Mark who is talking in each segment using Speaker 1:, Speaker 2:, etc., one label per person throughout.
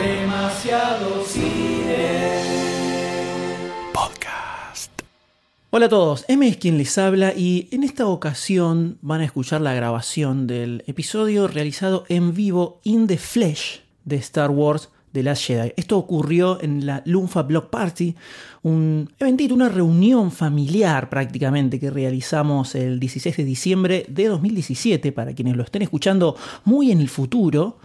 Speaker 1: Demasiado cine.
Speaker 2: Hola a todos, M es quien les habla y en esta ocasión van a escuchar la grabación del episodio realizado en vivo in the flesh de Star Wars The Last Jedi. Esto ocurrió en la Lunfa Block Party, un eventito, una reunión familiar prácticamente que realizamos el 16 de diciembre de 2017 para quienes lo estén escuchando muy en el futuro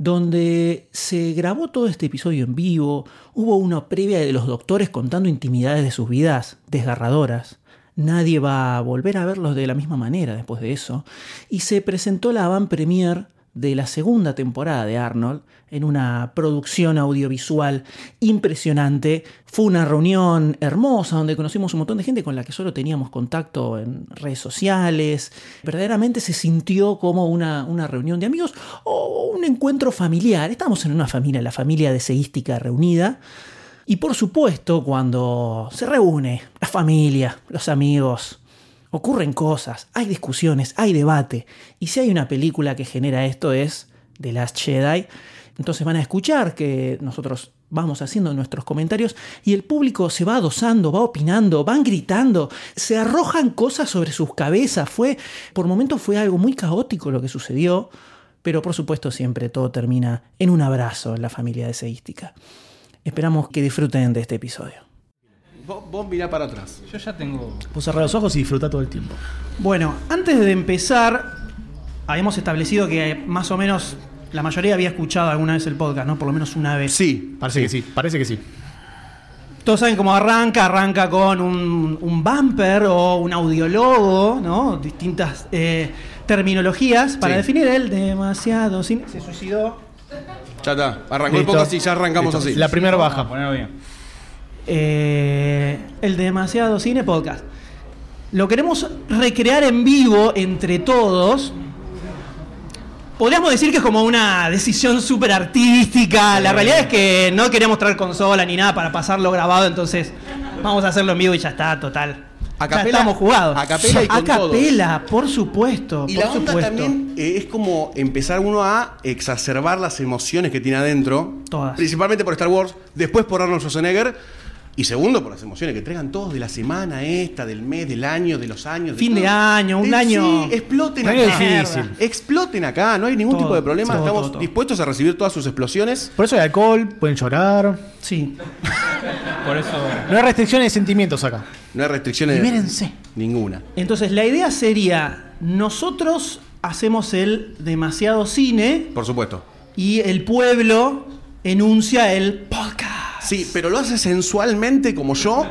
Speaker 2: donde se grabó todo este episodio en vivo, hubo una previa de los doctores contando intimidades de sus vidas, desgarradoras. Nadie va a volver a verlos de la misma manera después de eso. Y se presentó la avant premier de la segunda temporada de Arnold en una producción audiovisual impresionante. Fue una reunión hermosa donde conocimos un montón de gente con la que solo teníamos contacto en redes sociales. Verdaderamente se sintió como una, una reunión de amigos o un encuentro familiar. Estábamos en una familia, la familia de Seística reunida. Y por supuesto, cuando se reúne la familia, los amigos, Ocurren cosas, hay discusiones, hay debate. Y si hay una película que genera esto es The Last Jedi. Entonces van a escuchar que nosotros vamos haciendo nuestros comentarios y el público se va adosando, va opinando, van gritando, se arrojan cosas sobre sus cabezas. Fue, por momentos fue algo muy caótico lo que sucedió, pero por supuesto siempre todo termina en un abrazo en la familia de Seística. Esperamos que disfruten de este episodio.
Speaker 3: Vos, vos mirá para atrás.
Speaker 4: Yo ya tengo.
Speaker 5: Vos cerrá los ojos y disfruta todo el tiempo.
Speaker 2: Bueno, antes de empezar, habíamos establecido que más o menos la mayoría había escuchado alguna vez el podcast, ¿no? Por lo menos una vez.
Speaker 3: Sí.
Speaker 5: Parece que sí, parece que sí.
Speaker 2: Todos saben cómo arranca, arranca con un, un bumper o un audiólogo, ¿no? Distintas eh, terminologías para
Speaker 3: Sí.
Speaker 2: definir el demasiado sin... Se suicidó.
Speaker 3: Ya está. Arrancó el
Speaker 5: Listo.
Speaker 3: podcast y ya arrancamos
Speaker 5: Listo.
Speaker 3: así.
Speaker 5: La primera
Speaker 4: Vamos a
Speaker 5: baja. pues.
Speaker 4: ponerlo bien.
Speaker 2: Eh, el demasiado cine podcast. Lo queremos recrear en vivo entre todos. Podríamos decir que es como una decisión súper artística. La realidad es que no queríamos traer consola ni nada para pasarlo grabado, entonces vamos a hacerlo en vivo y ya está, total.
Speaker 3: A
Speaker 2: ya
Speaker 3: capela-
Speaker 2: estamos jugados.
Speaker 3: a capela y con
Speaker 2: A capela, por supuesto.
Speaker 3: Y
Speaker 2: por
Speaker 3: la onda
Speaker 2: supuesto.
Speaker 3: también eh, es como empezar uno a exacerbar las emociones que tiene adentro.
Speaker 2: Todas.
Speaker 3: Principalmente por Star Wars, después por Arnold Schwarzenegger. Y segundo, por las emociones que traigan todos de la semana esta, del mes, del año, de los años.
Speaker 2: Fin de
Speaker 3: todo.
Speaker 2: año, un
Speaker 3: Eh,
Speaker 2: año-
Speaker 3: Sí, exploten
Speaker 5: Un
Speaker 3: acá.
Speaker 5: año difícil.
Speaker 3: Exploten acá, no hay ningún
Speaker 2: Todo,
Speaker 3: tipo de problema.
Speaker 2: todo,
Speaker 3: Estamos
Speaker 2: todo, todo.
Speaker 3: dispuestos a recibir todas sus explosiones.
Speaker 5: Por eso hay alcohol, pueden llorar.
Speaker 2: Sí.
Speaker 4: Por eso.
Speaker 5: No hay restricciones de sentimientos acá.
Speaker 3: No hay restricciones.
Speaker 2: Libérense.
Speaker 3: Ninguna.
Speaker 2: Entonces la idea sería, nosotros hacemos el demasiado cine
Speaker 3: Por supuesto.
Speaker 2: y el pueblo enuncia el podcast.
Speaker 3: Sí, pero lo hace sensualmente como yo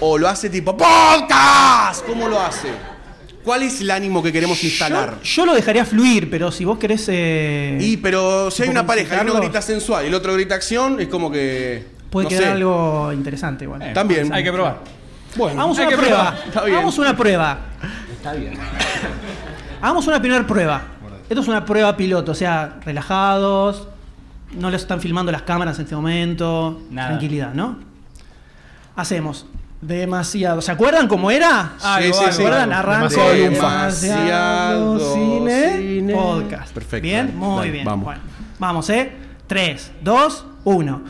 Speaker 3: o lo hace tipo podcast. ¿Cómo lo hace? ¿Cuál es el ánimo que queremos instalar?
Speaker 2: Yo, yo lo dejaría fluir, pero si vos querés. eh,
Speaker 3: Y pero si hay una pareja y uno
Speaker 2: Carlos.
Speaker 3: grita sensual y el otro grita acción, es como que
Speaker 2: puede
Speaker 3: no
Speaker 2: quedar
Speaker 3: sé.
Speaker 2: algo interesante igual.
Speaker 4: Eh,
Speaker 3: También.
Speaker 4: Hay que probar.
Speaker 3: Bueno,
Speaker 2: Hagamos
Speaker 4: hay
Speaker 2: una
Speaker 4: que
Speaker 2: prueba.
Speaker 4: probar.
Speaker 3: Está bien.
Speaker 2: Hagamos una prueba.
Speaker 4: Está bien.
Speaker 2: Hagamos una primera prueba. Esto es una prueba piloto, o sea, relajados. No les están filmando las cámaras en este momento.
Speaker 4: Nada.
Speaker 2: Tranquilidad, ¿no? Hacemos. Demasiado. ¿Se acuerdan cómo era?
Speaker 4: Algo,
Speaker 3: sí,
Speaker 4: algo,
Speaker 3: sí.
Speaker 2: ¿Recuerdan?
Speaker 4: algo.
Speaker 2: Arranque
Speaker 5: Demasiado
Speaker 3: lufa.
Speaker 2: demasiado
Speaker 3: Demasiado
Speaker 2: cine,
Speaker 3: cine.
Speaker 2: podcast.
Speaker 3: Perfecto,
Speaker 2: Bien,
Speaker 3: dale,
Speaker 2: muy
Speaker 3: dale,
Speaker 2: bien.
Speaker 3: vamos.
Speaker 2: Bueno, vamos, ¿eh? 3, 2, 1.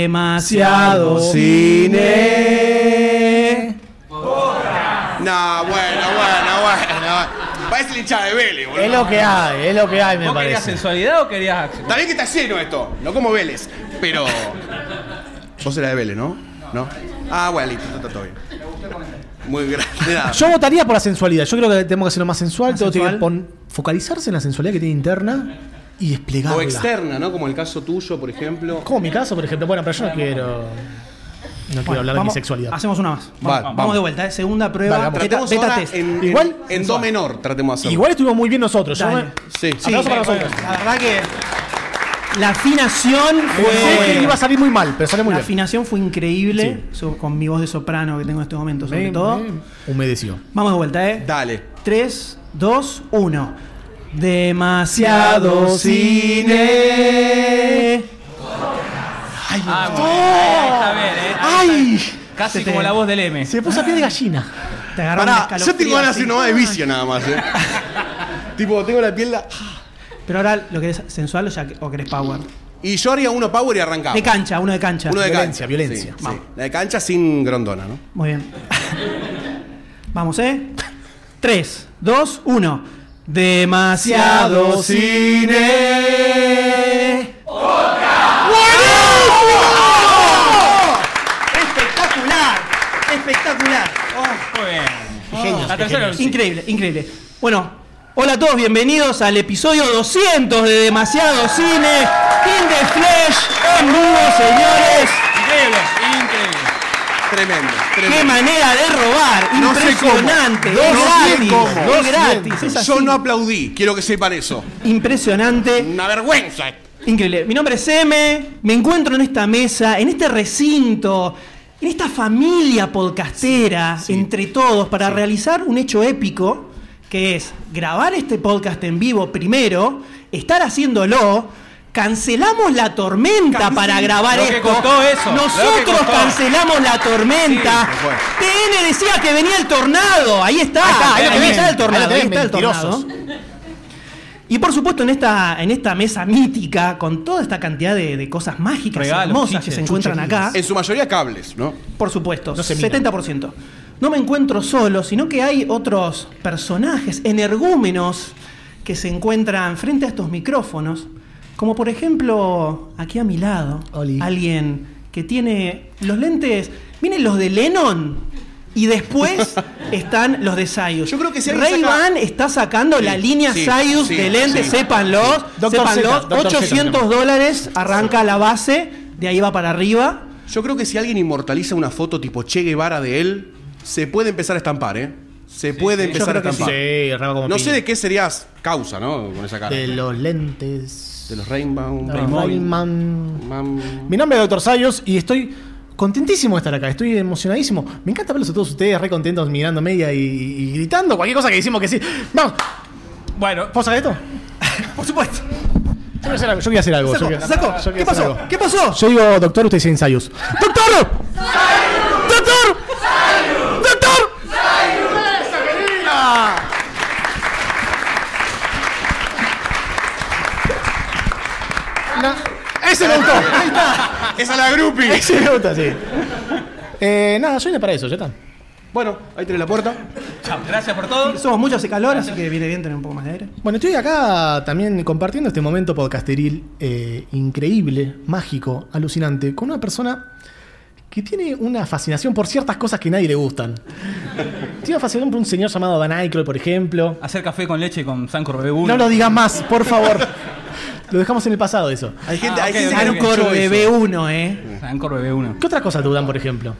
Speaker 2: Demasiado
Speaker 3: cine. No, bueno, bueno, bueno. bueno. Parece el hincha de Vélez, boludo.
Speaker 5: Es lo que hay, es lo que hay, me
Speaker 4: ¿Vos querías
Speaker 5: parece.
Speaker 4: sensualidad o querías acción?
Speaker 3: Está bien que está lleno esto, no como Vélez, pero. Vos era de Vélez, ¿no? No. Ah, bueno, listo, está todo bien. Muy grande. nada.
Speaker 5: Yo votaría por la sensualidad. Yo creo que tenemos que hacerlo más sensual.
Speaker 2: Más
Speaker 5: Todo tiene que
Speaker 2: sensual.
Speaker 5: pon- focalizarse en la sensualidad que tiene interna y desplegarla.
Speaker 3: O externa, ¿no? Como el caso tuyo, por ejemplo.
Speaker 5: Como mi caso, por ejemplo. Bueno, pero yo no quiero. No quiero
Speaker 2: Bueno,
Speaker 5: hablar de mi
Speaker 2: vamos-
Speaker 5: sexualidad.
Speaker 2: Hacemos una más. Vamos,
Speaker 3: Vale,
Speaker 2: vamos
Speaker 3: vamos.
Speaker 2: de vuelta, ¿eh? Segunda prueba.
Speaker 5: Dale, vamos.
Speaker 2: beta-
Speaker 3: Tratemos
Speaker 2: beta
Speaker 3: ahora
Speaker 2: test.
Speaker 3: en,
Speaker 5: Igual,
Speaker 3: en- en do menor, tratemos de hacerlo.
Speaker 5: Igual estuvimos muy bien nosotros. Yo
Speaker 2: Dale.
Speaker 5: me-
Speaker 3: Sí.
Speaker 5: Sí. Aplauso para nosotros.
Speaker 2: La verdad que la afinación
Speaker 5: Pensé que iba a
Speaker 2: fue.
Speaker 5: salir muy mal, pero sale muy
Speaker 2: La
Speaker 5: bien.
Speaker 2: afinación fue increíble so- con mi voz de soprano que tengo en este momento, sobre
Speaker 5: Me-
Speaker 2: todo.
Speaker 5: me Humedeció.
Speaker 2: Vamos de vuelta, ¿eh?
Speaker 3: Dale.
Speaker 2: 3, 2, 1. Demasiado cine.
Speaker 4: Ah, muy bien. Ahí está bien, eh.
Speaker 5: ¡Ay!
Speaker 4: Casi
Speaker 2: Se te-
Speaker 4: como la voz del M.
Speaker 5: Se me puso a pie de gallina.
Speaker 2: Te agarró un
Speaker 3: Pará,
Speaker 2: escalofrío
Speaker 3: yo tengo ganas
Speaker 2: así.
Speaker 3: de nomás de vicio nada más, ¿eh? tipo, tengo la piel. la-
Speaker 2: Pero ahora, ¿lo querés sensual o, ya, que- o querés power?
Speaker 3: Y yo haría uno power y arrancaba.
Speaker 2: De cancha, uno de cancha.
Speaker 3: Uno de cancha.
Speaker 5: Violencia, violencia.
Speaker 3: Sí, sí. La de cancha sin grondona, ¿no?
Speaker 2: Muy bien. Vamos, ¿eh? 3, 2, 1. Demasiado cine. Espectacular, espectacular.
Speaker 4: Muy bien. La tercera era un sí.
Speaker 2: Increíble, increíble. Bueno, hola a todos, bienvenidos al episodio 200 de Demasiado Cine, In the Flesh, en vivo, señores.
Speaker 4: Increíble, increíble.
Speaker 3: Tremendo,
Speaker 2: ¡Qué
Speaker 3: tremendo.
Speaker 2: manera de robar!
Speaker 3: No sé cómo.
Speaker 2: Impresionante,
Speaker 3: No sé
Speaker 2: es gratis,
Speaker 3: cómo.
Speaker 2: es
Speaker 3: No sé
Speaker 2: gratis, es así.
Speaker 3: Yo no aplaudí, quiero que sepan eso.
Speaker 2: Impresionante,
Speaker 3: Una vergüenza.
Speaker 2: increíble. Mi nombre es M, me encuentro en esta mesa, en este recinto, en esta familia podcastera, entre todos, para realizar un hecho épico, que es grabar este podcast en vivo primero, estar haciéndolo, cancelamos la tormenta
Speaker 3: Cancel-
Speaker 2: para grabar
Speaker 4: lo que
Speaker 2: esto.
Speaker 4: costó eso, lo que
Speaker 2: Nosotros
Speaker 4: costó.
Speaker 2: cancelamos la tormenta.
Speaker 3: Sí, se fue.
Speaker 2: TN decía que venía el tornado, ahí está, ahí,
Speaker 5: está, ahí lo
Speaker 2: ahí
Speaker 5: Ah, tenés,
Speaker 2: está el
Speaker 5: ahí lo
Speaker 2: tornado, ahí
Speaker 5: tenés,
Speaker 2: está el tornado.
Speaker 5: mentirosos.
Speaker 2: Y por supuesto, en esta, en esta mesa mítica, con toda esta cantidad de, de cosas mágicas y
Speaker 4: Regalos,
Speaker 2: hermosas que
Speaker 4: chiches,
Speaker 2: se encuentran acá,
Speaker 3: En su mayoría cables, ¿no?
Speaker 2: por supuesto,
Speaker 5: No se miran.
Speaker 2: 70%. No me encuentro solo, sino que hay otros personajes, energúmenos, que se encuentran frente a estos micrófonos. Como por ejemplo, aquí a mi lado,
Speaker 5: Oli.
Speaker 2: alguien que tiene los lentes. Miren los de Lennon. Y después están los de Sayus.
Speaker 3: Yo creo que si alguien
Speaker 2: Ray
Speaker 3: saca-
Speaker 2: Ban está sacando la
Speaker 3: Sí,
Speaker 2: línea
Speaker 3: sí,
Speaker 2: Sayus
Speaker 3: sí,
Speaker 2: de lentes,
Speaker 3: sí.
Speaker 2: sépanlos,
Speaker 5: Doctor
Speaker 2: sépanlos.
Speaker 5: Z, Doctor Z,
Speaker 2: 800 dólares arranca la base, de ahí va para arriba.
Speaker 3: Yo creo que si alguien inmortaliza una foto tipo Che Guevara de él, se puede empezar a estampar, ¿eh? Se puede empezar a
Speaker 2: creo que
Speaker 3: estampar.
Speaker 5: Sí, raro como
Speaker 3: No
Speaker 5: piña.
Speaker 3: sé de qué serías causa, ¿no? Con esa cara.
Speaker 5: De los lentes.
Speaker 3: De los Rainbow.
Speaker 5: Rayman. Mi nombre es Dr. Sayos y estoy contentísimo de estar acá. Estoy emocionadísimo. Me encanta verlos a todos ustedes, re contentos, mirando media y, y gritando cualquier cosa que decimos que sí. Vamos,
Speaker 4: Bueno,
Speaker 5: ¿vos sabés esto?
Speaker 2: Por supuesto.
Speaker 5: Yo voy a hacer algo. Yo voy a hacer algo. yo voy
Speaker 2: Saco, saco.
Speaker 5: a- yo voy a
Speaker 2: ¿Qué
Speaker 5: hacer
Speaker 2: pasó?
Speaker 5: algo.
Speaker 2: ¿Qué pasó?
Speaker 5: Yo digo doctor, usted dice ensayos. ¡Doctor! ¡Doctor! ¡Doctor! ¡Eso, querida! No, ¡Ese me gustó! Ahí está.
Speaker 3: Ah, ¡Esa es la groupie!
Speaker 5: Ese me gusta, sí. Eh, nada, soy una para eso, ya está.
Speaker 3: Bueno, ahí tenés la puerta.
Speaker 4: chao. Gracias por todo.
Speaker 2: Somos muchos hace calor, así que viene bien tener un poco más de aire.
Speaker 5: Bueno, estoy acá también compartiendo este momento podcasteril eh, increíble, mágico, alucinante, con una persona que tiene una fascinación por ciertas cosas que a nadie le gustan. tiene una fascinación por un señor llamado Dan Aykroyd, por ejemplo.
Speaker 4: Hacer café con leche con San Corbebuno.
Speaker 5: No lo digas más, por favor. Lo dejamos en el pasado eso.
Speaker 3: Hay gente,
Speaker 4: Ah,
Speaker 3: hay
Speaker 4: ok,
Speaker 3: gente
Speaker 4: ok,
Speaker 3: que
Speaker 4: ok.
Speaker 3: escuchó
Speaker 2: Arcor
Speaker 3: eso.
Speaker 2: de B1, ¿eh?
Speaker 4: San Corbebuno.
Speaker 5: ¿Qué otras cosas te gustan, por ejemplo?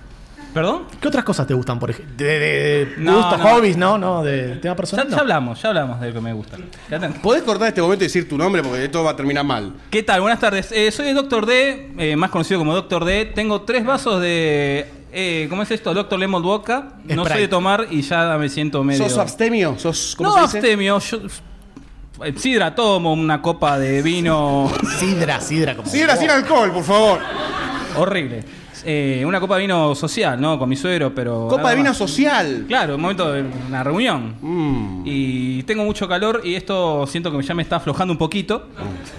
Speaker 4: ¿Perdón?
Speaker 5: ¿Qué otras cosas te gustan, por ejemplo? De, de- de
Speaker 4: No,
Speaker 5: gustos,
Speaker 4: no.
Speaker 5: hobbies, ¿no? No, de tema
Speaker 4: Ya,
Speaker 5: personal.
Speaker 4: ya
Speaker 5: no.
Speaker 4: hablamos, ya hablamos de lo que me gusta. Ya ten-
Speaker 3: ¿Podés cortar este momento y decir tu nombre? Porque esto va a terminar mal.
Speaker 4: ¿Qué tal? Buenas tardes. Eh, soy el Doctor D, eh, más conocido como Doctor D. Tengo tres vasos de. eh, ¿Cómo es esto? Doctor Lemon Vodka. No
Speaker 5: Sprite.
Speaker 4: soy de tomar y ya me siento medio.
Speaker 3: ¿Sos abstemio? ¿Sos, ¿Cómo
Speaker 4: No
Speaker 3: se dice?
Speaker 4: abstemio. Yo, eh, sidra, tomo una copa de vino.
Speaker 5: Sidra, sidra, como.
Speaker 3: Sí, era sin alcohol, por favor.
Speaker 4: horrible. Eh, una copa de vino social, ¿no? Con mi suegro, pero.
Speaker 3: Copa
Speaker 4: nada
Speaker 3: de vino
Speaker 4: más.
Speaker 3: social.
Speaker 4: Claro, un momento de una reunión.
Speaker 3: Mm.
Speaker 4: Y tengo mucho calor y esto siento que ya me está aflojando un poquito.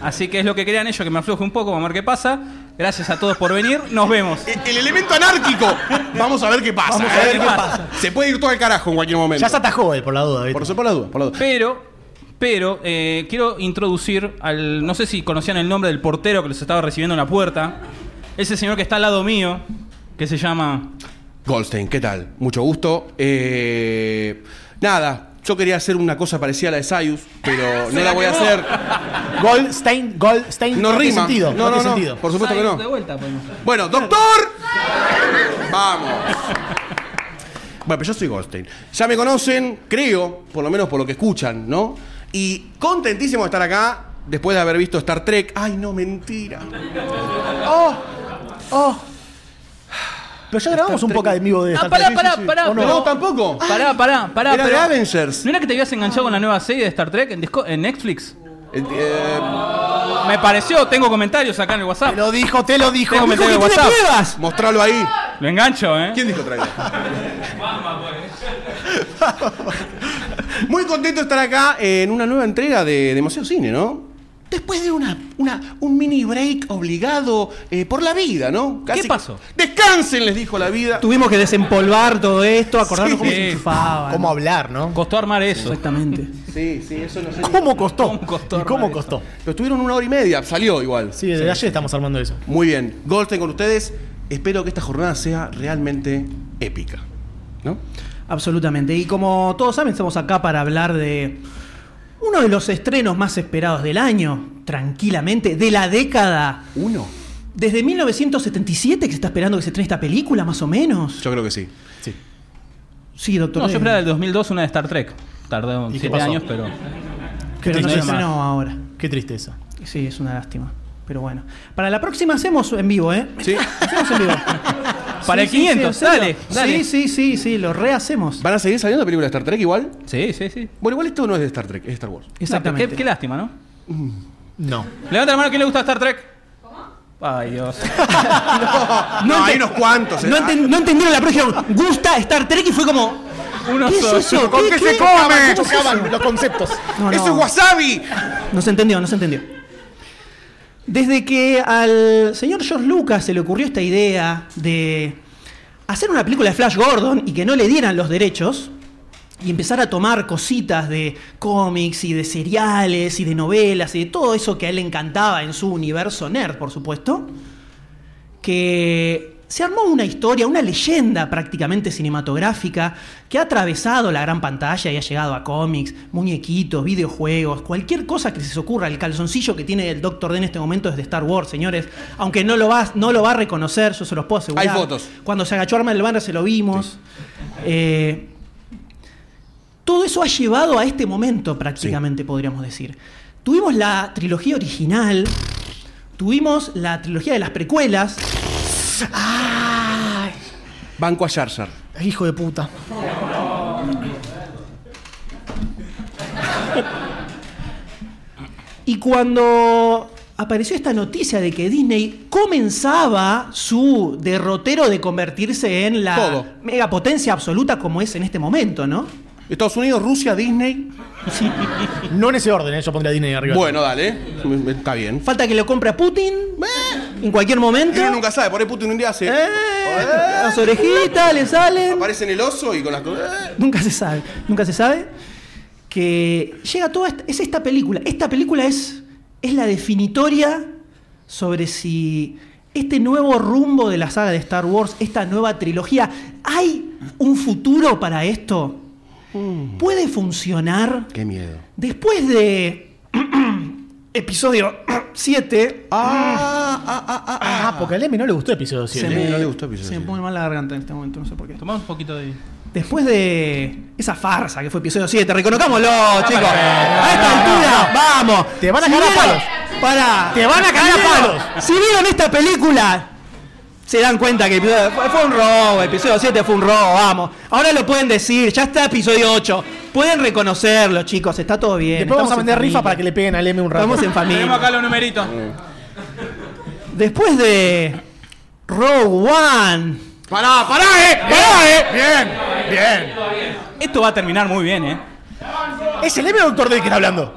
Speaker 4: Así que es lo que querían ellos, que me afloje un poco, vamos a ver qué pasa. Gracias a todos por venir, nos vemos.
Speaker 3: El, el elemento anárquico. Vamos a ver qué pasa.
Speaker 4: Vamos a
Speaker 3: ¿eh?
Speaker 4: ver qué pasa.
Speaker 3: Se puede ir todo al carajo en cualquier momento.
Speaker 5: Ya se atajó él, por la duda, ¿viste?
Speaker 3: Por, su- por la duda, por la duda.
Speaker 4: Pero, pero, eh, quiero introducir al... No sé si conocían el nombre del portero que los estaba recibiendo en la puerta. Ese señor que está al lado mío, que se llama...
Speaker 3: Goldstein, ¿qué tal? Mucho gusto. Eh, nada, yo quería hacer una cosa parecida a la de Sayus, pero no la voy a hacer.
Speaker 5: Goldstein, Goldstein.
Speaker 3: No
Speaker 5: tiene
Speaker 3: rima.
Speaker 5: sentido,
Speaker 3: no, no,
Speaker 5: tiene
Speaker 3: no.
Speaker 5: sentido.
Speaker 3: Por supuesto que
Speaker 4: Ay,
Speaker 3: no.
Speaker 4: De vuelta, podemos.
Speaker 3: Bueno, doctor. Vamos. Bueno, pero yo soy Goldstein. Ya me conocen, creo, por lo menos por lo que escuchan, ¿no? Y contentísimo de estar acá después de haber visto Star Trek. Ay, no, mentira.
Speaker 5: ¡Oh! ¡Oh! Pero ya grabamos un
Speaker 3: Trek.
Speaker 5: poco en vivo de
Speaker 4: Ah,
Speaker 5: Star
Speaker 4: pará,
Speaker 5: Trek.
Speaker 4: pará,
Speaker 5: Sí, sí, sí.
Speaker 4: pará.
Speaker 5: ¿O no?
Speaker 4: pero- Ah.
Speaker 3: No, tampoco.
Speaker 4: Pará, pará, pará.
Speaker 3: Era de
Speaker 4: pero-
Speaker 3: Avengers.
Speaker 4: ¿No era que te habías enganchado con la nueva serie de Star Trek en, disco- en Netflix?
Speaker 3: Eh, eh,
Speaker 4: Me pareció, tengo comentarios acá en el WhatsApp.
Speaker 5: Te lo dijo, te lo dijo.
Speaker 4: Tengo
Speaker 5: Dijo
Speaker 4: mensaje
Speaker 5: que
Speaker 4: de
Speaker 5: tiene
Speaker 4: WhatsApp.
Speaker 5: pruebas.
Speaker 3: mostralo ahí.
Speaker 4: Lo engancho, ¿eh?
Speaker 3: ¿Quién dijo traidor? Muy contento de estar acá en una nueva entrega de, de Museo Cine, ¿no? Después de una, una- un mini break obligado eh, por la vida, ¿no?
Speaker 4: ¿Qué pasó?
Speaker 3: que- Descansen, les dijo la vida.
Speaker 2: Tuvimos que desempolvar todo esto, acordarnos
Speaker 3: Sí.
Speaker 2: cómo se enchufaba.
Speaker 5: ¿Cómo hablar, no?
Speaker 4: Costó armar eso.
Speaker 2: Exactamente.
Speaker 3: Sí, sí, eso no sé.
Speaker 5: ¿Cómo costó?
Speaker 4: ¿Cómo costó
Speaker 5: ¿Y cómo
Speaker 4: armar
Speaker 5: costó?
Speaker 3: Pero estuvieron una hora y media, salió igual.
Speaker 5: Sí, desde ayer estamos armando eso.
Speaker 3: Muy bien, Goldstein con ustedes. Espero que esta jornada sea realmente épica. ¿No?
Speaker 2: Absolutamente. Y como todos saben, estamos acá para hablar de uno de los estrenos más esperados del año, tranquilamente, de la década.
Speaker 3: ¿Uno?
Speaker 2: Desde 1977 que se está esperando que se estrene esta película, más o menos.
Speaker 3: Yo creo que sí.
Speaker 5: Sí.
Speaker 2: Sí, doctor.
Speaker 4: No, yo
Speaker 2: D.
Speaker 4: esperaba del 2002 una de Star Trek. Tardó
Speaker 5: qué
Speaker 4: 7
Speaker 5: pasó?
Speaker 4: años, pero.
Speaker 2: Pero no se
Speaker 4: tristeza.
Speaker 2: estrenó ahora.
Speaker 5: Qué tristeza.
Speaker 2: Sí, es una lástima. Pero bueno. Para la próxima hacemos en vivo, ¿eh?
Speaker 3: Sí.
Speaker 2: Hacemos en vivo.
Speaker 4: Para el 500,
Speaker 2: en serio.
Speaker 4: dale, dale.
Speaker 2: Sí, sí, sí, sí, lo rehacemos.
Speaker 3: ¿Van a seguir saliendo películas de Star Trek igual?
Speaker 4: Sí, sí, sí.
Speaker 3: Bueno, igual esto no es de Star Trek, es de Star Wars.
Speaker 2: Exactamente.
Speaker 4: No, qué, qué lástima, ¿no?
Speaker 5: No.
Speaker 4: Levanta la mano, ¿quién le gusta Star Trek? Ay, Dios.
Speaker 3: Ah, No,
Speaker 2: ente-
Speaker 3: hay unos cuantos. eh.
Speaker 2: No, enten- no entendieron la próxima. Gusta Star Trek y fue como.
Speaker 4: Uno
Speaker 2: ¿Qué es
Speaker 4: solo.
Speaker 2: eso?
Speaker 3: ¿Con qué, se
Speaker 2: ¿Cómo
Speaker 3: come?
Speaker 2: es eso?
Speaker 3: los conceptos.
Speaker 2: No,
Speaker 3: Ah, ¡Eso
Speaker 2: no.
Speaker 3: es wasabi!
Speaker 2: No se entendió, no se entendió. Desde que al señor George Lucas se le ocurrió esta idea de hacer una película de Flash Gordon y que no le dieran los derechos y empezar a tomar cositas de cómics y de seriales y de novelas y de todo eso que a él le encantaba en su universo nerd, por supuesto, que se armó una historia, una leyenda prácticamente cinematográfica que ha atravesado la gran pantalla y ha llegado a cómics, muñequitos, videojuegos, cualquier cosa que se les ocurra. El calzoncillo que tiene el Doctor D en este momento es de Star Wars, señores. Aunque no lo va, no lo va a reconocer, yo se los puedo asegurar.
Speaker 3: Hay fotos.
Speaker 2: Cuando se agachó Arma del Banner se lo vimos. Eh, todo eso ha llevado a este momento prácticamente, podríamos decir. Tuvimos la trilogía original, tuvimos la trilogía de las precuelas,
Speaker 3: Banco a Yarzar.
Speaker 5: Ay, Hijo de puta.
Speaker 2: Y cuando apareció esta noticia de que Disney comenzaba su derrotero de convertirse en la
Speaker 3: Todo.
Speaker 2: megapotencia absoluta como es en este momento, ¿no?
Speaker 3: Estados Unidos, Rusia, Disney.
Speaker 5: No en ese orden, ¿eh? yo pondría Disney arriba.
Speaker 3: Bueno, dale. Me- me- Está bien.
Speaker 2: Falta que lo compre a Putin
Speaker 3: Eh,
Speaker 2: en cualquier momento.
Speaker 3: uno nunca sabe, por ahí Putin un día hace. Eh.
Speaker 2: Eh, Las orejitas le salen.
Speaker 3: Aparece en el oso y con las. co- eh.
Speaker 2: Nunca se sabe, nunca se sabe. Que llega toda esta, es esta película. Esta película es, es la definitoria sobre si este nuevo rumbo de la saga de Star Wars, esta nueva trilogía, ¿hay un futuro para esto?
Speaker 3: Mm.
Speaker 2: ¿Puede funcionar?
Speaker 3: Qué miedo.
Speaker 2: Después de episodio 7,
Speaker 3: Ah, ah, ah, ah, ah.
Speaker 5: Ah, porque al M no le gustó episodio
Speaker 2: se
Speaker 5: 7.
Speaker 2: me,
Speaker 3: no le gustó episodio
Speaker 2: se me
Speaker 3: siete.
Speaker 2: pone mal la garganta en este momento, no sé por qué.
Speaker 4: Tomamos un poquito de.
Speaker 2: Después de esa farsa que fue episodio 7, reconozcámoslo,
Speaker 5: Ah,
Speaker 2: chicos.
Speaker 4: para,
Speaker 2: a esta altura, vamos.
Speaker 5: Te van a cagar a
Speaker 2: vieron-
Speaker 5: palos.
Speaker 2: Pará.
Speaker 5: Te van a
Speaker 2: Si
Speaker 5: cagar a
Speaker 2: vieron-
Speaker 5: palos.
Speaker 2: Si vieron esta película, se dan cuenta que episodio- fue, fue un robo. Episodio 7 fue un robo, vamos. Ahora lo pueden decir, ya está episodio 8. Pueden reconocerlo, chicos, está todo bien.
Speaker 5: Después vamos a
Speaker 2: estamos en
Speaker 5: vender rifa
Speaker 2: familia.
Speaker 5: para que le peguen al M un rato.
Speaker 2: Estamos en
Speaker 4: Tenemos
Speaker 2: familia.
Speaker 4: acá los numeritos.
Speaker 2: Después de Rogue One,
Speaker 3: Pará, pará, eh. Pará, eh. Bien, bien.
Speaker 4: Esto va a terminar muy bien, ¿eh?
Speaker 5: ¿Es el M o Doctor D que está hablando?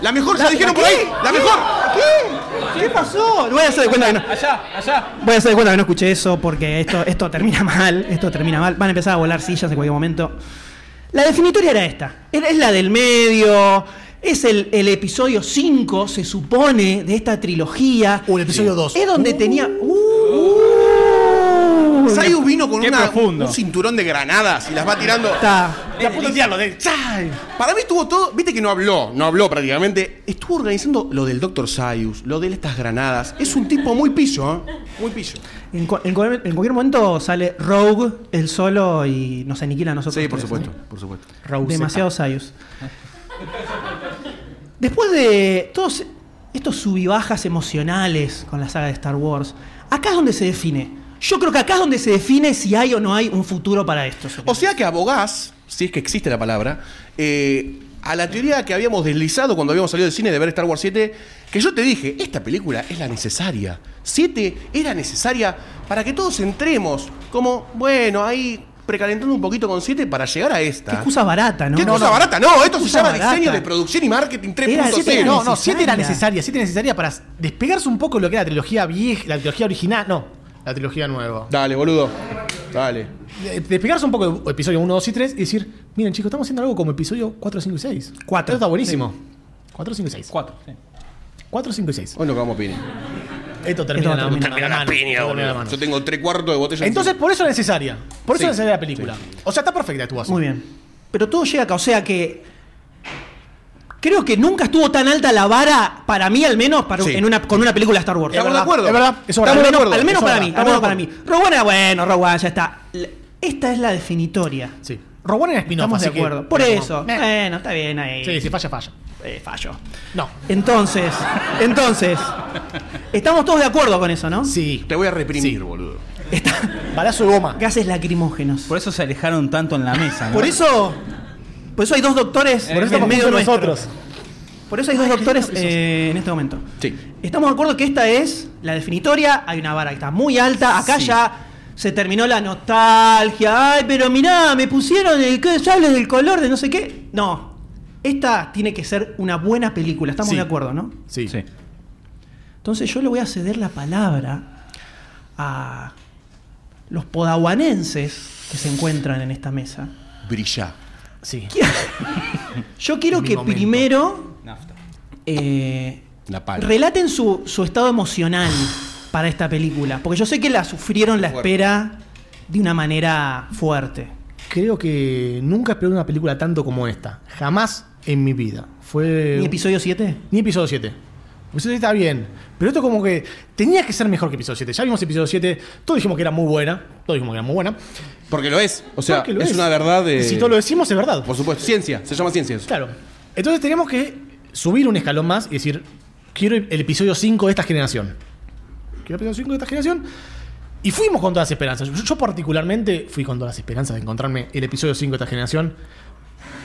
Speaker 3: La mejor, se dijeron por ahí. La mejor.
Speaker 2: ¿qué pasó? No voy a hacer de cuenta que no.
Speaker 4: Allá, allá.
Speaker 2: Voy a hacer de cuenta que no escuché eso porque esto, esto termina mal, esto termina mal. Van a empezar a volar sillas en cualquier momento. La definitoria era esta. Era- Es la del medio, es el, el episodio 5, se supone, de esta trilogía.
Speaker 5: O Uh, el episodio 2.
Speaker 2: Es donde tenía... ¡Uh!
Speaker 3: Sayu vino con
Speaker 4: Qué
Speaker 3: una-
Speaker 4: profundo.
Speaker 3: un cinturón de granadas y las va tirando.
Speaker 2: Está.
Speaker 5: La puta diablo, de.
Speaker 3: Ay, Para mí estuvo todo, viste que no habló, no habló prácticamente. Estuvo organizando lo del Dr. Sayus, lo de estas granadas. Es un tipo muy piso, ¿eh? Muy piso.
Speaker 2: En, cu- en cual- en cualquier momento sale Rogue, el solo, y nos aniquila a nosotros.
Speaker 3: Sí, por
Speaker 2: tres, ¿eh?
Speaker 3: supuesto, por supuesto.
Speaker 2: Demasiados Sayus. Después de todos estos subibajas emocionales con la saga de Star Wars, acá es donde se define. Yo creo que acá es donde se define si hay o no hay un futuro para esto.
Speaker 3: O sea que abogás, si es que existe la palabra, eh, a la teoría que habíamos deslizado cuando habíamos salido del cine de ver Star Wars 7, que yo te dije, esta película es la necesaria. 7 era necesaria para que todos entremos como, bueno, ahí precalentando un poquito con 7 para llegar a esta.
Speaker 2: Qué excusa barata, ¿no?
Speaker 3: ¿Qué
Speaker 2: No,
Speaker 3: cosa
Speaker 2: no.
Speaker 3: barata? No, esto se
Speaker 2: Excusa
Speaker 3: llama
Speaker 2: barata.
Speaker 3: diseño de producción y marketing
Speaker 2: Era siete,
Speaker 3: 3.0.
Speaker 2: era
Speaker 5: No,
Speaker 3: No,
Speaker 5: no, 7 era
Speaker 2: necesaria.
Speaker 5: necesaria. 7 necesaria para despegarse un poco de lo que era la trilogía vieja, la trilogía original. No, la trilogía nueva.
Speaker 3: Dale, boludo. Dale.
Speaker 5: De- Despegarse un poco de episodio 1, 2 y 3 y decir, miren chicos, estamos haciendo algo como episodio 4, 5 y 6.
Speaker 2: Cuatro.
Speaker 5: Esto está buenísimo. 4, 5 y 6.
Speaker 4: Cuatro. sí.
Speaker 5: 4, 5 y 6.
Speaker 3: Hoy no cagamos piña.
Speaker 5: Esto termina,
Speaker 2: Esto
Speaker 5: la,
Speaker 2: termina
Speaker 5: la mano,
Speaker 3: Piña,
Speaker 5: esto termina la
Speaker 3: boludo.
Speaker 5: mano.
Speaker 3: Yo tengo tres cuartos de botella.
Speaker 5: Entonces,
Speaker 3: encima.
Speaker 5: por eso es necesaria. Por eso
Speaker 3: Sí,
Speaker 5: es necesaria la película. O sea, está perfecta tu
Speaker 2: Muy bien. Pero todo llega acá, o sea que. Creo que nunca estuvo tan alta la vara, para mí al menos, para,
Speaker 3: Sí.
Speaker 2: en una, con una película de Star Wars.
Speaker 3: Estamos de acuerdo.
Speaker 5: Es verdad. Eso
Speaker 2: Al
Speaker 5: es
Speaker 2: menos,
Speaker 5: verdad.
Speaker 2: al menos
Speaker 5: Eso es
Speaker 2: para
Speaker 5: verdad.
Speaker 2: mí, al
Speaker 5: Estamos
Speaker 2: menos
Speaker 5: de
Speaker 2: para
Speaker 5: acuerdo.
Speaker 2: mí. Rogue One era bueno, Rogue One, ya está. L- Esta es la definitoria.
Speaker 5: Sí. Rogue One era spin-off,
Speaker 2: Estamos de
Speaker 5: así que-
Speaker 2: acuerdo. Por
Speaker 5: Meh.
Speaker 2: eso.
Speaker 5: Meh.
Speaker 2: Bueno, está bien ahí.
Speaker 5: Sí, si falla, falla.
Speaker 2: Eh, fallo.
Speaker 5: No.
Speaker 2: Entonces, entonces. Estamos todos de acuerdo con eso, ¿no?
Speaker 5: Sí.
Speaker 3: Te voy a reprimir,
Speaker 5: Sí.
Speaker 3: boludo.
Speaker 5: Balazo de goma.
Speaker 2: Gases lacrimógenos.
Speaker 4: Por eso se alejaron tanto en la mesa. ¿no?
Speaker 2: Por eso. Por eso hay dos doctores
Speaker 5: Eh, Por eso
Speaker 2: en
Speaker 5: estamos
Speaker 2: medio
Speaker 5: medio
Speaker 2: de
Speaker 5: nosotros.
Speaker 2: Por eso hay dos doctores eh, en este momento.
Speaker 3: Sí.
Speaker 2: Estamos de acuerdo que esta es la definitoria. Hay una vara que está muy alta. Acá
Speaker 3: Sí.
Speaker 2: ya se terminó la nostalgia. Ay, pero mirá, me pusieron el que ya hables del color de no sé qué. No. Esta tiene que ser una buena película. Estamos
Speaker 5: Sí.
Speaker 2: de acuerdo, ¿no?
Speaker 5: Sí.
Speaker 4: Sí.
Speaker 2: Entonces yo le voy a ceder la palabra a los podahuanenses que se encuentran en esta mesa.
Speaker 3: Brilla.
Speaker 5: Sí.
Speaker 2: Yo quiero
Speaker 5: mi
Speaker 2: que
Speaker 5: momento.
Speaker 2: primero
Speaker 4: Nafta.
Speaker 2: eh,
Speaker 3: La pala.
Speaker 2: relaten su, su estado emocional
Speaker 5: Ah.
Speaker 2: para esta película, porque yo sé que la sufrieron la
Speaker 3: Fuerte.
Speaker 2: espera de una manera fuerte.
Speaker 5: Creo que nunca esperé una película tanto como esta. Jamás en mi vida. Fue.
Speaker 2: ¿Y episodio 7?
Speaker 5: Ni episodio 7. Episodio 7 está bien. Pero esto como que tenía que ser mejor que episodio 7. Ya vimos episodio 7. Todos dijimos que era muy buena. Todos dijimos que era muy buena.
Speaker 3: Porque lo es. O sea,
Speaker 5: Porque lo
Speaker 3: es, una verdad de.
Speaker 5: Si todos lo decimos, es verdad.
Speaker 3: Por supuesto. Ciencia. Se llama ciencia eso.
Speaker 5: Claro. Entonces tenemos que subir un escalón más y decir, quiero el episodio 5 de esta generación. Quiero el episodio 5 de esta generación. Y fuimos con todas las esperanzas. Yo, yo particularmente fui con todas las esperanzas de encontrarme el episodio 5 de esta generación.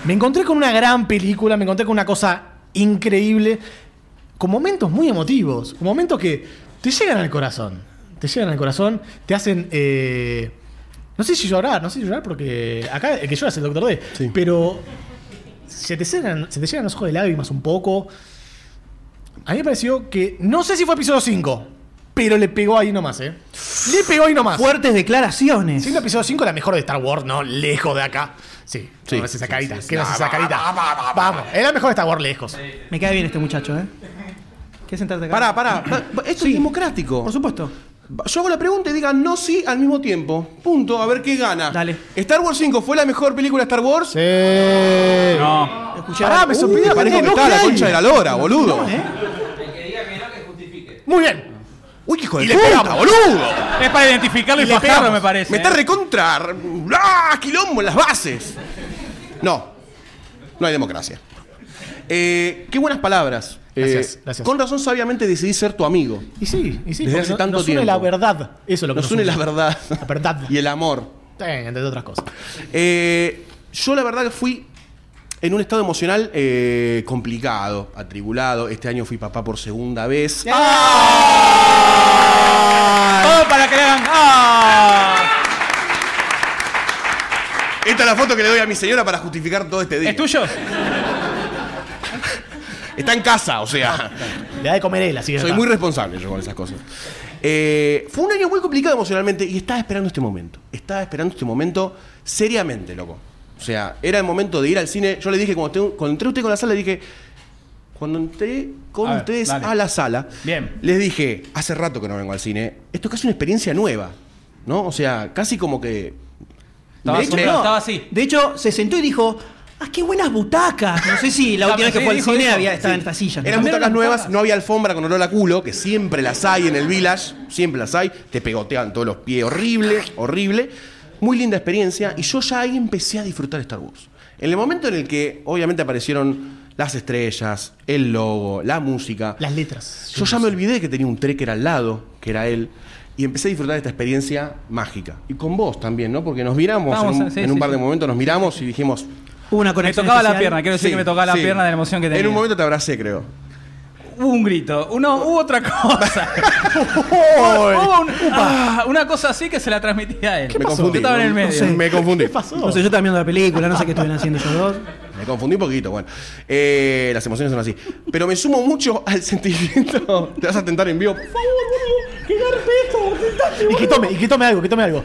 Speaker 5: Me encontré con una gran película, me encontré con una cosa increíble, con momentos muy emotivos, con momentos que te llegan al corazón, te llegan al corazón, te hacen... eh, no sé si llorar, no sé si llorar porque acá el que llora es el Doctor D,
Speaker 3: Sí.
Speaker 5: pero se te, llegan, se te llegan los ojos de lágrimas un poco. A mí me pareció que, no sé si fue episodio 5, pero le pegó ahí nomás, ¿eh? Le pegó ahí nomás.
Speaker 2: Fuertes declaraciones.
Speaker 5: Siendo episodio 5 ah, la mejor de Star Wars, no lejos de acá. Sí,
Speaker 3: Sí,
Speaker 5: no ves esa
Speaker 3: sí,
Speaker 5: carita.
Speaker 3: sí, sí.
Speaker 5: ¿Qué no es
Speaker 3: Va,
Speaker 5: esa
Speaker 3: va,
Speaker 5: carita?
Speaker 3: va, va, va, va.
Speaker 5: Vamos, es la mejor de Star Wars lejos.
Speaker 2: Me cae bien este muchacho, ¿eh? ¿Qué sentarte acá?
Speaker 3: Pará, pará. Pa- Esto
Speaker 2: Sí.
Speaker 3: es democrático.
Speaker 2: Por supuesto.
Speaker 3: Yo hago la pregunta y digan no sí al mismo tiempo. Punto, a ver qué gana.
Speaker 2: Dale.
Speaker 3: Star Wars 5 fue la mejor película de Star Wars.
Speaker 5: Sí.
Speaker 4: No.
Speaker 2: Escuché
Speaker 5: Pará, me
Speaker 2: algo.
Speaker 5: sorprendió.
Speaker 3: Me parece que
Speaker 5: no,
Speaker 3: está la
Speaker 5: Clay.
Speaker 3: concha de la lora, boludo.
Speaker 2: No, ¿eh?
Speaker 5: Muy bien.
Speaker 3: Uy, qué hijo de
Speaker 5: Y le
Speaker 3: Pues puta,
Speaker 5: pegamos.
Speaker 3: boludo.
Speaker 4: Es para identificarlo y,
Speaker 5: Y le
Speaker 4: fajarlo,
Speaker 5: pegamos.
Speaker 4: me parece.
Speaker 3: Me
Speaker 4: ¿eh?
Speaker 3: está recontra. ¡Ah! Quilombo en las bases. No. No hay democracia. Eh, qué buenas palabras.
Speaker 5: Gracias,
Speaker 3: Eh,
Speaker 5: gracias.
Speaker 3: Con razón, sabiamente decidí ser tu amigo.
Speaker 5: Y sí, y sí.
Speaker 3: Desde
Speaker 5: porque
Speaker 3: hace
Speaker 5: no-
Speaker 3: tanto
Speaker 5: nos une
Speaker 3: tiempo.
Speaker 5: la verdad. Eso es lo que
Speaker 3: Nos une la verdad.
Speaker 5: La verdad.
Speaker 3: Y el amor.
Speaker 5: Eh, entre otras cosas.
Speaker 3: Eh, yo la verdad que fui en un estado emocional eh, complicado, atribulado. Este año fui papá por segunda vez.
Speaker 4: Todo para que le hagan. ¡Ah!
Speaker 3: Esta es la foto que le doy a mi señora para justificar todo este día.
Speaker 4: ¿Es tuyo?
Speaker 3: Está en casa, o sea.
Speaker 5: Le da de comer él, así que.
Speaker 3: Soy
Speaker 5: está.
Speaker 3: muy responsable yo con esas cosas. Eh, fue un año muy complicado emocionalmente y estaba esperando este momento. Estaba esperando este momento seriamente, loco. O sea, era el momento de ir al cine. Yo le dije, cuando, te- cuando entré a usted con la sala, le dije, cuando entré con
Speaker 4: A ver,
Speaker 3: ustedes
Speaker 4: dale.
Speaker 3: a la sala,
Speaker 4: Bien.
Speaker 3: les dije, hace rato que no vengo al cine, esto es casi una experiencia nueva, ¿no? O sea, casi como que...
Speaker 4: Estaba
Speaker 3: me-
Speaker 4: asombrado,
Speaker 3: me-
Speaker 4: estaba así.
Speaker 2: De hecho, se sentó y dijo, ¡ah, qué buenas butacas! No sé si la última vez que
Speaker 4: Sí,
Speaker 2: fue al
Speaker 4: dijo
Speaker 2: cine
Speaker 4: eso.
Speaker 2: había, estaba
Speaker 4: Sí.
Speaker 2: en esta silla. ¿no?
Speaker 3: Eran butacas
Speaker 4: las
Speaker 3: nuevas,
Speaker 4: butacas.
Speaker 3: no había alfombra con olor a culo, que siempre las hay en el Village, siempre las hay, te pegotean todos los pies, horrible, horrible. Muy linda experiencia y yo ya ahí empecé a disfrutar Star Wars. En el momento en el que obviamente aparecieron las estrellas, el logo, la música,
Speaker 5: Las letras.
Speaker 3: yo ya me olvidé que tenía un trekker al lado, que era él, y empecé a disfrutar de esta experiencia mágica. Y con vos también, ¿no? Porque nos miramos
Speaker 4: Vamos,
Speaker 3: en un,
Speaker 4: sí,
Speaker 3: en un
Speaker 4: sí,
Speaker 3: par de
Speaker 4: sí.
Speaker 3: momentos, nos miramos y dijimos...
Speaker 2: Hubo una
Speaker 4: Me
Speaker 2: conexión
Speaker 4: tocaba la
Speaker 2: especial.
Speaker 4: pierna, quiero decir
Speaker 3: sí,
Speaker 4: que me tocaba la
Speaker 3: sí.
Speaker 4: pierna de la emoción que tenía.
Speaker 3: En un momento te abracé, creo.
Speaker 4: hubo un grito, uno, hubo otra cosa. hubo hubo un- ah, una cosa así que se la transmitía a él.
Speaker 3: Me
Speaker 4: Yo
Speaker 3: confundí.
Speaker 4: estaba en el
Speaker 3: No
Speaker 4: medio.
Speaker 3: sé. Me confundí.
Speaker 5: ¿Qué pasó?
Speaker 2: No sé, yo también viendo la película, no sé qué estuvieron haciendo ellos dos.
Speaker 3: Me confundí un poquito, bueno. Eh, las emociones son así. Pero me sumo mucho al sentimiento. Te vas a tentar en vivo. Por favor, boludo. Que garpe esto, tentate,
Speaker 5: Y
Speaker 3: boludo.
Speaker 5: que tome, y que tome algo, que tome algo.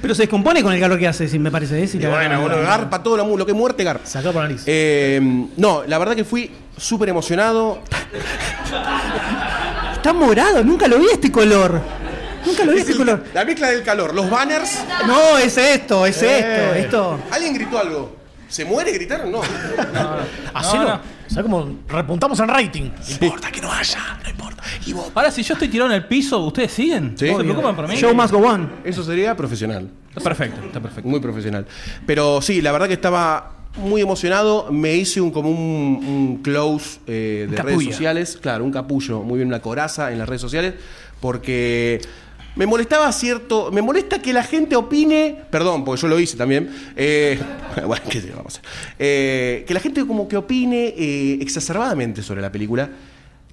Speaker 2: Pero se descompone con el calor que hace, si me parece. ¿eh? Si
Speaker 3: Y
Speaker 2: la-
Speaker 3: Bueno, bueno, garpa todo lo, mu- lo que muerte garpa.
Speaker 5: Sacá por la nariz.
Speaker 3: Eh, no, la verdad que fui súper emocionado.
Speaker 2: Está morado, nunca lo vi este color. Nunca lo vi este color.
Speaker 3: La mezcla del calor, los banners.
Speaker 2: No, es esto, es
Speaker 5: Eh.
Speaker 2: esto, esto.
Speaker 3: ¿Alguien gritó algo? ¿Se muere gritaron? No.
Speaker 5: Hacelo.
Speaker 4: no.
Speaker 5: Ah, O sea, como repuntamos en rating.
Speaker 3: No importa que no haya, no importa. Y vos.
Speaker 4: Ahora, si yo estoy tirado en el piso, ¿ustedes siguen?
Speaker 3: Sí.
Speaker 4: ¿Se preocupan por mí?
Speaker 2: Show must go on.
Speaker 3: Eso sería profesional.
Speaker 4: Está perfecto, está perfecto.
Speaker 3: Muy profesional. Pero sí, la verdad que estaba muy emocionado. Me hice un como un, un close eh, de redes
Speaker 4: capullo.
Speaker 3: sociales. Claro, un capullo, muy bien, una coraza en las redes sociales. Porque me molestaba cierto. Me molesta que la gente opine. Perdón, porque yo lo hice también. eh, bueno, qué sé yo, vamos a hacer. Eh, que la gente como que opine eh, exacerbadamente sobre la película.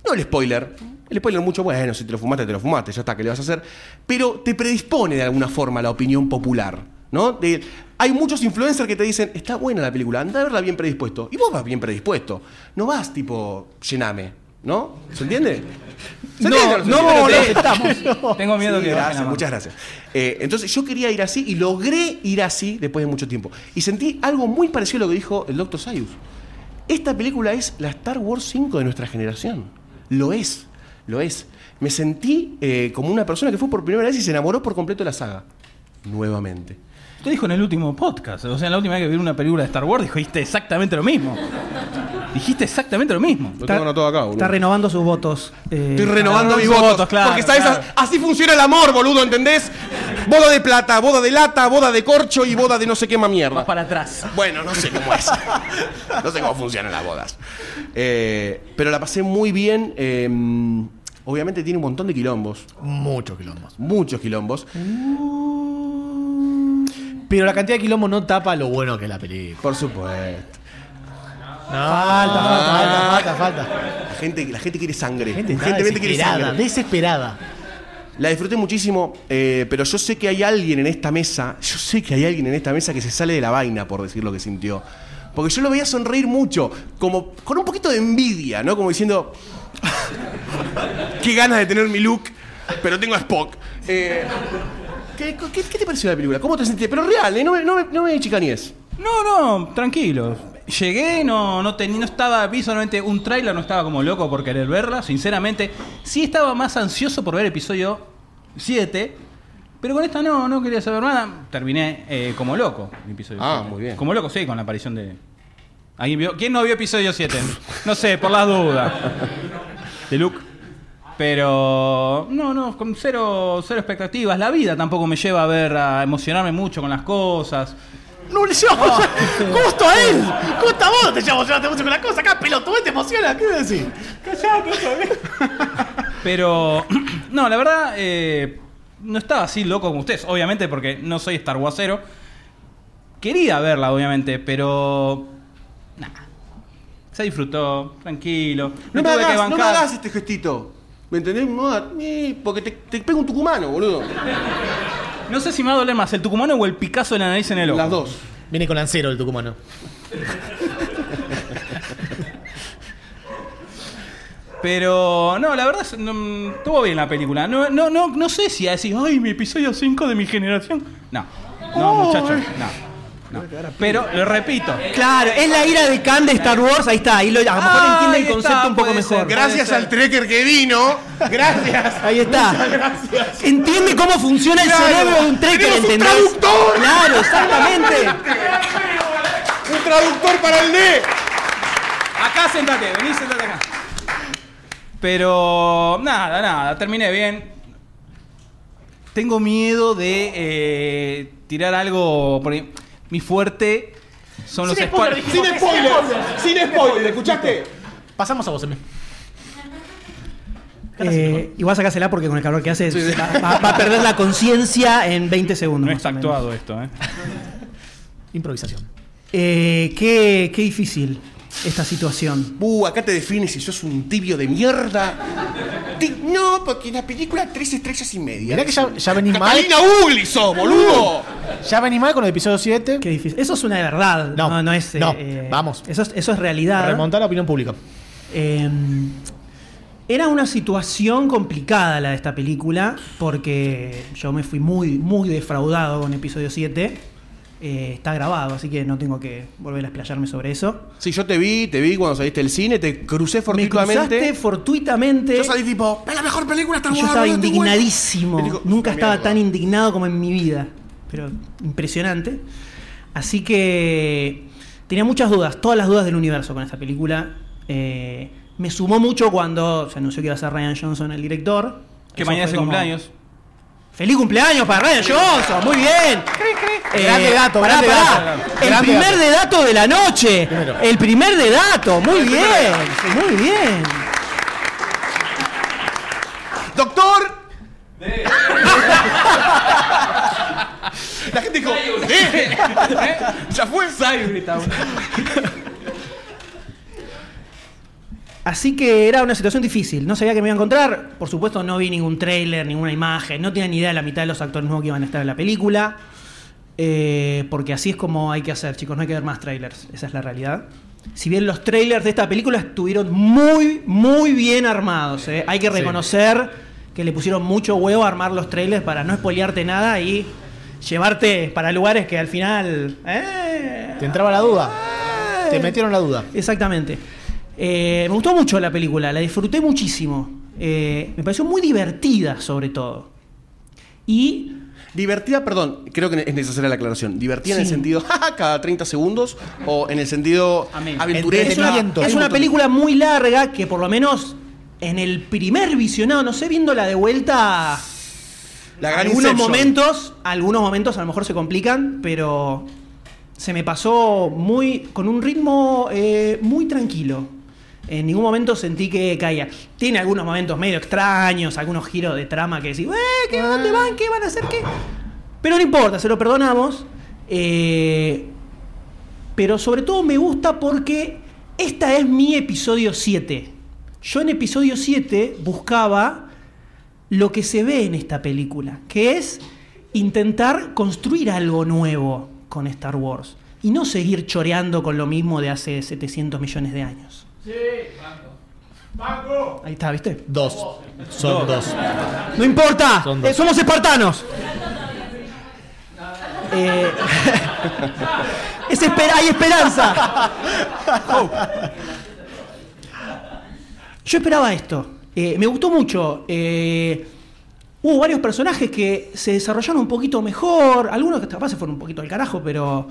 Speaker 3: No el spoiler. El spoiler mucho, bueno, si te lo fumaste, te lo fumaste, ya está, ¿qué le vas a hacer? Pero te predispone de alguna forma a la opinión popular, ¿no? De- hay muchos influencers que te dicen, está buena la película, anda a verla bien predispuesto. Y vos vas bien predispuesto. No vas tipo, llename, ¿no? ¿Se entiende? ¿Se entiende?
Speaker 4: no
Speaker 3: se entiende?
Speaker 4: volé. Tengo miedo
Speaker 3: Sí,
Speaker 4: que bajen la
Speaker 3: gracias,
Speaker 4: mano.
Speaker 3: muchas gracias. Eh, entonces yo quería ir así y logré ir así después de mucho tiempo. Y sentí algo muy parecido a lo que dijo el Dr. Sayus. Esta película es la Star Wars 5 de nuestra generación. Lo es, lo es. Me sentí eh, como una persona que fue por primera vez y se enamoró por completo de la saga. Nuevamente.
Speaker 4: Usted dijo en el último podcast, o sea, en la última vez que vi una película de Star Wars, dijiste exactamente lo mismo. Dijiste exactamente lo mismo.
Speaker 3: Lo
Speaker 2: Está- Está renovando sus votos. eh,
Speaker 3: Estoy renovando
Speaker 4: Ah,
Speaker 3: mis
Speaker 4: sus
Speaker 3: votos.
Speaker 4: votos, claro,
Speaker 3: porque ¿sabes?
Speaker 4: claro.
Speaker 3: así funciona el amor, boludo, ¿entendés? Boda de plata, boda de lata, boda de corcho y boda de no sé qué más mierda.
Speaker 4: Vas para atrás.
Speaker 3: Bueno, no sé cómo es. No sé cómo funcionan las bodas. Eh, pero la pasé muy bien. eh, obviamente tiene un montón de quilombos.
Speaker 5: Muchos quilombos.
Speaker 3: Muchos quilombos.
Speaker 5: Pero la cantidad de quilombos no tapa lo bueno que es la película.
Speaker 3: Por supuesto.
Speaker 5: Falta, falta, falta, falta, falta.
Speaker 3: La gente, la gente quiere sangre.
Speaker 5: La Ah. gente está
Speaker 3: Urgentemente quiere
Speaker 5: desesperada,
Speaker 3: sangre.
Speaker 5: desesperada.
Speaker 3: La disfruté muchísimo, eh, pero yo sé que hay alguien en esta mesa. Yo sé que hay alguien en esta mesa que se sale de la vaina por decir lo que sintió. Porque yo lo veía sonreír mucho, como con un poquito de envidia, ¿no? Como diciendo. Qué ganas de tener mi look, pero tengo a Spock. Eh, ¿qué, qué, qué te pareció la película? ¿Cómo te sentiste? Pero real, ¿eh? no, me, no, me, no me chicanees.
Speaker 4: No, no, tranquilo. Llegué, no, no, tenía, no estaba, vi solamente un tráiler, no estaba como loco por querer verla, sinceramente. Sí estaba más ansioso por ver episodio 7, pero con esta no, no quería saber nada. Terminé eh, como loco el episodio
Speaker 3: Ah,
Speaker 4: siete.
Speaker 3: muy bien.
Speaker 4: Como loco, sí, con la aparición de... ¿Alguien vio? ¿Quién no vio episodio 7? No sé, por las dudas. De Luke. Pero no, no, con cero, cero expectativas. La vida tampoco me lleva a ver, a emocionarme mucho con las cosas.
Speaker 5: No le llevamos justo a él. Justo a vos te llevamos, llevaste mucho con la cosa. Acá, pelotudo, te emociona. ¿Qué voy a decir?
Speaker 4: Pero, no, la verdad, eh, no estaba así loco como ustedes, obviamente, porque no soy Star Warsero. Quería verla, obviamente, pero. nah. Se disfrutó, tranquilo.
Speaker 3: No me,
Speaker 4: tuve que
Speaker 3: hagas, no me
Speaker 4: bancar.
Speaker 3: hagas este gestito. ¿Me entendés? No, hagas- eh, porque te, te pego un tucumano, boludo.
Speaker 4: No sé si me va a doler más el tucumano o el Picasso de la nariz en el ojo.
Speaker 3: Las dos.
Speaker 5: Viene con lancero el tucumano.
Speaker 4: Pero, no, la verdad, es- no, estuvo bien la película. No, no, no, no sé si a decir, ay, mi episodio 5 de mi generación. No, no, muchachos, no. no. Pero, lo repito.
Speaker 2: Claro, es la ira de Khan de Star Wars, ahí está, ahí lo, a lo mejor
Speaker 4: Ah,
Speaker 2: entiende el
Speaker 4: ahí
Speaker 2: concepto
Speaker 4: está,
Speaker 2: un poco
Speaker 4: puede ser.
Speaker 2: mejor.
Speaker 3: Gracias
Speaker 4: ser.
Speaker 3: al trekker que vino. Gracias.
Speaker 2: Ahí está. Entiende cómo funciona el
Speaker 3: Claro.
Speaker 2: cerebro de un trekker,
Speaker 3: Tenemos un
Speaker 2: ¿entendés?
Speaker 3: traductor.
Speaker 2: Claro, exactamente.
Speaker 3: Un traductor para el D.
Speaker 4: Acá sentate, vení, sentate acá. Pero nada, nada, terminé bien. Tengo miedo de eh, tirar algo. Por... ahí. Mi fuerte son los spoilers.
Speaker 3: Sin spoiler. Sin spoiler. ¿Escuchaste?
Speaker 5: Pasamos a vos, M.
Speaker 2: Eh, igual sacásela porque con el calor que hace va, va- va a perder la conciencia en 20 segundos.
Speaker 4: No
Speaker 2: más
Speaker 4: está
Speaker 2: o menos.
Speaker 4: actuado esto, ¿eh?
Speaker 5: Improvisación.
Speaker 2: Eh, qué, qué difícil. esta situación.
Speaker 3: Uh, acá te defines si sos un tibio de mierda. Ti- no, porque la película tres estrellas y media.
Speaker 5: Mirá que ya, ya venís mal.
Speaker 3: Catalina Ugly sos, boludo.
Speaker 5: Ya venís mal con el episodio 7.
Speaker 2: Qué difícil. Eso es una verdad. No,
Speaker 5: No,
Speaker 2: no, es. eh,
Speaker 5: no, vamos.
Speaker 2: Eso es, eso es realidad.
Speaker 5: Remontar la opinión pública.
Speaker 2: Eh, era una situación complicada la de esta película, porque yo me fui muy, muy defraudado con episodio 7. Eh, está grabado, así que no tengo que volver a explayarme sobre eso.
Speaker 3: Sí, yo te vi, te vi cuando saliste del cine, te crucé
Speaker 2: Me cruzaste
Speaker 3: fortuitamente.
Speaker 2: fortuitamente.
Speaker 3: Yo salí tipo, es la mejor película Star
Speaker 2: y
Speaker 3: Wars,
Speaker 2: yo estaba
Speaker 3: boludo, te vuelvo".
Speaker 2: indignadísimo.
Speaker 3: Me dijo,
Speaker 2: Nunca
Speaker 3: "Esta
Speaker 2: estaba
Speaker 3: mierda".
Speaker 2: tan indignado como en mi vida. Pero impresionante. Así que tenía muchas dudas, todas las dudas del universo con esta película. Eh, me sumó mucho cuando se anunció que iba a ser Ryan Johnson el director.
Speaker 4: Que
Speaker 2: Eso
Speaker 4: mañana
Speaker 2: fue
Speaker 4: es el
Speaker 2: como,
Speaker 4: cumpleaños.
Speaker 2: ¡Feliz cumpleaños para Ryan Johnson! ¡Muy bien! Eh,
Speaker 5: Grande dato,
Speaker 2: pará,
Speaker 5: grande
Speaker 2: pará.
Speaker 5: dato.
Speaker 2: El
Speaker 5: Grande
Speaker 2: primer
Speaker 5: dato.
Speaker 2: de dato de la noche.
Speaker 5: Primero.
Speaker 2: El primer de dato. Muy bien. Muy bien.
Speaker 3: Doctor. La gente dijo, "Eh". Ya fue.
Speaker 2: Así que era una situación difícil. No sabía que me iba a encontrar. Por supuesto, no vi ningún tráiler, ninguna imagen. No tenía ni idea de la mitad de los actores nuevos que iban a estar en la película. Eh, porque así es como hay que hacer, chicos. No hay que ver más trailers. Esa es la realidad. Si bien los trailers de esta película estuvieron muy, muy bien armados. eh. Hay que reconocer que le pusieron mucho huevo a armar los trailers para no espolearte nada y llevarte para lugares que al final... eh,
Speaker 5: Te entraba la duda. Te metieron la duda.
Speaker 2: Exactamente. Eh, me gustó mucho la película, la disfruté muchísimo. Eh, me pareció muy divertida, sobre todo. Y
Speaker 3: Divertida, perdón, creo que es necesaria la aclaración. Divertida en el
Speaker 2: Sí.
Speaker 3: sentido, jaja, cada 30 segundos o en el sentido
Speaker 4: Amén.
Speaker 3: aventurero.
Speaker 2: es una,
Speaker 5: Entretenimiento.
Speaker 2: es
Speaker 5: Hay un
Speaker 2: una
Speaker 5: montón.
Speaker 2: película muy larga que, por lo menos, en el primer visionado, no sé, viéndola de vuelta,
Speaker 3: La gran
Speaker 2: algunos
Speaker 3: Inception.
Speaker 2: momentos, algunos momentos a lo mejor se complican, pero se me pasó muy con un ritmo eh, muy tranquilo. En ningún momento sentí que caía. Tiene algunos momentos medio extraños, algunos giros de trama que decís, "Eh, ¿qué, ¿dónde van? ¿Qué van a hacer? ¿Qué? Pero no importa, se lo perdonamos. Eh, pero sobre todo me gusta porque esta es mi episodio 7. Yo en episodio 7 buscaba lo que se ve en esta película, que es intentar construir algo nuevo con Star Wars y no seguir choreando con lo mismo de hace 700 millones de años. Sí, Ahí está, ¿viste?
Speaker 5: Dos. Son dos.
Speaker 2: No importa,
Speaker 5: Son dos.
Speaker 2: eh, somos espartanos. Eh, es esper- hay esperanza. Yo esperaba esto. Eh, me gustó mucho. Eh, hubo varios personajes que se desarrollaron un poquito mejor. Algunos que capaz se fueron un poquito al carajo, pero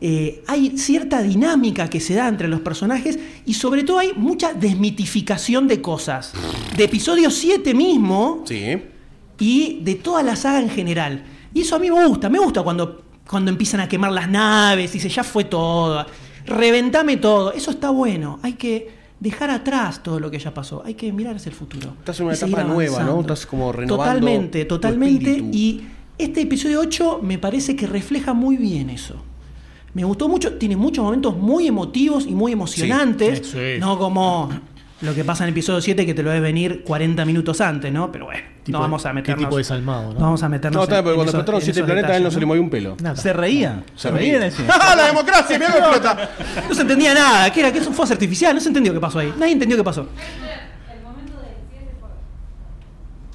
Speaker 2: eh, hay cierta dinámica que se da entre los personajes y sobre todo hay mucha desmitificación de cosas. De episodio 7 mismo
Speaker 3: Sí.
Speaker 2: y de toda la saga en general. Y eso a mí me gusta, me gusta cuando, cuando empiezan a quemar las naves, dice, ya fue todo, reventame todo. Eso está bueno, hay que dejar atrás todo lo que ya pasó, hay que mirar hacia el futuro.
Speaker 3: Estás en una
Speaker 2: y seguir
Speaker 3: etapa nueva,
Speaker 2: avanzando.
Speaker 3: ¿no? Estás como renovando
Speaker 2: Totalmente,
Speaker 3: tu
Speaker 2: totalmente.
Speaker 3: espíritu.
Speaker 2: Y este episodio 8 me parece que refleja muy bien eso. Me gustó mucho, tiene muchos momentos muy emotivos y muy emocionantes,
Speaker 5: Sí, sí.
Speaker 2: no como lo que pasa en el episodio 7 que te lo ves venir 40 minutos antes, ¿no? Pero bueno,
Speaker 5: Tipo
Speaker 2: no vamos a
Speaker 5: de-
Speaker 2: meternos.
Speaker 5: qué tipo de salmado, ¿no?
Speaker 2: ¿no? vamos a meternos.
Speaker 3: No, está,
Speaker 2: en-
Speaker 3: porque
Speaker 2: en
Speaker 3: cuando
Speaker 2: esos-
Speaker 3: explotaron
Speaker 2: en
Speaker 3: siete
Speaker 2: esos
Speaker 3: planetas, a él no se le
Speaker 2: detalles,
Speaker 3: movió un pelo.
Speaker 5: Nada.
Speaker 4: Se reía. Se, reía en el cine.
Speaker 3: ¡Ah, la democracia! ¡Mira cómo explota!
Speaker 2: ¿no? No se entendía nada. ¿Qué era? ¿Qué eso fue artificial? No se entendió qué pasó ahí. Nadie entendió qué pasó.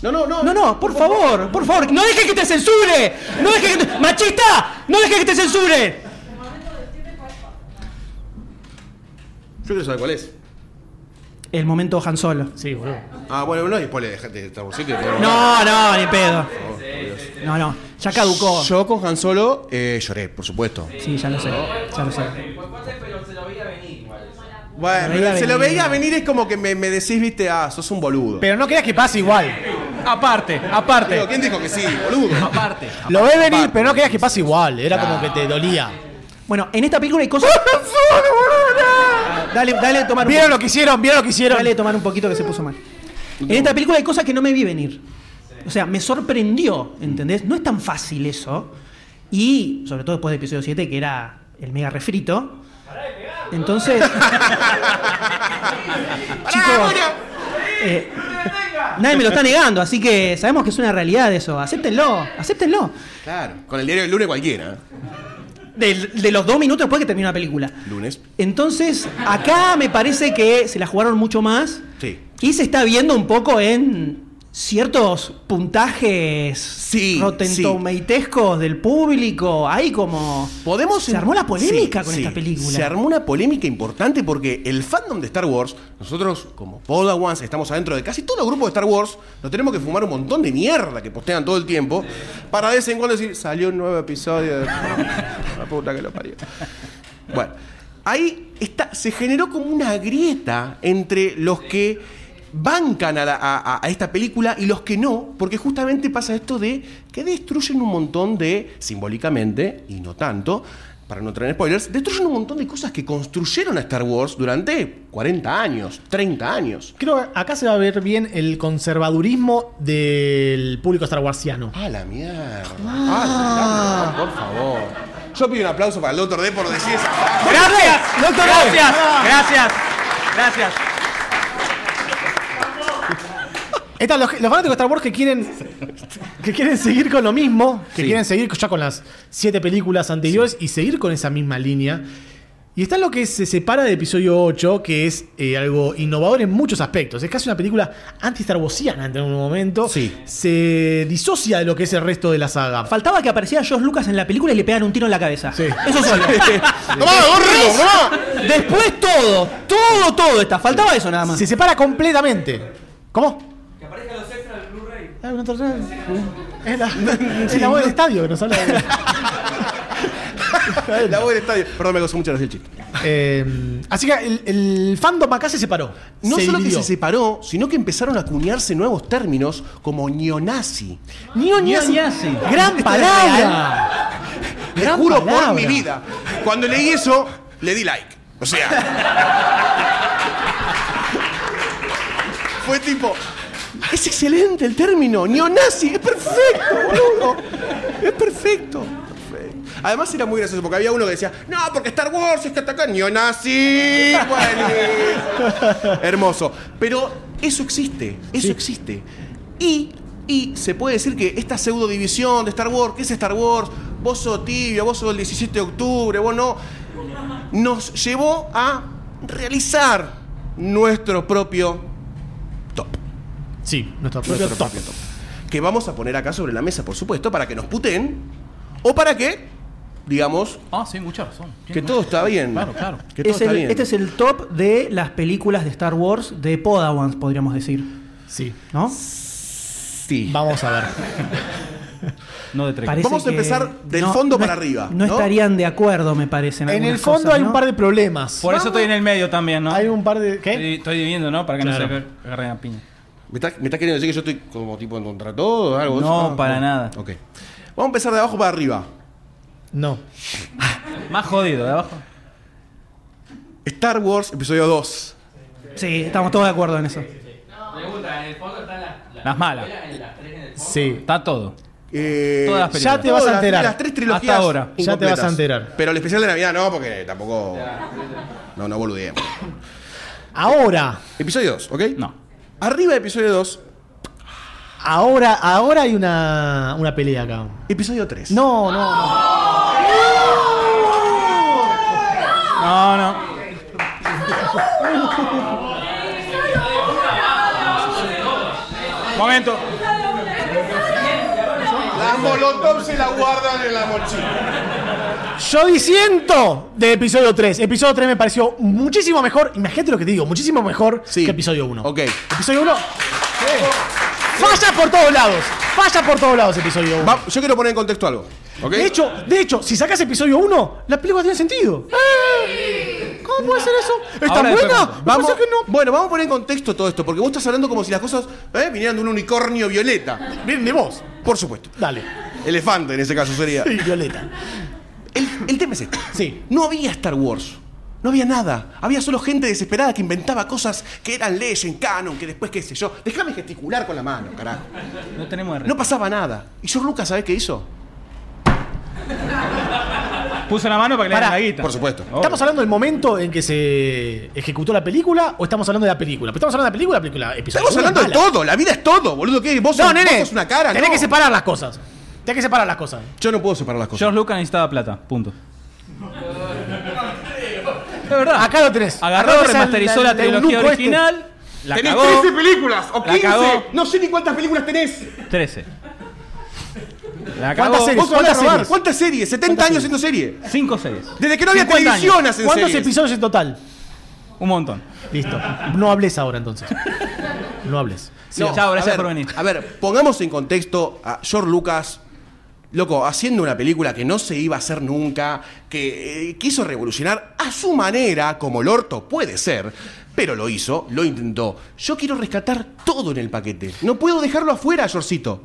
Speaker 3: No, no, no.
Speaker 2: No, no, por favor, por favor, no dejes que te censure. No dejes que te... ¡Machista! ¡No dejes que te censure!
Speaker 3: Yo quiero saber cuál es.
Speaker 2: El momento Han Solo.
Speaker 5: Sí, boludo.
Speaker 3: Ah, bueno, no, después le dejaste Star Wars 7.
Speaker 2: No, no, ni pedo. No, no, ya caducó.
Speaker 3: Yo con Han Solo eh, lloré, por supuesto.
Speaker 2: Sí, ya lo sé, ya lo sé.
Speaker 1: pero se lo veía venir igual.
Speaker 3: Bueno,
Speaker 2: Lo veía
Speaker 3: se lo
Speaker 2: venir.
Speaker 3: veía venir, es como que me, me decís, viste, ah, sos un boludo.
Speaker 5: Pero no creas que pase igual.
Speaker 4: Aparte,
Speaker 3: Digo,
Speaker 4: aparte.
Speaker 3: ¿Quién dijo que sí, boludo?
Speaker 4: Aparte.
Speaker 5: Lo ves venir, pero no creas que pase igual. Era como que te dolía.
Speaker 2: Bueno, en esta película hay cosas. Dale, dale, tomar un
Speaker 5: Vieron lo que hicieron, vieron lo que hicieron.
Speaker 2: Dale de tomar un poquito que se puso mal. En esta película hay cosas que no me vi venir. O sea, me sorprendió, ¿entendés? No es tan fácil eso. Y, sobre todo después de episodio 7, que era el mega refrito. Entonces. chicos, eh, nadie me lo está negando, así que sabemos que es una realidad eso. Acéptenlo, acéptenlo.
Speaker 3: Claro. Con el diario del lunes cualquiera. ¿eh?
Speaker 2: Del- De, los dos minutos después que termina la película.
Speaker 3: Lunes.
Speaker 2: Entonces, acá me parece que se la jugaron mucho más.
Speaker 3: Sí.
Speaker 2: Y se está viendo un poco en ciertos puntajes
Speaker 3: Sí,
Speaker 2: rotentomeitescos del público. Hay como.
Speaker 3: Podemos
Speaker 2: Se armó la polémica
Speaker 3: Sí,
Speaker 2: con
Speaker 3: sí.
Speaker 2: esta película.
Speaker 3: Se armó una polémica importante porque el fandom de Star Wars, nosotros como Podawans estamos adentro de casi todo el grupo de Star Wars, nos tenemos que fumar un montón de mierda que postean todo el tiempo para de vez en cuando decir, salió un nuevo episodio de... la puta que lo parió. Bueno, ahí está, se generó como una grieta entre los que bancan a, la- a- a- a esta película y los que no, porque justamente pasa esto de que destruyen un montón de, simbólicamente, y no tanto, para no tener spoilers, destruyen un montón de cosas que construyeron a Star Wars durante 40 años, 30 años.
Speaker 5: Creo que acá se va a ver bien el conservadurismo del público starwarsiano.
Speaker 3: ¡A la mierda! ¡Ah, por favor! Yo pido un aplauso para el Dr. D por decir esa frase.
Speaker 4: Gracias, doctor. Gracias, gracias, gracias.
Speaker 5: Están los, los fanáticos de Star Wars que quieren, que quieren seguir con lo mismo, que
Speaker 3: Sí.
Speaker 5: quieren seguir ya con las siete películas anteriores y seguir con esa misma línea. Y está lo que se separa de episodio 8, que es eh, algo innovador en muchos aspectos. Es casi una película anti-Star Warsiana en un momento.
Speaker 3: Sí.
Speaker 5: Se disocia de lo que es el resto de la saga.
Speaker 2: Faltaba que apareciera George Lucas en la película y le pegan un tiro en la cabeza.
Speaker 5: Sí.
Speaker 2: Eso solo.
Speaker 3: ¡Tomá, gordo, tomá!
Speaker 2: Después todo, todo, todo está. Faltaba eso nada más.
Speaker 5: Se separa completamente. ¿Cómo?
Speaker 1: Que aparezcan los extras del Blu-ray.
Speaker 5: Ah, una torre- Es la, es la voz del estadio que nos habla. de-
Speaker 3: La voz del estadio. Perdón, me gozó mucho gracias el chiste.
Speaker 5: Eh, así que el, el fandom acá se separó.
Speaker 3: No
Speaker 5: Se
Speaker 3: solo
Speaker 5: dividió.
Speaker 3: que se separó, sino que empezaron a acuñarse nuevos términos como neonazi.
Speaker 5: Ñoñazo.
Speaker 4: Ñoñazo.
Speaker 5: Gran palabra.
Speaker 3: Te
Speaker 5: Gran
Speaker 3: juro
Speaker 5: palabra.
Speaker 3: por mi vida. Cuando leí eso, le di like. O sea. fue tipo. Es excelente el término, neonazi, es perfecto, boludo. Es perfecto. perfecto. Además era muy gracioso porque había uno que decía, no, porque Star Wars es que atacan neonazi. Buenísimo. Hermoso. Pero eso existe, eso existe. Y, y se puede decir que esta pseudo división de Star Wars, ¿qué es Star Wars? Vos sos tibio, vos sos el 17 de octubre, vos no nos llevó a realizar nuestro propio top.
Speaker 5: Sí, nuestro propio
Speaker 3: Nuestro
Speaker 5: top.
Speaker 3: propio top. Que vamos a poner acá sobre la mesa, por supuesto, para que nos puten o para que, digamos,
Speaker 4: Ah, sí, mucha razón.
Speaker 3: que todo está bien.
Speaker 4: Claro, claro.
Speaker 3: Que todo
Speaker 2: Es
Speaker 3: está
Speaker 2: el-
Speaker 3: bien.
Speaker 2: este es el top de las películas de Star Wars de Podawans, podríamos decir.
Speaker 5: Sí.
Speaker 2: ¿No?
Speaker 3: Sí.
Speaker 5: Vamos a ver.
Speaker 4: No de tres.
Speaker 2: Parece
Speaker 3: Vamos a
Speaker 2: que
Speaker 3: empezar del fondo para arriba,
Speaker 2: No,
Speaker 3: ¿no?
Speaker 2: estarían de acuerdo, me parece.
Speaker 5: En el fondo hay un par de problemas.
Speaker 4: Por eso estoy en el medio también, ¿no?
Speaker 5: Hay un par de. ¿Qué?
Speaker 4: Estoy, estoy dividiendo, ¿no? Para que
Speaker 5: Claro.
Speaker 4: no se agarren a piña.
Speaker 3: ¿Me estás me estás queriendo decir que yo estoy como tipo en contra todo o algo?
Speaker 4: No,
Speaker 3: Ah,
Speaker 4: para nada.
Speaker 3: Ok. Vamos a empezar de abajo para arriba.
Speaker 5: No.
Speaker 4: Más jodido, de abajo.
Speaker 3: Star Wars, episodio 2.
Speaker 2: Sí, estamos todos de acuerdo en eso.
Speaker 1: Pregunta, en el fondo están las,
Speaker 4: Las malas.
Speaker 1: En las tres en el fondo.
Speaker 5: Sí.
Speaker 4: Está todo.
Speaker 3: Eh,
Speaker 4: Todas las
Speaker 5: Ya te
Speaker 3: todas
Speaker 5: vas a
Speaker 3: las-
Speaker 5: enterar.
Speaker 3: Las tres trilogías.
Speaker 4: Hasta ahora.
Speaker 5: Ya te vas a
Speaker 3: incompletas.
Speaker 5: enterar.
Speaker 3: Pero el especial de Navidad no, porque tampoco. No, no boludeemos.
Speaker 5: Ahora.
Speaker 3: Episodio 2, ¿ok?
Speaker 4: No.
Speaker 3: Arriba de episodio 2,
Speaker 5: Ahora, ahora hay una, una pelea acá.
Speaker 3: episodio 3.
Speaker 5: No, no, no.
Speaker 4: No, no. Momento.
Speaker 3: La molotov se la guardan en la mochila.
Speaker 5: Yo disiento de episodio 3. Episodio 3 me pareció muchísimo mejor. Imagínate lo que te digo, muchísimo mejor
Speaker 3: Sí.
Speaker 5: que episodio 1.
Speaker 3: Ok.
Speaker 5: Episodio 1. Falla por todos lados. Falla por todos lados episodio 1.
Speaker 3: Va, yo quiero poner en contexto algo. ¿Ok?
Speaker 5: De hecho, de hecho, si sacas episodio 1, la película tiene sentido. ¿Cómo puede ser eso? ¿Está
Speaker 4: Ahora le
Speaker 5: buena?
Speaker 4: pregunto.
Speaker 5: Me
Speaker 3: Vamos,
Speaker 5: parece que no.
Speaker 3: Bueno, vamos a poner en contexto todo esto, porque vos estás hablando como si las cosas eh, vinieran de un unicornio violeta.
Speaker 5: Bien, de vos.
Speaker 3: Por supuesto.
Speaker 5: Dale.
Speaker 3: Elefante en ese caso sería.
Speaker 5: Sí, Violeta.
Speaker 3: El, el tema es este.
Speaker 5: Sí.
Speaker 3: No había Star Wars. No había nada. Había solo gente desesperada que inventaba cosas que eran leyes, canon, que después qué sé yo. Déjame gesticular con la mano, carajo.
Speaker 4: No tenemos R.
Speaker 3: No pasaba nada. ¿Y George Lucas sabés qué hizo?
Speaker 4: Puso la mano para que le
Speaker 5: Pará,
Speaker 4: den la guita.
Speaker 3: por supuesto.
Speaker 4: Obvio.
Speaker 5: ¿Estamos hablando del momento en que se ejecutó la película o estamos hablando de la película? Estamos hablando de la película, la película, episodio.
Speaker 3: Estamos
Speaker 5: uno es
Speaker 3: hablando de
Speaker 5: mala.
Speaker 3: todo, la vida es todo, boludo. ¿Qué? Vos,
Speaker 5: No,
Speaker 3: sos,
Speaker 5: nene.
Speaker 3: vos sos una cara,
Speaker 5: tenés
Speaker 3: ¿no?
Speaker 5: que separar las cosas. Tenés que separar las cosas.
Speaker 3: Yo no puedo separar las cosas.
Speaker 4: George Lucas necesitaba plata, punto. De verdad.
Speaker 5: Acá lo tenés.
Speaker 4: Agarró,
Speaker 5: Acá tenés al-
Speaker 4: remasterizó
Speaker 5: al-
Speaker 4: la
Speaker 5: al
Speaker 4: trilogía
Speaker 5: eunuco este.
Speaker 4: original. La
Speaker 3: tenés
Speaker 4: cagó.
Speaker 3: 13 películas o
Speaker 4: La
Speaker 3: 15.
Speaker 4: cagó.
Speaker 3: No sé ni cuántas películas tenés.
Speaker 4: 13. La
Speaker 5: ¿Cuántas
Speaker 4: cagó.
Speaker 5: series?
Speaker 3: Vos ¿Cuántas
Speaker 5: ¿Cuántas
Speaker 3: series?
Speaker 5: series?
Speaker 3: ¿Cuántas series? 70 años haciendo serie.
Speaker 4: 5 series.
Speaker 3: Desde que no había
Speaker 5: 50 años.
Speaker 3: televisión hacen
Speaker 5: ¿Cuántos
Speaker 3: series.
Speaker 5: episodios en total?
Speaker 4: Un montón.
Speaker 5: Listo. No hables ahora entonces. No hables.
Speaker 4: Sí, chao, gracias
Speaker 3: a ver,
Speaker 4: por venir.
Speaker 3: A ver, pongamos en contexto a George Lucas, loco, haciendo una película que no se iba a hacer nunca, que eh, quiso revolucionar a su manera, como el orto puede ser, pero lo hizo, lo intentó. Yo quiero rescatar todo en el paquete. No puedo dejarlo afuera, Georgito.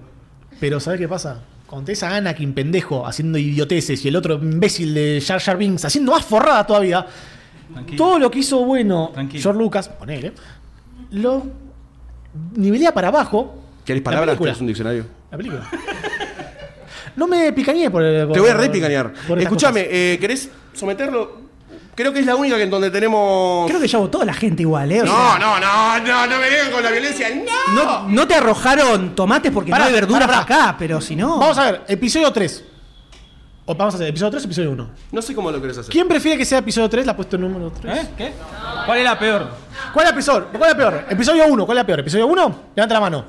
Speaker 5: Pero ¿sabes qué pasa? Cuando tenés a Anakin pendejo haciendo idioteces y el otro imbécil de Jar Jar Binks haciendo más forrada todavía, todo lo que hizo bueno
Speaker 4: Tranquilo.
Speaker 5: George Lucas, ponele, lo nivelea para abajo.
Speaker 3: ¿Querés
Speaker 5: la
Speaker 3: palabras?
Speaker 5: película.
Speaker 3: ¿Tenés un diccionario?
Speaker 5: La película. No me picañé por, el- por-
Speaker 3: Te voy a repicanear.
Speaker 5: por estas
Speaker 3: Escúchame,
Speaker 5: cosas.
Speaker 3: eh, ¿querés someterlo? Creo que es la única que en donde tenemos.
Speaker 6: Creo que ya votó la gente igual, ¿eh? O
Speaker 3: No,
Speaker 6: sea,
Speaker 3: no, no, no, no me vengan con la violencia. ¡No!
Speaker 6: no. no te arrojaron tomates porque
Speaker 5: Pará,
Speaker 6: no hay verduras
Speaker 5: pará, pará.
Speaker 6: acá, pero si no.
Speaker 5: Vamos a ver, episodio 3. O vamos a hacer episodio 3 o episodio 1.
Speaker 3: No sé cómo lo querés hacer.
Speaker 5: ¿Quién prefiere que sea episodio 3? La puesto número 3.
Speaker 4: ¿Eh? ¿Qué? ¿Cuál es la peor?
Speaker 5: ¿Cuál es la peor? ¿Cuál es la peor? Episodio 1, ¿cuál es la peor? ¿Episodio 1? Levanta la mano.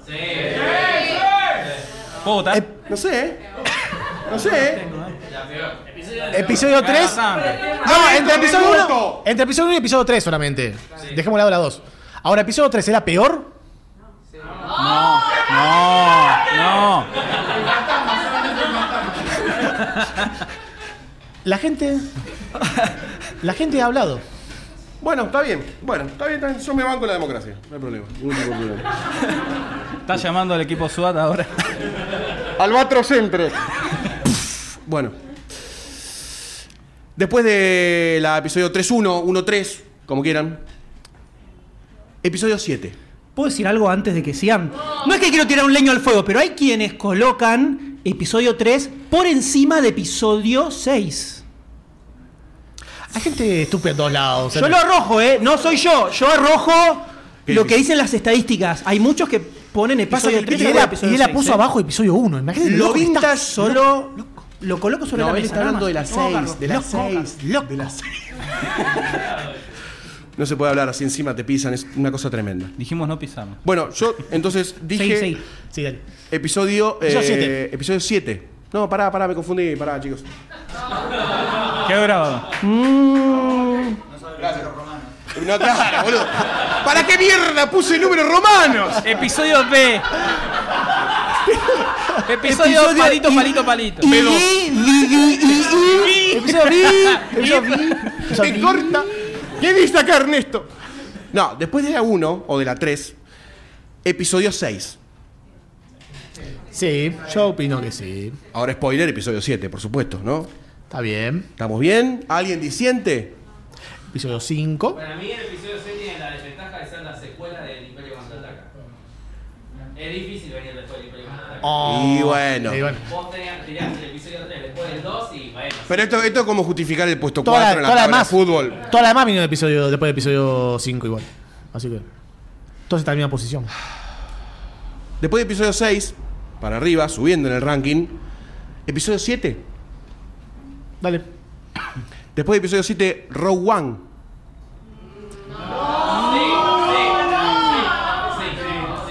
Speaker 4: ¿Puedo votar?
Speaker 5: Eh,
Speaker 3: No sé. No sé.
Speaker 5: Episodio 3.
Speaker 4: bastante.
Speaker 5: No, entre
Speaker 3: ¡Ay,
Speaker 5: episodio
Speaker 3: me
Speaker 5: 1.
Speaker 3: muerto!
Speaker 5: Entre episodio 1 y episodio 3 solamente. Dejemos de lado la 2. Ahora, episodio 3 era peor.
Speaker 4: No, no, no.
Speaker 5: La gente. La gente ha hablado.
Speaker 3: Bueno, está bien. Bueno, está bien, está bien. Yo me banco la democracia. No hay problema. Ningún tipo de problema.
Speaker 4: Está llamando al equipo SWAT ahora.
Speaker 3: Albatro Centre. bueno. Después de la episodio 3-1, 1-3, como quieran. Episodio 7.
Speaker 6: ¿Puedo decir algo antes de que sigan? No es que quiero tirar un leño al fuego, pero hay quienes colocan episodio 3 por encima de episodio 6.
Speaker 5: Hay gente estúpida en todos lados.
Speaker 6: Yo lo arrojo, ¿eh? No soy yo. Yo arrojo
Speaker 3: Qué
Speaker 6: lo que
Speaker 3: difícil.
Speaker 6: dicen las estadísticas. Hay muchos que ponen
Speaker 5: Pasa
Speaker 6: episodio
Speaker 5: que el
Speaker 6: 3
Speaker 5: Piela-
Speaker 6: por
Speaker 5: Piela
Speaker 6: episodio seis,
Speaker 5: puso
Speaker 6: ¿eh?
Speaker 5: abajo episodio 1. Imagínate.
Speaker 3: Lo
Speaker 5: loco que
Speaker 3: vintage
Speaker 5: estás.
Speaker 6: Solo lo coloco sobre la mesa. nada más. No, Carlos, loco, Carlos.
Speaker 5: Loco. De la 6.
Speaker 3: No se puede hablar así encima, te pisan, es una cosa tremenda.
Speaker 4: Dijimos no pisamos.
Speaker 3: Bueno, yo entonces dije
Speaker 6: Sí, sí.
Speaker 5: Sí, dale.
Speaker 3: episodio
Speaker 5: Episodio
Speaker 3: eh,
Speaker 5: siete.
Speaker 3: episodio 7. No, pará, pará, me confundí, pará, chicos.
Speaker 4: Quedó grabado.
Speaker 3: No, claro, boludo. ¿Para qué mierda puse números romanos?
Speaker 4: Episodio B. Episodio,
Speaker 6: Episodio
Speaker 4: palito,
Speaker 6: y-
Speaker 4: palito, palito.
Speaker 6: Y- y- y- y- y-
Speaker 5: Episodio B. Episodio B. episodio
Speaker 3: Te
Speaker 5: B.
Speaker 3: corta. ¿Qué dice acá Ernesto? No, después de la 1 o de la 3, episodio 6.
Speaker 5: Sí, yo opino que sí.
Speaker 3: Ahora spoiler, episodio 7, por supuesto, ¿no?
Speaker 5: Está bien.
Speaker 3: ¿Estamos bien? ¿Alguien disiente?
Speaker 5: Episodio 5.
Speaker 1: Para mí el episodio 6 tiene la desventaja de ser la secuela del Imperio Contraataca. Es difícil venir después del Imperio Contraataca.
Speaker 5: Oh.
Speaker 3: Y bueno.
Speaker 5: Y bueno.
Speaker 1: Vos tenías, tirás el episodio 3 después del 2 y bueno.
Speaker 3: Pero esto, esto es como justificar el puesto
Speaker 5: Toda,
Speaker 3: 4
Speaker 5: la,
Speaker 3: en la
Speaker 5: toda
Speaker 3: tabla
Speaker 5: la
Speaker 3: de
Speaker 5: demás.
Speaker 3: fútbol.
Speaker 5: Toda la demás vino de episodio, después de episodio 5 igual. Así que. Todos están en la misma posición.
Speaker 3: Después de episodio 6, para arriba, subiendo en el ranking. Episodio 7.
Speaker 5: Dale.
Speaker 3: Después de episodio 7, Rogue One.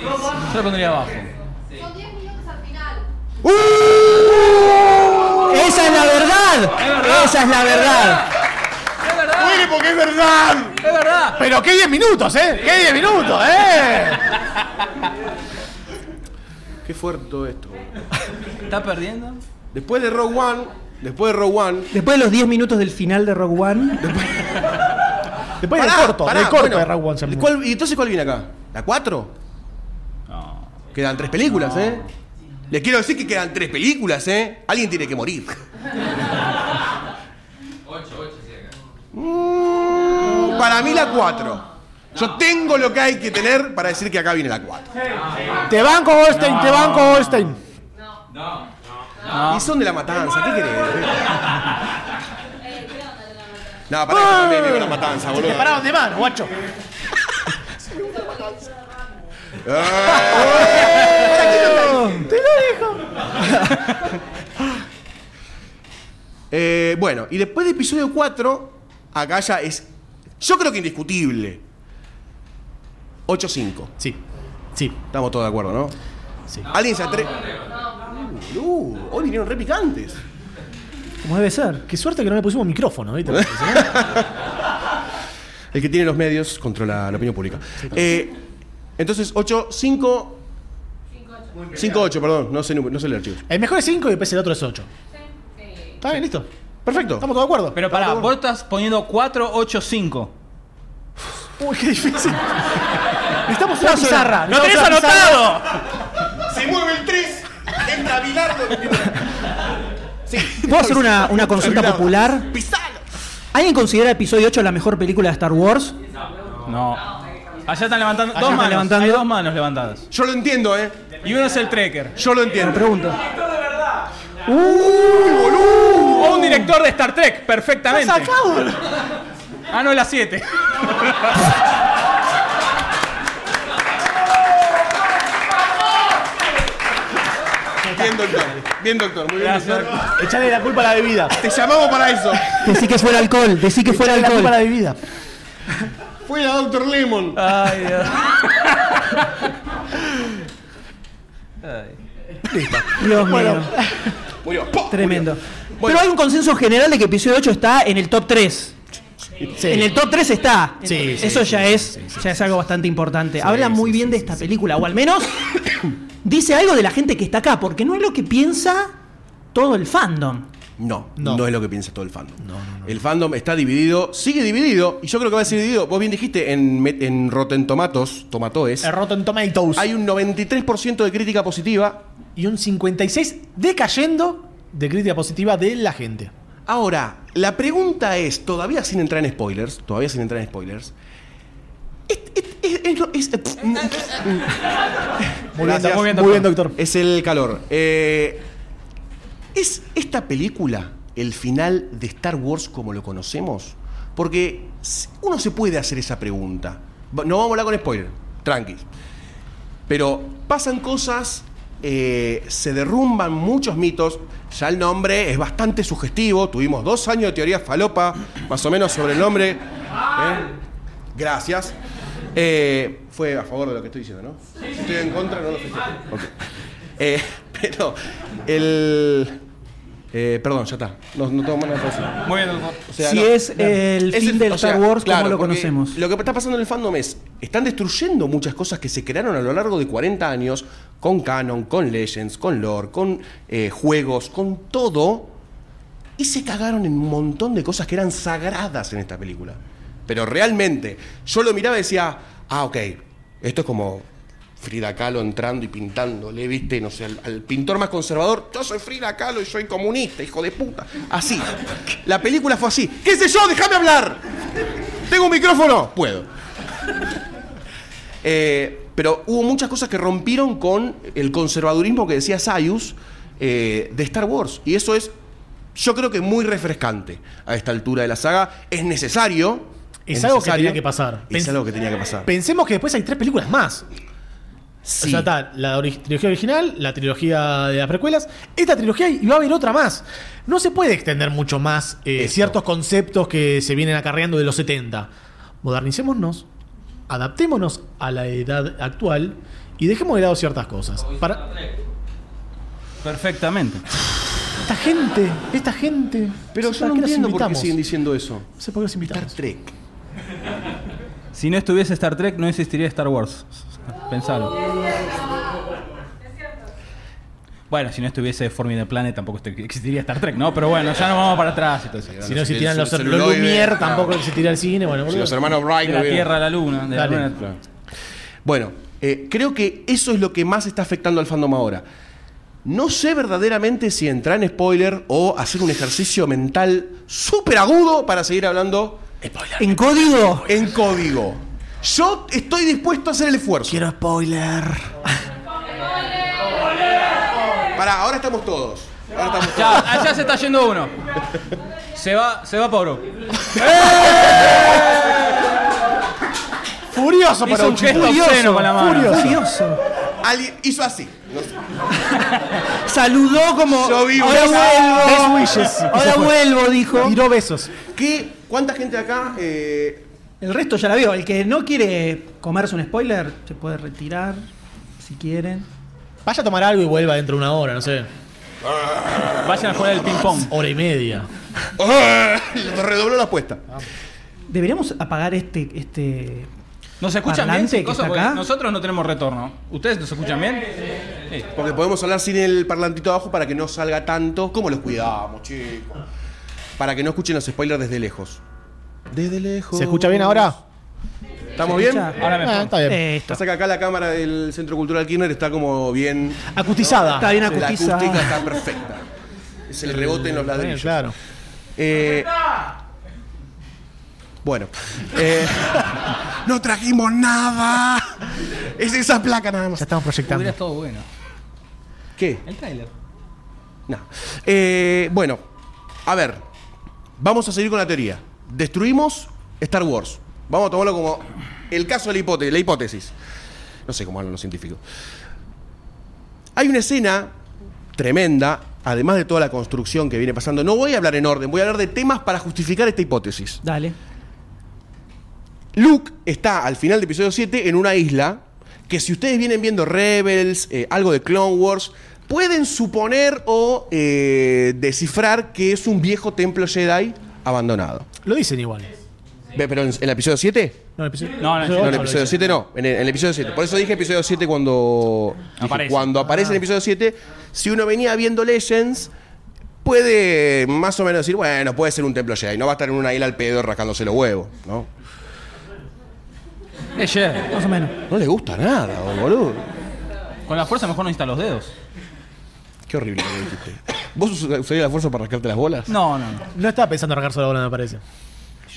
Speaker 4: Yo lo pondría abajo.
Speaker 7: Son 10 minutos al final.
Speaker 6: Esa es la verdad. Esa es la verdad.
Speaker 3: ¡Muere porque es verdad!
Speaker 4: Es verdad.
Speaker 5: Pero qué 10 minutos, ¿eh? ¡Qué 10 minutos, eh!
Speaker 3: Qué fuerte todo esto.
Speaker 4: ¿Está perdiendo?
Speaker 3: Después de Rogue One, después de Rogue One.
Speaker 6: Después de los 10 minutos del final de Rogue One,
Speaker 5: Después del
Speaker 3: Pará,
Speaker 5: corto,
Speaker 3: pará,
Speaker 5: del corto
Speaker 3: bueno,
Speaker 5: de Rogue One. se llamó.
Speaker 3: ¿cuál- ¿Y entonces cuál viene acá? ¿La 4?
Speaker 4: No.
Speaker 3: Quedan tres películas, ¿eh? Les quiero decir que quedan tres películas, ¿eh? Alguien tiene que morir.
Speaker 1: 8, 8 sí acá.
Speaker 3: Mm, para mí la 4. Yo tengo lo que hay que tener para decir que acá viene la 4.
Speaker 5: Te banco, Goldstein, te banco, Goldstein.
Speaker 1: No.
Speaker 3: Y son de la matanza, ¿qué querés? No, pará, que también vivo la matanza, boludo.
Speaker 5: Ah. Pará, ¿dónde van, guacho?
Speaker 3: Eh, bueno, y después de episodio 4, acá ya es. Yo creo que indiscutible. 8-5.
Speaker 5: Sí, sí.
Speaker 3: Estamos todos de acuerdo, ¿no?
Speaker 5: Sí.
Speaker 3: ¿Alguien se atreve? Uh, uh, hoy vinieron re picantes.
Speaker 5: Como debe ser. Qué suerte que no le pusimos micrófono, ¿viste? Porque si no-
Speaker 3: El que tiene los medios controla la opinión pública. Eh, entonces, 8, 5. 5, 8, perdón, no sé, nu- no sé el archivo.
Speaker 5: El mejor es 5 y después el otro es 8.
Speaker 7: Sí.
Speaker 5: ¿Está bien, listo?
Speaker 3: Perfecto.
Speaker 5: ¿Estamos todos de acuerdo?
Speaker 4: Pero pará, vos estás poniendo 4, 8, 5.
Speaker 5: Uy, qué difícil. Necesitamos una
Speaker 6: Ah,
Speaker 5: pizarra.
Speaker 4: ¡Lo
Speaker 5: necesitamos
Speaker 4: tenés
Speaker 5: una
Speaker 4: anotado!
Speaker 3: Se mueve el 3, entra Bilardo.
Speaker 6: ¿Puedo hacer una, una consulta popular?
Speaker 3: Pizarro.
Speaker 6: ¿Alguien considera episodio 8 la mejor película de Star Wars?
Speaker 4: No. Allá están levantando. dos
Speaker 6: están
Speaker 4: manos.
Speaker 6: levantando.
Speaker 4: Hay dos manos levantadas.
Speaker 3: Yo lo entiendo, ¿eh?
Speaker 4: Y uno es el tracker.
Speaker 3: Yo lo entiendo.
Speaker 6: Pregunto.
Speaker 4: O un director de Star Trek, perfectamente. Ah, no, es la 7.
Speaker 3: Bien, doctor. Bien, doctor. Muy bien,
Speaker 4: Gracias.
Speaker 3: doctor.
Speaker 5: Echale la culpa a la bebida.
Speaker 3: Te llamamos para eso.
Speaker 6: Decí que fuera alcohol, decí que fuera
Speaker 5: Echale la culpa a la
Speaker 6: alcohol.
Speaker 5: bebida.
Speaker 3: Fue la Doctor Lemon.
Speaker 4: Ay, Dios.
Speaker 6: Dios mío,
Speaker 3: Murió. ¡Pum!
Speaker 6: tremendo.
Speaker 3: Bueno.
Speaker 6: Pero hay un consenso general de que episodio 8 está en el top 3.
Speaker 5: Sí.
Speaker 6: En el top 3 está.
Speaker 5: Sí, sí,
Speaker 6: Eso
Speaker 5: sí,
Speaker 6: ya, es, ya es algo bastante importante. Habla muy bien de esta película, o al menos dice algo de la gente que está acá, porque no es lo que piensa todo el fandom.
Speaker 3: No, no,
Speaker 5: No.
Speaker 3: es lo que piensa todo el fandom. El fandom está dividido, sigue dividido, y yo creo que va a ser dividido. Vos bien dijiste en, Met- en Rotten Tomatoes, Tomatoes,
Speaker 5: El Rotten Tomatoes.
Speaker 3: hay un 93% de crítica positiva.
Speaker 5: Y un 56 decayendo de crítica positiva de la gente.
Speaker 3: Ahora, la pregunta es, todavía sin entrar en spoilers, todavía sin entrar en spoilers, es, es- es- es- es-
Speaker 5: Muy,
Speaker 3: Gracias.
Speaker 5: bien, muy, bien, muy bien, doctor.
Speaker 3: Es el calor. Eh, ¿Es esta película el final de Star Wars como lo conocemos? Porque s- uno se puede hacer esa pregunta. Va- No vamos a hablar con spoiler, tranquis. Pero pasan cosas, eh, se derrumban muchos mitos. Ya el nombre es bastante sugestivo. Tuvimos dos años de teoría falopa, más o menos, sobre el nombre. ¿Eh? Gracias. Eh, fue a favor de lo que estoy diciendo, ¿no? Si estoy en contra, no lo sé. pero el. eh, perdón, ya está. No, no tengo más nada para decir.
Speaker 4: Muy bien, doctor.
Speaker 3: O sea,
Speaker 6: si
Speaker 3: no.
Speaker 6: es eh, el
Speaker 3: Es
Speaker 6: fin
Speaker 3: el-
Speaker 6: del
Speaker 3: o sea,
Speaker 6: Star Wars
Speaker 3: claro,
Speaker 6: como lo
Speaker 3: porque
Speaker 6: conocemos.
Speaker 3: Lo que está pasando en el fandom es, están destruyendo muchas cosas que se crearon a lo largo de 40 años, con canon, con legends, con lore, con eh, juegos, con todo, y se cagaron en un montón de cosas que eran sagradas en esta película. Pero realmente, yo lo miraba y decía, ah, ok, esto es como Frida Kahlo entrando y pintándole, viste, no sé, al, al pintor más conservador, yo soy Frida Kahlo y soy comunista, hijo de puta. Así. La película fue así. ¿Qué sé yo? Déjame hablar. ¿Tengo un micrófono? Puedo. Eh, pero hubo muchas cosas que rompieron con el conservadurismo que decía Sayus eh, de Star Wars. Y eso es, yo creo que muy refrescante a esta altura de la saga. Es necesario.
Speaker 5: Es algo que tenía que pasar.
Speaker 3: Es
Speaker 5: Pens-
Speaker 3: algo que tenía que pasar.
Speaker 5: Pensemos que después hay tres películas más.
Speaker 3: Sí.
Speaker 5: O sea, está la ori- trilogía original, la trilogía de las precuelas, esta trilogía y va a haber otra más. No se puede extender mucho más eh,
Speaker 3: Eso.
Speaker 5: ciertos conceptos que se vienen acarreando de los 70. Modernicémonos, adaptémonos a la edad actual y dejemos de lado ciertas cosas. Para
Speaker 4: Perfectamente.
Speaker 5: esta gente, esta gente.
Speaker 3: pero
Speaker 5: ¿para
Speaker 3: yo no
Speaker 5: qué los
Speaker 3: entiendo por qué
Speaker 5: invitamos?
Speaker 3: siguen diciendo eso.
Speaker 5: No sé por qué los
Speaker 3: Star
Speaker 5: invitamos.
Speaker 3: Trek.
Speaker 4: Si no estuviese Star Trek, no existiría Star Wars. Pensalo. Bueno, si no estuviese Forming the Planet, tampoco est- existiría Star Trek, ¿no? Pero bueno, ya nos vamos para atrás. Entonces.
Speaker 5: Si no
Speaker 3: El-
Speaker 5: se tiran
Speaker 3: el
Speaker 5: los, los
Speaker 3: celuloide.
Speaker 5: Lumière, tampoco se tira el cine. Bueno,
Speaker 3: Si
Speaker 5: boludo.
Speaker 3: los hermanos Wright
Speaker 4: De
Speaker 3: no
Speaker 4: la
Speaker 3: vieron.
Speaker 4: Tierra a la Luna. De la
Speaker 5: Dale.
Speaker 4: luna-
Speaker 3: Bueno, eh, creo que eso es lo que más está afectando al fandom ahora. No sé verdaderamente si entrar en spoiler o hacer un ejercicio mental súper agudo para seguir hablando
Speaker 6: En código.
Speaker 3: en código. Yo estoy dispuesto a hacer el esfuerzo.
Speaker 5: Quiero spoiler.
Speaker 3: Pará, ahora estamos todos. Ahora estamos todos.
Speaker 4: Ya, allá se está yendo uno. Se va, se va Pablo. Hizo
Speaker 5: Furioso para
Speaker 4: un gesto obsceno con la mano.
Speaker 6: Ah, Furioso.
Speaker 3: Alguien hizo así. No sé.
Speaker 6: Saludó como.
Speaker 3: Yo vivo.
Speaker 6: Ahora
Speaker 5: Best
Speaker 6: vuelvo.
Speaker 5: wishes. Y se
Speaker 6: Ahora
Speaker 5: fue.
Speaker 6: vuelvo, dijo.
Speaker 5: Tiró besos.
Speaker 3: ¿Qué? ¿Cuánta gente acá? eh,
Speaker 6: El resto ya la vio. El que no quiere comerse un spoiler, se puede retirar si quieren.
Speaker 5: Vaya a tomar algo y vuelva dentro de una hora, no sé.
Speaker 4: Vayan a jugar al ping-pong.
Speaker 5: Hora y media.
Speaker 3: redobló la apuesta.
Speaker 6: Deberíamos apagar este. este...
Speaker 4: ¿Nos escuchan bien?
Speaker 6: Parlante
Speaker 4: sin
Speaker 6: que
Speaker 4: cosas?
Speaker 6: está
Speaker 4: Porque
Speaker 6: acá.
Speaker 4: Nosotros no tenemos retorno. ¿Ustedes nos escuchan bien? Sí.
Speaker 3: Porque podemos hablar sin el parlantito abajo para que no salga tanto. ¿Cómo los cuidamos, chicos? Para que no escuchen los spoilers desde lejos. Desde lejos.
Speaker 5: ¿Se escucha bien ahora?
Speaker 3: ¿Estamos
Speaker 6: ¿Se
Speaker 3: bien?
Speaker 6: escucha?
Speaker 4: Ahora
Speaker 5: Ah,
Speaker 4: mejor.
Speaker 5: está bien.
Speaker 6: Eh, esto.
Speaker 3: Pasa que acá la cámara del Centro Cultural Kirchner está como bien...
Speaker 5: Acutizada.
Speaker 6: Está bien
Speaker 3: La
Speaker 6: acustizada.
Speaker 3: acústica está perfecta. Es el rebote en los
Speaker 5: Bueno,
Speaker 3: ladrillos.
Speaker 5: claro.
Speaker 3: Eh, bueno. Eh, no trajimos nada. Es esa placa nada
Speaker 5: Ya
Speaker 3: más.
Speaker 5: estamos proyectando.
Speaker 4: Hubiera estado bueno.
Speaker 3: ¿Qué?
Speaker 4: El trailer.
Speaker 3: No. Eh, bueno, a ver. Vamos a seguir con la teoría. Destruimos Star Wars. Vamos a tomarlo como el caso de la, hipote- la hipótesis. No sé cómo hablan los científicos. Hay una escena tremenda, además de toda la construcción que viene pasando. No voy a hablar en orden, voy a hablar de temas para justificar esta hipótesis.
Speaker 6: Dale.
Speaker 3: Luke está al final del episodio 7 en una isla que si ustedes vienen viendo Rebels, eh, algo de Clone Wars, pueden suponer o eh, descifrar que es un viejo templo Jedi abandonado.
Speaker 5: Lo dicen igual.
Speaker 3: Ve, ¿Pero en, en el episodio 7?
Speaker 5: No, el episodio-
Speaker 4: No, no,
Speaker 5: episodio
Speaker 3: No,
Speaker 5: ocho
Speaker 3: en el
Speaker 5: lo
Speaker 3: episodio
Speaker 5: dicen.
Speaker 3: 7 no, en el, en el episodio 7. Por eso dije episodio 7 cuando dije,
Speaker 4: Aparece.
Speaker 3: cuando aparece en el episodio 7. Si uno venía viendo Legends, puede más o menos decir, bueno, puede ser un templo Jedi, no va a estar en una isla al pedo rascándose los huevos, ¿no?
Speaker 4: Eh, yeah.
Speaker 6: Más o menos.
Speaker 3: No le gusta nada, boludo.
Speaker 4: Con la fuerza mejor no necesitan los dedos.
Speaker 3: Qué horrible lo que dijiste. ¿Vos us- usarías la fuerza para rascarte las bolas?
Speaker 4: No, no, no.
Speaker 5: No estaba pensando en arrancar la bola, me parece.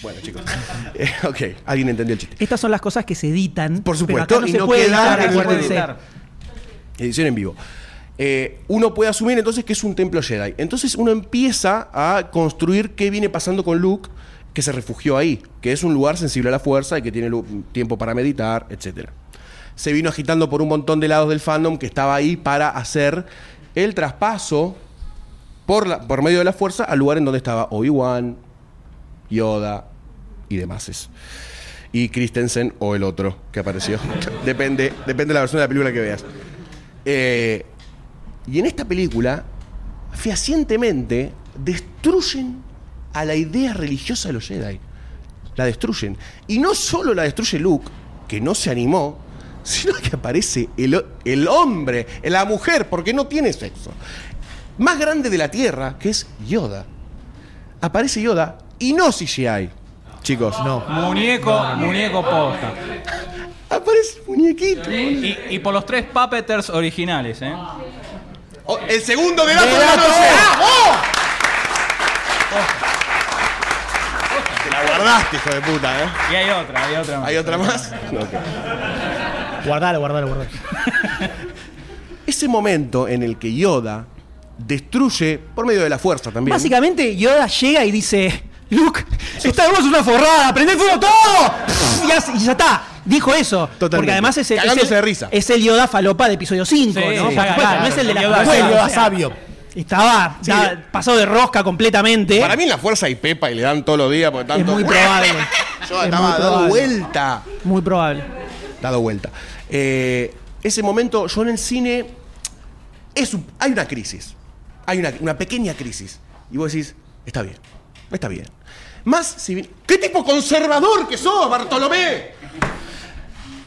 Speaker 3: Bueno, chicos. Eh, ok, alguien entendió el chiste.
Speaker 6: Estas son las cosas que se editan.
Speaker 3: Por
Speaker 6: pero
Speaker 3: supuesto,
Speaker 6: acá no
Speaker 3: y
Speaker 6: se
Speaker 3: no
Speaker 6: puede
Speaker 3: queda
Speaker 6: editar,
Speaker 3: en el
Speaker 6: acuérdense.
Speaker 4: editar.
Speaker 3: Edición en vivo. Eh, uno puede asumir entonces que es un templo Jedi. Entonces uno empieza a construir qué viene pasando con Luke, que se refugió ahí, que es un lugar sensible a la fuerza y que tiene lu- tiempo para meditar, etc. Se vino agitando por un montón de lados del fandom que estaba ahí para hacer el traspaso por, la- por medio de la fuerza al lugar en donde estaba Obi-Wan, Yoda y demás. Y Christensen o el otro que apareció. depende, depende de la versión de la película que veas. Eh, y en esta película, fehacientemente, destruyen a la idea religiosa de los Jedi. La destruyen. Y no solo la destruye Luke, que no se animó, sino que aparece el, ho- el hombre, la mujer, porque no tiene sexo, más grande de la Tierra, que es Yoda. Aparece Yoda y no CGI. Chicos, no.
Speaker 4: Muñeco, muñeco posta.
Speaker 3: Aparece el muñequito.
Speaker 4: Y, y por los tres puppeters originales, ¿eh?
Speaker 3: Oh, el segundo de Ah, dato
Speaker 5: ¡De
Speaker 3: de la
Speaker 5: dato!
Speaker 3: noche. Te la guardaste, hijo de puta, ¿eh?
Speaker 4: Y hay otra, hay otra más.
Speaker 3: ¿Hay otra más?
Speaker 5: Guardalo, guardalo, guardalo.
Speaker 3: Ese momento en el que Yoda destruye, por medio de la fuerza también.
Speaker 6: Básicamente, Yoda llega y dice: Luke, esta voz es una forrada, prende fuego todo. y, así- y ya está. Dijo eso. Porque
Speaker 3: Totalmente.
Speaker 6: además es el, es,
Speaker 3: Cagándose
Speaker 6: el,
Speaker 3: de risa.
Speaker 6: es el Yoda falopa de episodio 5.
Speaker 4: Sí,
Speaker 6: ¿no?
Speaker 4: sí,
Speaker 6: Por supuesto,
Speaker 4: claro.
Speaker 6: no es el de la
Speaker 4: Yoda
Speaker 5: Fue el
Speaker 6: escuela, o
Speaker 4: sabio.
Speaker 5: Yoda
Speaker 6: sea,
Speaker 5: sabio.
Speaker 6: Estaba da- pasado de rosca completamente.
Speaker 3: Para mí en la fuerza y Pepa y le dan todos los días porque
Speaker 6: ¿eh? es
Speaker 3: tanto.
Speaker 6: muy probable.
Speaker 3: Yo
Speaker 6: Es
Speaker 3: estaba
Speaker 6: muy
Speaker 3: dado
Speaker 6: probable.
Speaker 3: vuelta.
Speaker 6: Muy probable.
Speaker 3: Dado vuelta. Eh, ese momento, yo en el cine. Es un- hay una crisis. Hay una, una pequeña crisis. Y vos decís, está bien. Está bien. Más si. vi- ¡Qué tipo conservador que sos, Bartolomé!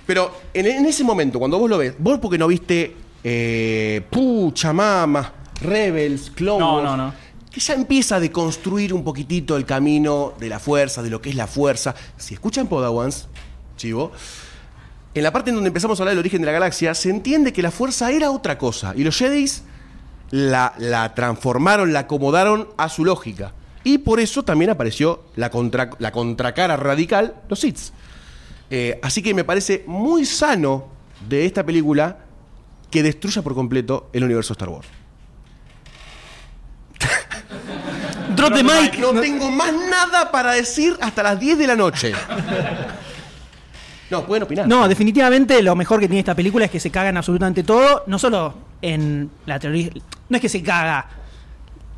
Speaker 3: Pero en, en ese momento, cuando vos lo ves, vos porque no viste eh, Pucha Mama, Rebels, Clone
Speaker 4: No,
Speaker 3: Wars,
Speaker 4: no, no.
Speaker 3: que ya empieza a deconstruir un poquitito el camino de la fuerza, de lo que es la fuerza. Si escuchan Podawans, chivo, en la parte en donde empezamos a hablar del origen de la galaxia, se entiende que la fuerza era otra cosa y los Jedi la, la transformaron, la acomodaron a su lógica. Y por eso también apareció la, contra- la contracara radical, los Sith. Eh, así que me parece muy sano de esta película que destruya por completo el universo Star Wars.
Speaker 2: Drop the mic.
Speaker 3: No tengo más nada para decir hasta las 10 de la noche. No, pueden opinar.
Speaker 2: No, definitivamente lo mejor que tiene esta película es que se cagan absolutamente todo, no solo en la teoría, no es que se caga.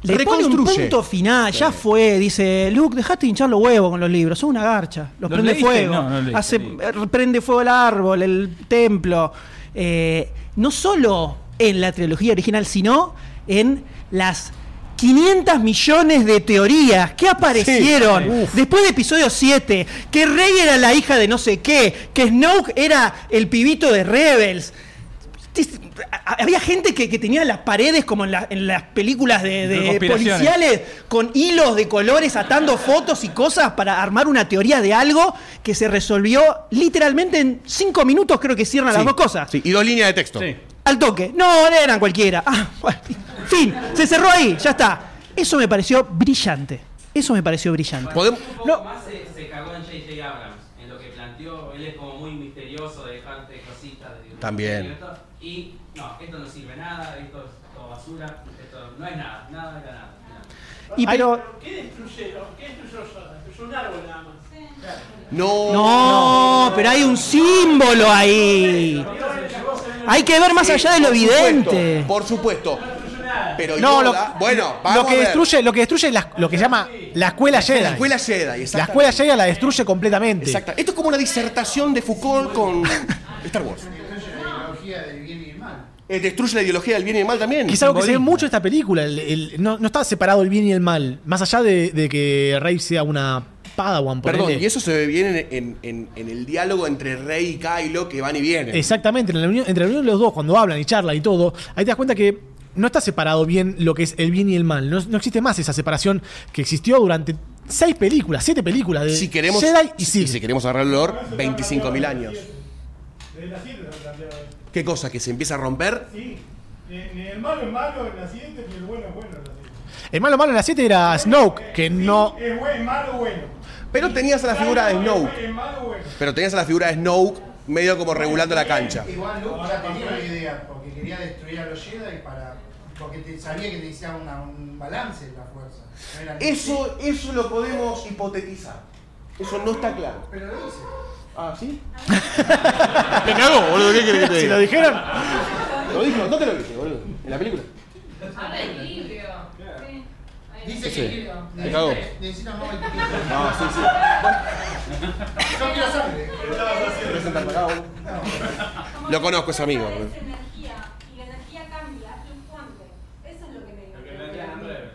Speaker 2: Le pone un
Speaker 3: Reconstruye.
Speaker 2: punto final, ya fue, dice, Luke, dejate hinchar los huevos con los libros, sos una garcha,
Speaker 4: ¿Los
Speaker 2: los prende
Speaker 4: leíste?
Speaker 2: fuego,
Speaker 4: No, no los leíste,
Speaker 2: hace-
Speaker 4: leí.
Speaker 2: eh, prende fuego el árbol, el templo, Eh, no solo en la trilogía original, sino en las 500 millones de teorías que aparecieron
Speaker 3: Sí, sí. Uf.
Speaker 2: después de episodio 7, que Rey era la hija de no sé qué, que Snoke era el pibito de Rebels. Tis- a- Había gente que, que tenía las paredes como en, la- en las películas de, de
Speaker 4: De conspiraciones.
Speaker 2: policiales con hilos de colores atando fotos y cosas para armar una teoría de algo que se resolvió literalmente en cinco minutos creo que cierran las
Speaker 3: Sí,
Speaker 2: dos cosas.
Speaker 3: Sí, y dos líneas de texto.
Speaker 4: Sí.
Speaker 2: Al toque. No, eran cualquiera. Ah, bueno. Fin. Se cerró ahí. Ya está. Eso me pareció brillante. Eso me pareció brillante.
Speaker 3: Podemos-
Speaker 1: Un poco
Speaker 2: No.
Speaker 1: más se, se cagó en J.J. Abrams, en lo que planteó. Él es como muy misterioso de dejarte cositas. De,
Speaker 3: También.
Speaker 1: Y, esto- y, no, esto no sirve nada, esto es todo basura, esto no es nada, nada era nada. nada.
Speaker 2: Y pero...
Speaker 8: ¿Qué destruyeron? ¿Qué destruyó Yoda? Destruyó un árbol nada más.
Speaker 3: No.
Speaker 2: No, pero hay un símbolo ahí. Hay que ver más
Speaker 3: Sí,
Speaker 2: allá de lo
Speaker 3: por supuesto,
Speaker 2: evidente.
Speaker 3: por supuesto. Pero
Speaker 5: No,
Speaker 3: Yoda-
Speaker 5: lo-
Speaker 3: bueno, vamos
Speaker 5: lo que
Speaker 3: a ver.
Speaker 5: destruye, lo que destruye es la- lo que se llama la escuela Jedi.
Speaker 3: la escuela Jedi.
Speaker 5: La escuela
Speaker 3: exactamente.
Speaker 5: Jedi la destruye completamente.
Speaker 3: Exacta. Esto es como una disertación de Foucault con Star Wars. Eh, Destruye la ideología del bien y el mal también.
Speaker 5: Quizá algo que se ve mucho en esta película, el- el- no, no está separado el bien y el mal, más allá de, de que Rey sea una Padawan,
Speaker 3: Perdón,
Speaker 5: ponele.
Speaker 3: y eso se ve bien en, en- en- en el diálogo entre Rey y Kylo que van y vienen.
Speaker 5: Exactamente, en la unión- entre la unión de los dos, cuando hablan y charlan y todo, ahí te das cuenta que no está separado bien lo que es el bien y el mal. No, no existe más esa separación que existió durante seis películas, siete películas de
Speaker 3: Si queremos,
Speaker 5: Jedi y
Speaker 3: si,
Speaker 5: Sith.
Speaker 3: si queremos agarrar el lore, 25.000 años.
Speaker 8: Desde la siguiente se planteaba eso.
Speaker 3: ¿Qué cosa? ¿Que se empieza a romper?
Speaker 8: Sí. Ni, ni el malo es malo en la siguiente, ni el bueno es bueno en la siguiente.
Speaker 5: El malo malo en la siete era Snoke, que no...
Speaker 8: Es buen, malo, bueno.
Speaker 3: Pero tenías a la figura de Snoke.
Speaker 8: Es malo, bueno.
Speaker 3: Pero tenías a la figura de Snoke medio como regulando la cancha.
Speaker 9: Igual Luke ya tenía una idea, porque quería destruir a los Jedi para. Porque te- sabía que necesitaba una- un balance en la fuerza. No era ni-
Speaker 3: Eso, eso lo podemos hipotetizar. Eso no está claro.
Speaker 9: Pero lo hice.
Speaker 3: ¿Ah, sí?
Speaker 5: Te cagó, boludo, ¿qué querés que te Si lo dijeron...
Speaker 3: Lo dije, no te lo dije, boludo. En la película.
Speaker 7: Habla de equilibrio. Sí.
Speaker 9: Dice
Speaker 3: Sí.
Speaker 9: que
Speaker 3: Me cago.
Speaker 9: necesita- necesita más equilibrio.
Speaker 3: No, sí, sí.
Speaker 9: Yo quiero sangre.
Speaker 7: Como
Speaker 3: Lo
Speaker 7: que
Speaker 3: conozco, es amigo.
Speaker 7: Es energía, y la energía cambia, es fluctuante. Eso es lo que me
Speaker 1: Lo que plantean en Rebels.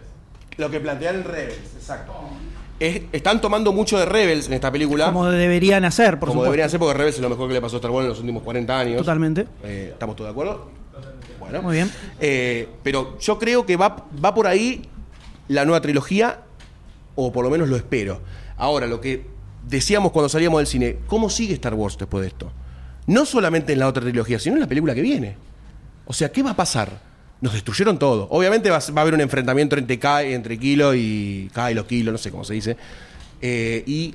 Speaker 3: Lo que plantean en Rebels, exacto. Es- están tomando mucho de Rebels en esta película. Como,
Speaker 2: Como deberían hacer, por supuesto.
Speaker 3: deberían ser, porque Rebels es lo mejor que le pasó a Star Wars en los últimos 40 años.
Speaker 2: Totalmente.
Speaker 3: Eh, ¿Estamos todos de acuerdo? Bueno.
Speaker 2: Muy bien.
Speaker 3: Eh, pero yo creo que va, va por ahí la nueva trilogía, o por lo menos lo espero. Ahora, lo que decíamos cuando salíamos del cine, ¿cómo sigue Star Wars después de esto? No solamente en la otra trilogía, sino en la película que viene. O sea, ¿qué va a pasar? Nos destruyeron todo. Obviamente va, a- va a haber un enfrentamiento entre, Ka- entre Kilo y Kylo, Kilo, no sé cómo se dice. Eh, y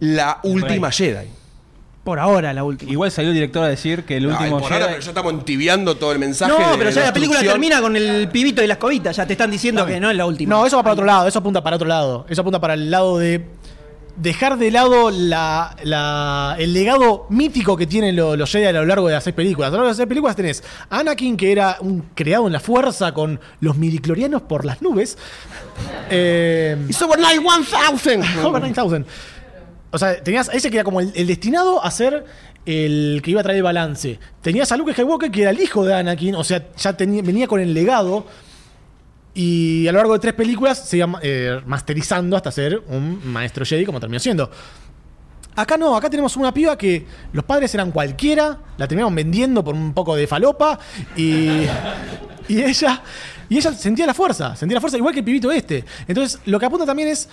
Speaker 3: la última Jedi.
Speaker 2: Por ahora, la última.
Speaker 4: Igual salió el director a decir que el
Speaker 3: Ay,
Speaker 4: último
Speaker 3: por ahora,
Speaker 4: Jedi-
Speaker 3: pero ya estamos entibiando todo el mensaje.
Speaker 2: No,
Speaker 3: de-
Speaker 2: pero
Speaker 3: de
Speaker 2: ya la película
Speaker 3: destrucción.
Speaker 2: termina con el pibito y la escobita. Ya te están diciendo que no es la última.
Speaker 5: No, eso va para otro lado, eso apunta para otro lado. Eso apunta para el lado de dejar de lado la, la- el legado mítico que tienen lo- los Jedi a lo largo de las seis películas. A lo largo de las seis películas tenés a Anakin, que era un creado en la fuerza con los midiclorianos por las nubes. Eh,
Speaker 3: It's overnight 1000.
Speaker 5: Over 9000. O sea, tenías a ese que era como el, el destinado a ser el que iba a traer el balance. Tenías a Luke Skywalker, que era el hijo de Anakin, o sea, ya tenía- venía con el legado. Y a lo largo de tres películas se iba eh, masterizando hasta ser un maestro Jedi, como terminó siendo. Acá no, acá tenemos una piba que los padres eran cualquiera, la terminaron vendiendo por un poco de falopa y, y ella y ella sentía la fuerza, sentía la fuerza igual que el pibito este. Entonces, lo que apunta también es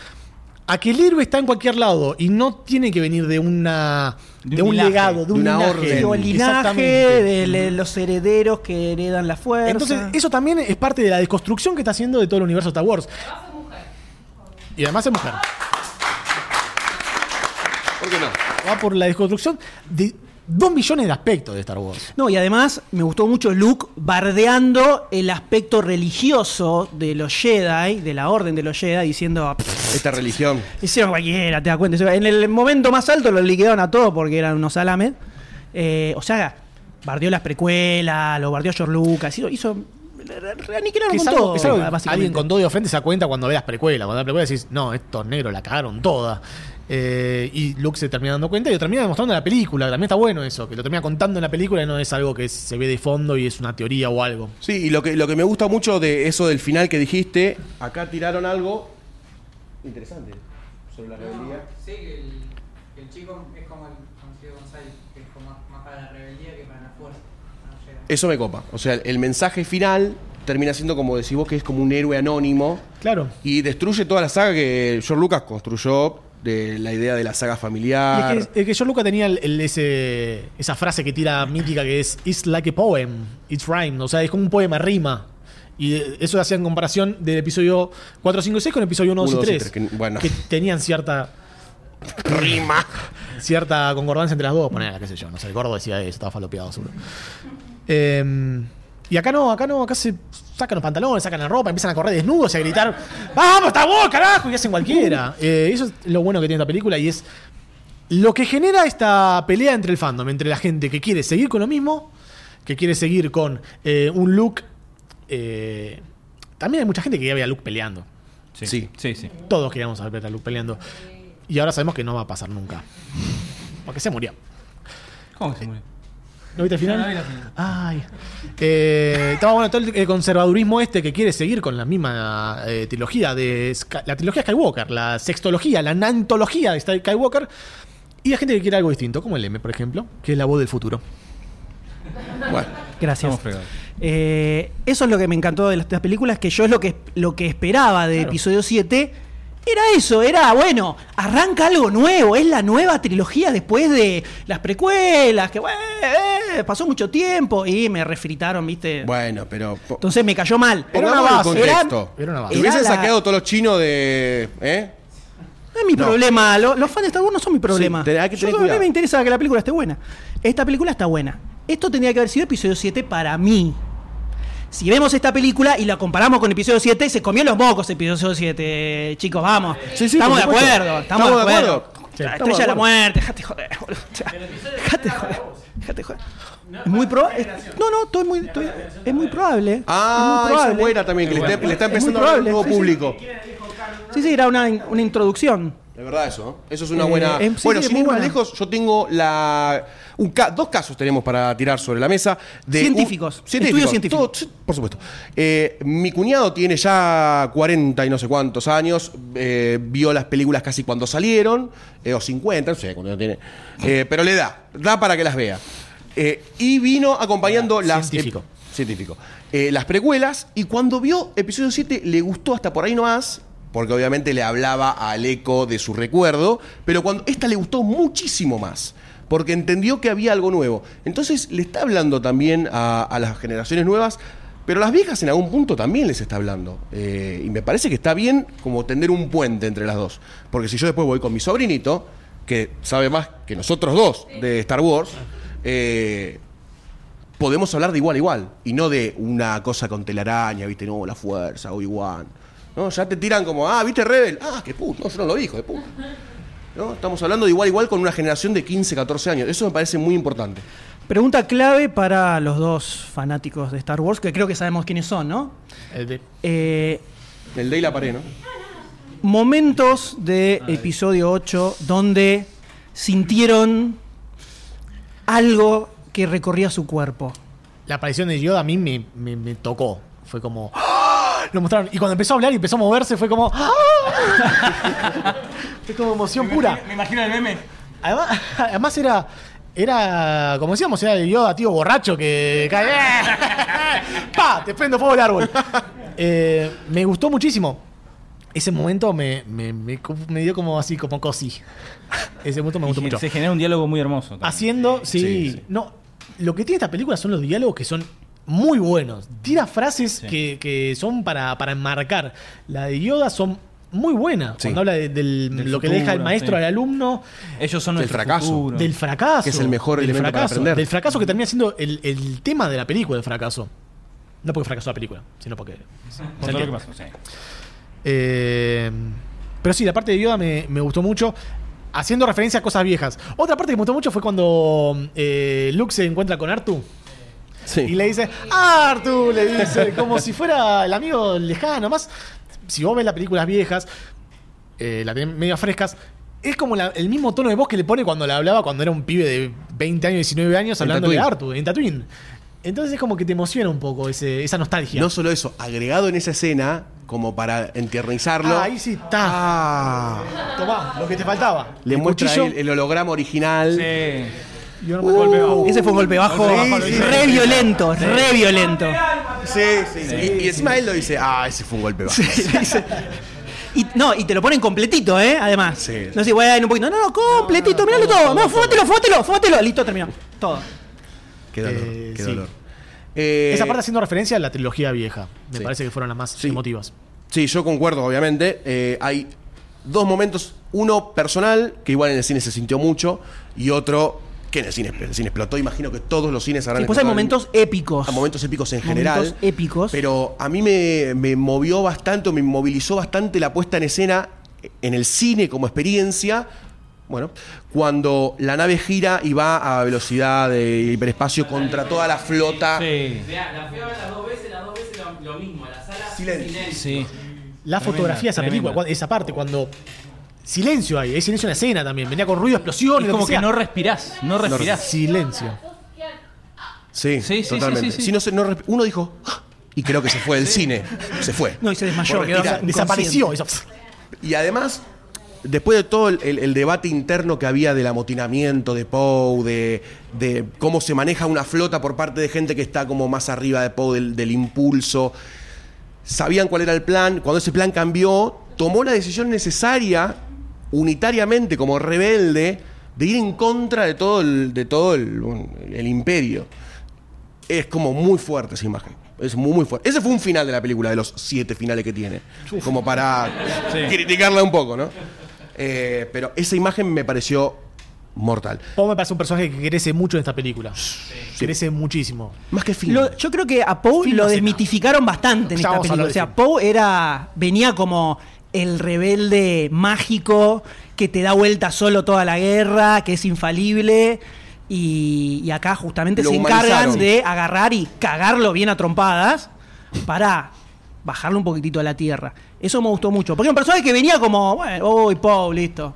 Speaker 5: a que el héroe está en cualquier lado y no tiene que venir de una de,
Speaker 4: De un
Speaker 5: un
Speaker 4: linaje,
Speaker 5: legado, de,
Speaker 3: de
Speaker 5: un
Speaker 3: una
Speaker 5: linaje.
Speaker 3: orden.
Speaker 2: Sí, o el linaje
Speaker 5: Exactamente.
Speaker 2: de le- los herederos que heredan la fuerza.
Speaker 5: Entonces, eso también es parte de la desconstrucción que está haciendo de todo el universo Star Wars. Y además es mujer.
Speaker 3: ¿Por qué no?
Speaker 5: va por la desconstrucción de dos millones de aspectos de Star Wars.
Speaker 2: No, y además me gustó mucho Luke bardeando el aspecto religioso de los Jedi, de la orden de los Jedi, diciendo, "Pff,
Speaker 3: Esta religión.
Speaker 2: hicieron cualquiera, te das cuenta. En el momento más alto los liquidaron a todos porque eran unos salames. Eh, o sea, bardeó las precuelas, lo bardeó George Lucas, hizo... hizo re- reaniquilaron
Speaker 5: Que es
Speaker 2: con
Speaker 5: algo,
Speaker 2: todo,
Speaker 5: es algo que
Speaker 2: básicamente.
Speaker 5: alguien con todo de frente se da cuenta cuando ve las precuelas. Cuando ve las precuelas decís, no, estos negros la cagaron toda. Eh, y Luke se termina dando cuenta y lo termina demostrando en la película. También está bueno eso, que lo termina contando en la película y no es algo que se ve de fondo y es una teoría o algo.
Speaker 3: Sí, y lo que, lo que me gusta mucho de eso del final que dijiste, acá tiraron algo interesante sobre la rebeldía.
Speaker 1: Sí, que el, que el chico es como el conocido González, que es como más, más para la rebeldía que para la fuerza. No llega.
Speaker 3: Eso me copa. O sea, el mensaje final termina siendo como decís vos que es como un héroe anónimo
Speaker 5: Claro.
Speaker 3: y destruye toda la saga que George Lucas construyó de la idea de la saga familiar.
Speaker 5: Y es que, es que yo Luca tenía el- el- ese, esa frase que tira mítica que es It's like a poem, it's rhyme, o sea, es como un poema rima. Y eh, eso hacía en comparación del episodio 4, 5 y 6 con el episodio 1, 2 y
Speaker 3: Uno, dos y
Speaker 5: 3.
Speaker 3: tres, que- bueno.
Speaker 5: que tenían cierta
Speaker 3: Rima.
Speaker 5: cierta concordancia entre las dos, ponerla, qué sé yo. No sé, el gordo decía eso, estaba falopeado seguro. Eh, y acá no, acá no, acá se sacan los pantalones, sacan la ropa, empiezan a correr desnudos y a gritar, ¡Vamos, está vos, carajo! Y hacen cualquiera. Eh, eso es lo bueno que tiene esta película y es lo que genera esta pelea entre el fandom, entre la gente que quiere seguir con lo mismo, que quiere seguir con eh, un look. eh, también hay mucha gente que ya ve a Luke peleando.
Speaker 3: Sí.
Speaker 4: Sí, sí.
Speaker 5: Todos queríamos a ver a Luke peleando. Y ahora sabemos que no va a pasar nunca. Porque se murió.
Speaker 4: ¿Cómo que se murió?
Speaker 5: ¿No viste el final?
Speaker 1: No, no vi la final.
Speaker 5: Ay. Eh, estaba bueno todo el el conservadurismo este que quiere seguir con la misma eh, trilogía de Sky- la trilogía Skywalker, la sextología, la nantología de Skywalker. Y la gente que quiere algo distinto, como el M, por ejemplo, que es la voz del futuro.
Speaker 3: Bueno,
Speaker 2: Gracias.
Speaker 4: Estamos fregados.
Speaker 2: Eh, eso es lo que me encantó de las, de las películas, que yo es lo que, lo que esperaba de episodio 7. Era eso, era, bueno, arranca algo nuevo, es la nueva trilogía después de las precuelas, que bueno, eh, pasó mucho tiempo y me refritaron, ¿viste?
Speaker 3: bueno, pero... po-
Speaker 2: Entonces me cayó mal.
Speaker 5: Era una
Speaker 3: Pongamos en
Speaker 5: base, era-
Speaker 3: contexto.
Speaker 5: era una base.
Speaker 3: Si hubiesen
Speaker 2: Era la-
Speaker 3: saqueado todos los chinos de... ¿eh?
Speaker 2: No es mi
Speaker 3: No.
Speaker 2: problema. lo- los fans de Star Wars no son mi problema.
Speaker 3: Sí, te- hay que
Speaker 2: Yo-
Speaker 3: tener
Speaker 2: a mí
Speaker 3: cuidado.
Speaker 2: me interesa que la película esté buena. Esta película está buena. Esto tendría que haber sido episodio 7 para mí. Si vemos esta película y la comparamos con episodio 7, se comió los mocos episodio 7. Chicos, vamos.
Speaker 3: Sí, sí,
Speaker 2: estamos, de
Speaker 3: por supuesto.
Speaker 2: acuerdo, estamos, de acuerdo.
Speaker 5: Sí,
Speaker 2: La estrella de,
Speaker 5: estamos de
Speaker 2: la
Speaker 5: acuerdo.
Speaker 2: muerte, dejate joder, boludo. O sea, Dejate joder. Dejate joder. Es muy probable. No, no, estoy muy, estoy- es muy probable. es
Speaker 3: Ah,
Speaker 2: muy
Speaker 3: esa
Speaker 2: probable.
Speaker 3: es buena también, que le, está- le está
Speaker 2: Es muy
Speaker 3: empezando a hablar un
Speaker 2: probable,
Speaker 3: nuevo
Speaker 2: sí, sí.
Speaker 3: público.
Speaker 2: Sí, sí, era una, una introducción.
Speaker 3: De verdad eso, ¿no? Eso es una
Speaker 2: Eh,
Speaker 3: buena...
Speaker 2: em- sí,
Speaker 3: bueno,
Speaker 2: sí,
Speaker 3: sin
Speaker 2: muy
Speaker 3: ir más
Speaker 2: buena.
Speaker 3: lejos, yo tengo la... un ca- Dos casos tenemos para tirar sobre la mesa. De un-
Speaker 2: Científicos. Estudios científicos.
Speaker 3: Todo- sí, por supuesto. Eh, mi cuñado tiene ya 40 y no sé cuántos años, eh, vio las películas casi cuando salieron, eh, o 50, no sé cuándo tiene. Eh, pero le da, da para que las vea. Eh, y vino acompañando las...
Speaker 5: Científico.
Speaker 3: eh, científico. Eh, las precuelas, y cuando vio episodio 7 le gustó hasta por ahí nomás, porque obviamente le hablaba al eco de su recuerdo, pero cuando esta le gustó muchísimo más, porque entendió que había algo nuevo. Entonces le está hablando también a, a las generaciones nuevas, pero a las viejas en algún punto también les está hablando. Eh, y me parece que está bien como tender un puente entre las dos, porque si yo después voy con mi sobrinito, que sabe más que nosotros dos de Star Wars, eh, podemos hablar de igual a igual y no de una cosa con telaraña, viste, no, la fuerza, o igual. No, ya te tiran como, ah, viste Rebel, ah, qué puto, no, yo no lo dijo, de puto. ¿No? Estamos hablando de igual a igual con una generación de 15, 14 años. Eso me parece muy importante.
Speaker 2: Pregunta clave para los dos fanáticos de Star Wars, que creo que sabemos quiénes son, ¿no?
Speaker 5: El de-
Speaker 2: Eh,
Speaker 3: El de y la pared, ¿no?
Speaker 2: momentos de episodio 8 donde sintieron algo que recorría su cuerpo.
Speaker 5: la aparición de Yoda a mí me, me- me tocó. Fue como. ¡Ah! Lo mostraron. Y cuando empezó a hablar y empezó a moverse, fue como. ¡Ah! fue como emoción pura.
Speaker 4: Me imagino el meme.
Speaker 5: Además, además era. Era, como decíamos, era el Yoda, tío borracho que cae. ¡Pa! Te prendo fuego el árbol. Eh, me gustó muchísimo. Ese momento me, me, me, me dio como así, como cosi. Ese momento me gustó
Speaker 4: Y
Speaker 5: mucho.
Speaker 4: Se genera un diálogo muy hermoso. también.
Speaker 5: Haciendo, sí,
Speaker 3: Sí, sí.
Speaker 5: No, lo que tiene esta película son los diálogos que son muy buenos. Tira frases que, que son para, para enmarcar. La de Yoda son muy buena.
Speaker 3: Sí.
Speaker 5: Cuando habla de, del-
Speaker 4: Del
Speaker 5: lo que le deja el
Speaker 4: futuro,
Speaker 5: maestro
Speaker 4: sí.
Speaker 5: al alumno,
Speaker 4: Ellos son
Speaker 3: Del
Speaker 4: nuestro
Speaker 3: fracaso.
Speaker 4: futuro.
Speaker 5: del fracaso.
Speaker 3: Que es el mejor
Speaker 5: del
Speaker 3: elemento para
Speaker 5: fracaso,
Speaker 3: aprender.
Speaker 5: Del fracaso que termina siendo el, el tema de la película, el fracaso. No porque fracasó la película, sino porque.
Speaker 4: Con todo lo que pasó, sí.
Speaker 5: Eh, pero sí, la parte de Yoda me, me gustó mucho. Haciendo referencia a cosas viejas. Otra parte que me gustó mucho fue cuando eh, Luke se encuentra con Artu.
Speaker 3: Sí.
Speaker 5: Y le dice, Artu, le dice, como si fuera el amigo lejano. Más, si vos ves las películas viejas, eh, las tenés medio frescas, es como la- el mismo tono de voz que le pone cuando le hablaba cuando era un pibe de 20 años, 19 años,
Speaker 3: En
Speaker 5: hablando de
Speaker 3: Tatooine.
Speaker 5: Artu, en Tatooine. Entonces es como que te emociona un poco ese- esa nostalgia.
Speaker 3: No solo eso, agregado en esa escena, como para enternizarlo,
Speaker 5: Ah, ahí sí está. Tomá, lo que te faltaba.
Speaker 3: le
Speaker 5: Ah. El
Speaker 3: muestra
Speaker 5: cuchillo
Speaker 3: el, el holograma original.
Speaker 4: Sí.
Speaker 5: y ahora me golpe
Speaker 3: Uh.
Speaker 5: abajo.
Speaker 2: Ese fue un golpe bajo,
Speaker 3: Sí, sí.
Speaker 2: re violento, re violento.
Speaker 3: Sí, sí, sí. Y, y encima él lo dice, ah, ese fue un golpe bajo.
Speaker 2: Y, no, y te lo ponen completito, ¿eh? Además.
Speaker 3: Sí.
Speaker 2: No sé, voy a dar un poquito. No, no, completito, miralo todo. No, fúmatelo, fúmatelo, fúmatelo. Listo, terminó. Todo.
Speaker 3: Qué dolor,
Speaker 5: Eh,
Speaker 3: qué
Speaker 5: sí.
Speaker 3: dolor. Eh,
Speaker 5: Esa parte haciendo referencia a la trilogía vieja. Me
Speaker 3: Sí.
Speaker 5: parece que fueron las más
Speaker 3: Sí.
Speaker 5: emotivas.
Speaker 3: Sí, yo concuerdo, obviamente. Eh, hay dos momentos. Uno personal, que igual en el cine se sintió mucho, y otro que en el cine, el cine explotó. Imagino que todos los cines habrán
Speaker 2: Después pues hay
Speaker 3: explotado el-
Speaker 2: momentos épicos.
Speaker 3: a momentos épicos en
Speaker 2: Ah, Momentos
Speaker 3: general.
Speaker 2: épicos.
Speaker 3: Pero a mí me, me movió bastante, o me movilizó bastante la puesta en escena en el cine como experiencia. Bueno, cuando la nave gira y va a velocidad de hiperespacio contra toda la flota.
Speaker 4: Sí.
Speaker 1: Mirá, la fui a ver las dos veces, las dos veces lo, lo mismo, la sala
Speaker 3: Silencio.
Speaker 4: Sí. Tremenda,
Speaker 5: La fotografía de esa película,
Speaker 4: tremenda.
Speaker 5: cua- esa parte, cuando. Silencio ahí, hay silencio en la escena también. Venía con ruido, explosiones,
Speaker 4: Es
Speaker 5: lo
Speaker 4: como que
Speaker 5: sea.
Speaker 4: no respirás, no respirás.
Speaker 5: Silencio.
Speaker 3: Sí,
Speaker 4: Sí, sí,
Speaker 3: totalmente.
Speaker 4: sí, sí, sí.
Speaker 3: Si no se- no resp- uno dijo, "Ah", y creo que se fue del cine. Se fue.
Speaker 2: No, y se desmayó.
Speaker 3: Vos
Speaker 2: quedó
Speaker 5: O sea,
Speaker 3: respirá.
Speaker 2: inconsciente.
Speaker 5: desapareció. eso.
Speaker 3: Y además, después de todo el, el- el debate interno que había del amotinamiento de Poe, de, de cómo se maneja una flota por parte de gente que está como más arriba de Poe, del, del impulso, sabían cuál era el plan, cuando ese plan cambió, tomó la decisión necesaria, unitariamente, como rebelde, de ir en contra de todo el, de todo el, el imperio. Es como muy fuerte esa imagen. Es muy, muy fuerte. Ese fue un final de la película, de los siete finales que tiene. Como para criticarla un poco, ¿no? Eh, pero esa imagen me pareció mortal.
Speaker 5: Poe me parece un personaje que crece mucho en esta película. Crece muchísimo.
Speaker 3: Más que fin.
Speaker 2: Lo- yo creo que a Poe
Speaker 5: Fin
Speaker 2: lo
Speaker 5: no sé.
Speaker 2: desmitificaron bastante en
Speaker 5: Ya
Speaker 2: esta
Speaker 5: vamos a
Speaker 2: película.
Speaker 5: hablar
Speaker 2: O
Speaker 5: de
Speaker 2: sea,
Speaker 5: Fin.
Speaker 2: Poe era venía como el rebelde mágico que te da vuelta solo toda la guerra, que es infalible. Y, y acá justamente
Speaker 3: Lo
Speaker 2: se encargan
Speaker 3: humanizaron.
Speaker 2: de agarrar y cagarlo bien a trompadas para bajarlo un poquitito a la tierra. Eso me gustó mucho. Porque era un personaje que venía como, bueno, uy, Poe, listo.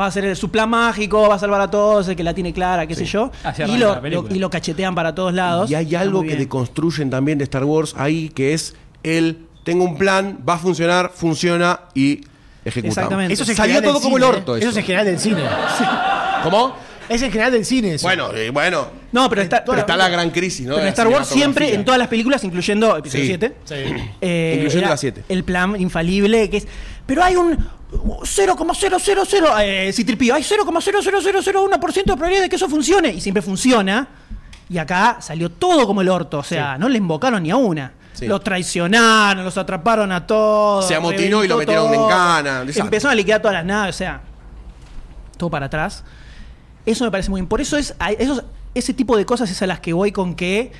Speaker 2: Va a ser el- su plan mágico, va a salvar a todos, el que la tiene clara, qué sé yo.
Speaker 4: Así
Speaker 2: Y
Speaker 4: arranca
Speaker 2: lo-
Speaker 4: la película.
Speaker 2: lo- y lo cachetean para todos lados.
Speaker 3: Y hay
Speaker 2: Está
Speaker 3: algo
Speaker 2: muy
Speaker 3: que
Speaker 2: bien.
Speaker 3: deconstruyen también de Star Wars ahí, que es el tengo un plan, va a funcionar, funciona y ejecutamos.
Speaker 2: Exactamente.
Speaker 5: Eso es en
Speaker 3: Salió
Speaker 5: general del
Speaker 3: todo como el
Speaker 5: cine,
Speaker 3: orto.
Speaker 5: ¿eh? Eso.
Speaker 3: Eso.
Speaker 5: es en general del cine.
Speaker 3: ¿Cómo?
Speaker 5: Es en general del cine. eso.
Speaker 3: Bueno, eh, bueno.
Speaker 2: No, pero está,
Speaker 3: Pero
Speaker 2: pero-
Speaker 3: está la gran crisis, ¿no?
Speaker 2: pero en
Speaker 3: La
Speaker 2: Star Wars siempre,
Speaker 3: cinematografía.
Speaker 2: en todas las películas, incluyendo episodio
Speaker 3: Sí.
Speaker 2: 7,
Speaker 5: Sí.
Speaker 2: eh,
Speaker 3: Incluyendo
Speaker 2: era
Speaker 3: la 7.
Speaker 2: El plan infalible, que es. Pero hay un 0,000. Eh, Citripío, hay 0,00001% de probabilidad de que eso funcione. Y siempre funciona. Y acá salió todo como el orto. O sea, no le invocaron ni a una.
Speaker 3: Sí.
Speaker 2: Los traicionaron, los atraparon a todos.
Speaker 3: Se amotinó y lo
Speaker 2: reventó
Speaker 3: metieron en
Speaker 2: todo.
Speaker 3: cana, un desastre.
Speaker 2: Empezaron a liquidar todas las naves. O sea, todo para atrás. Eso me parece muy bien. Por eso es, a- esos- ese tipo de cosas es a las que voy con que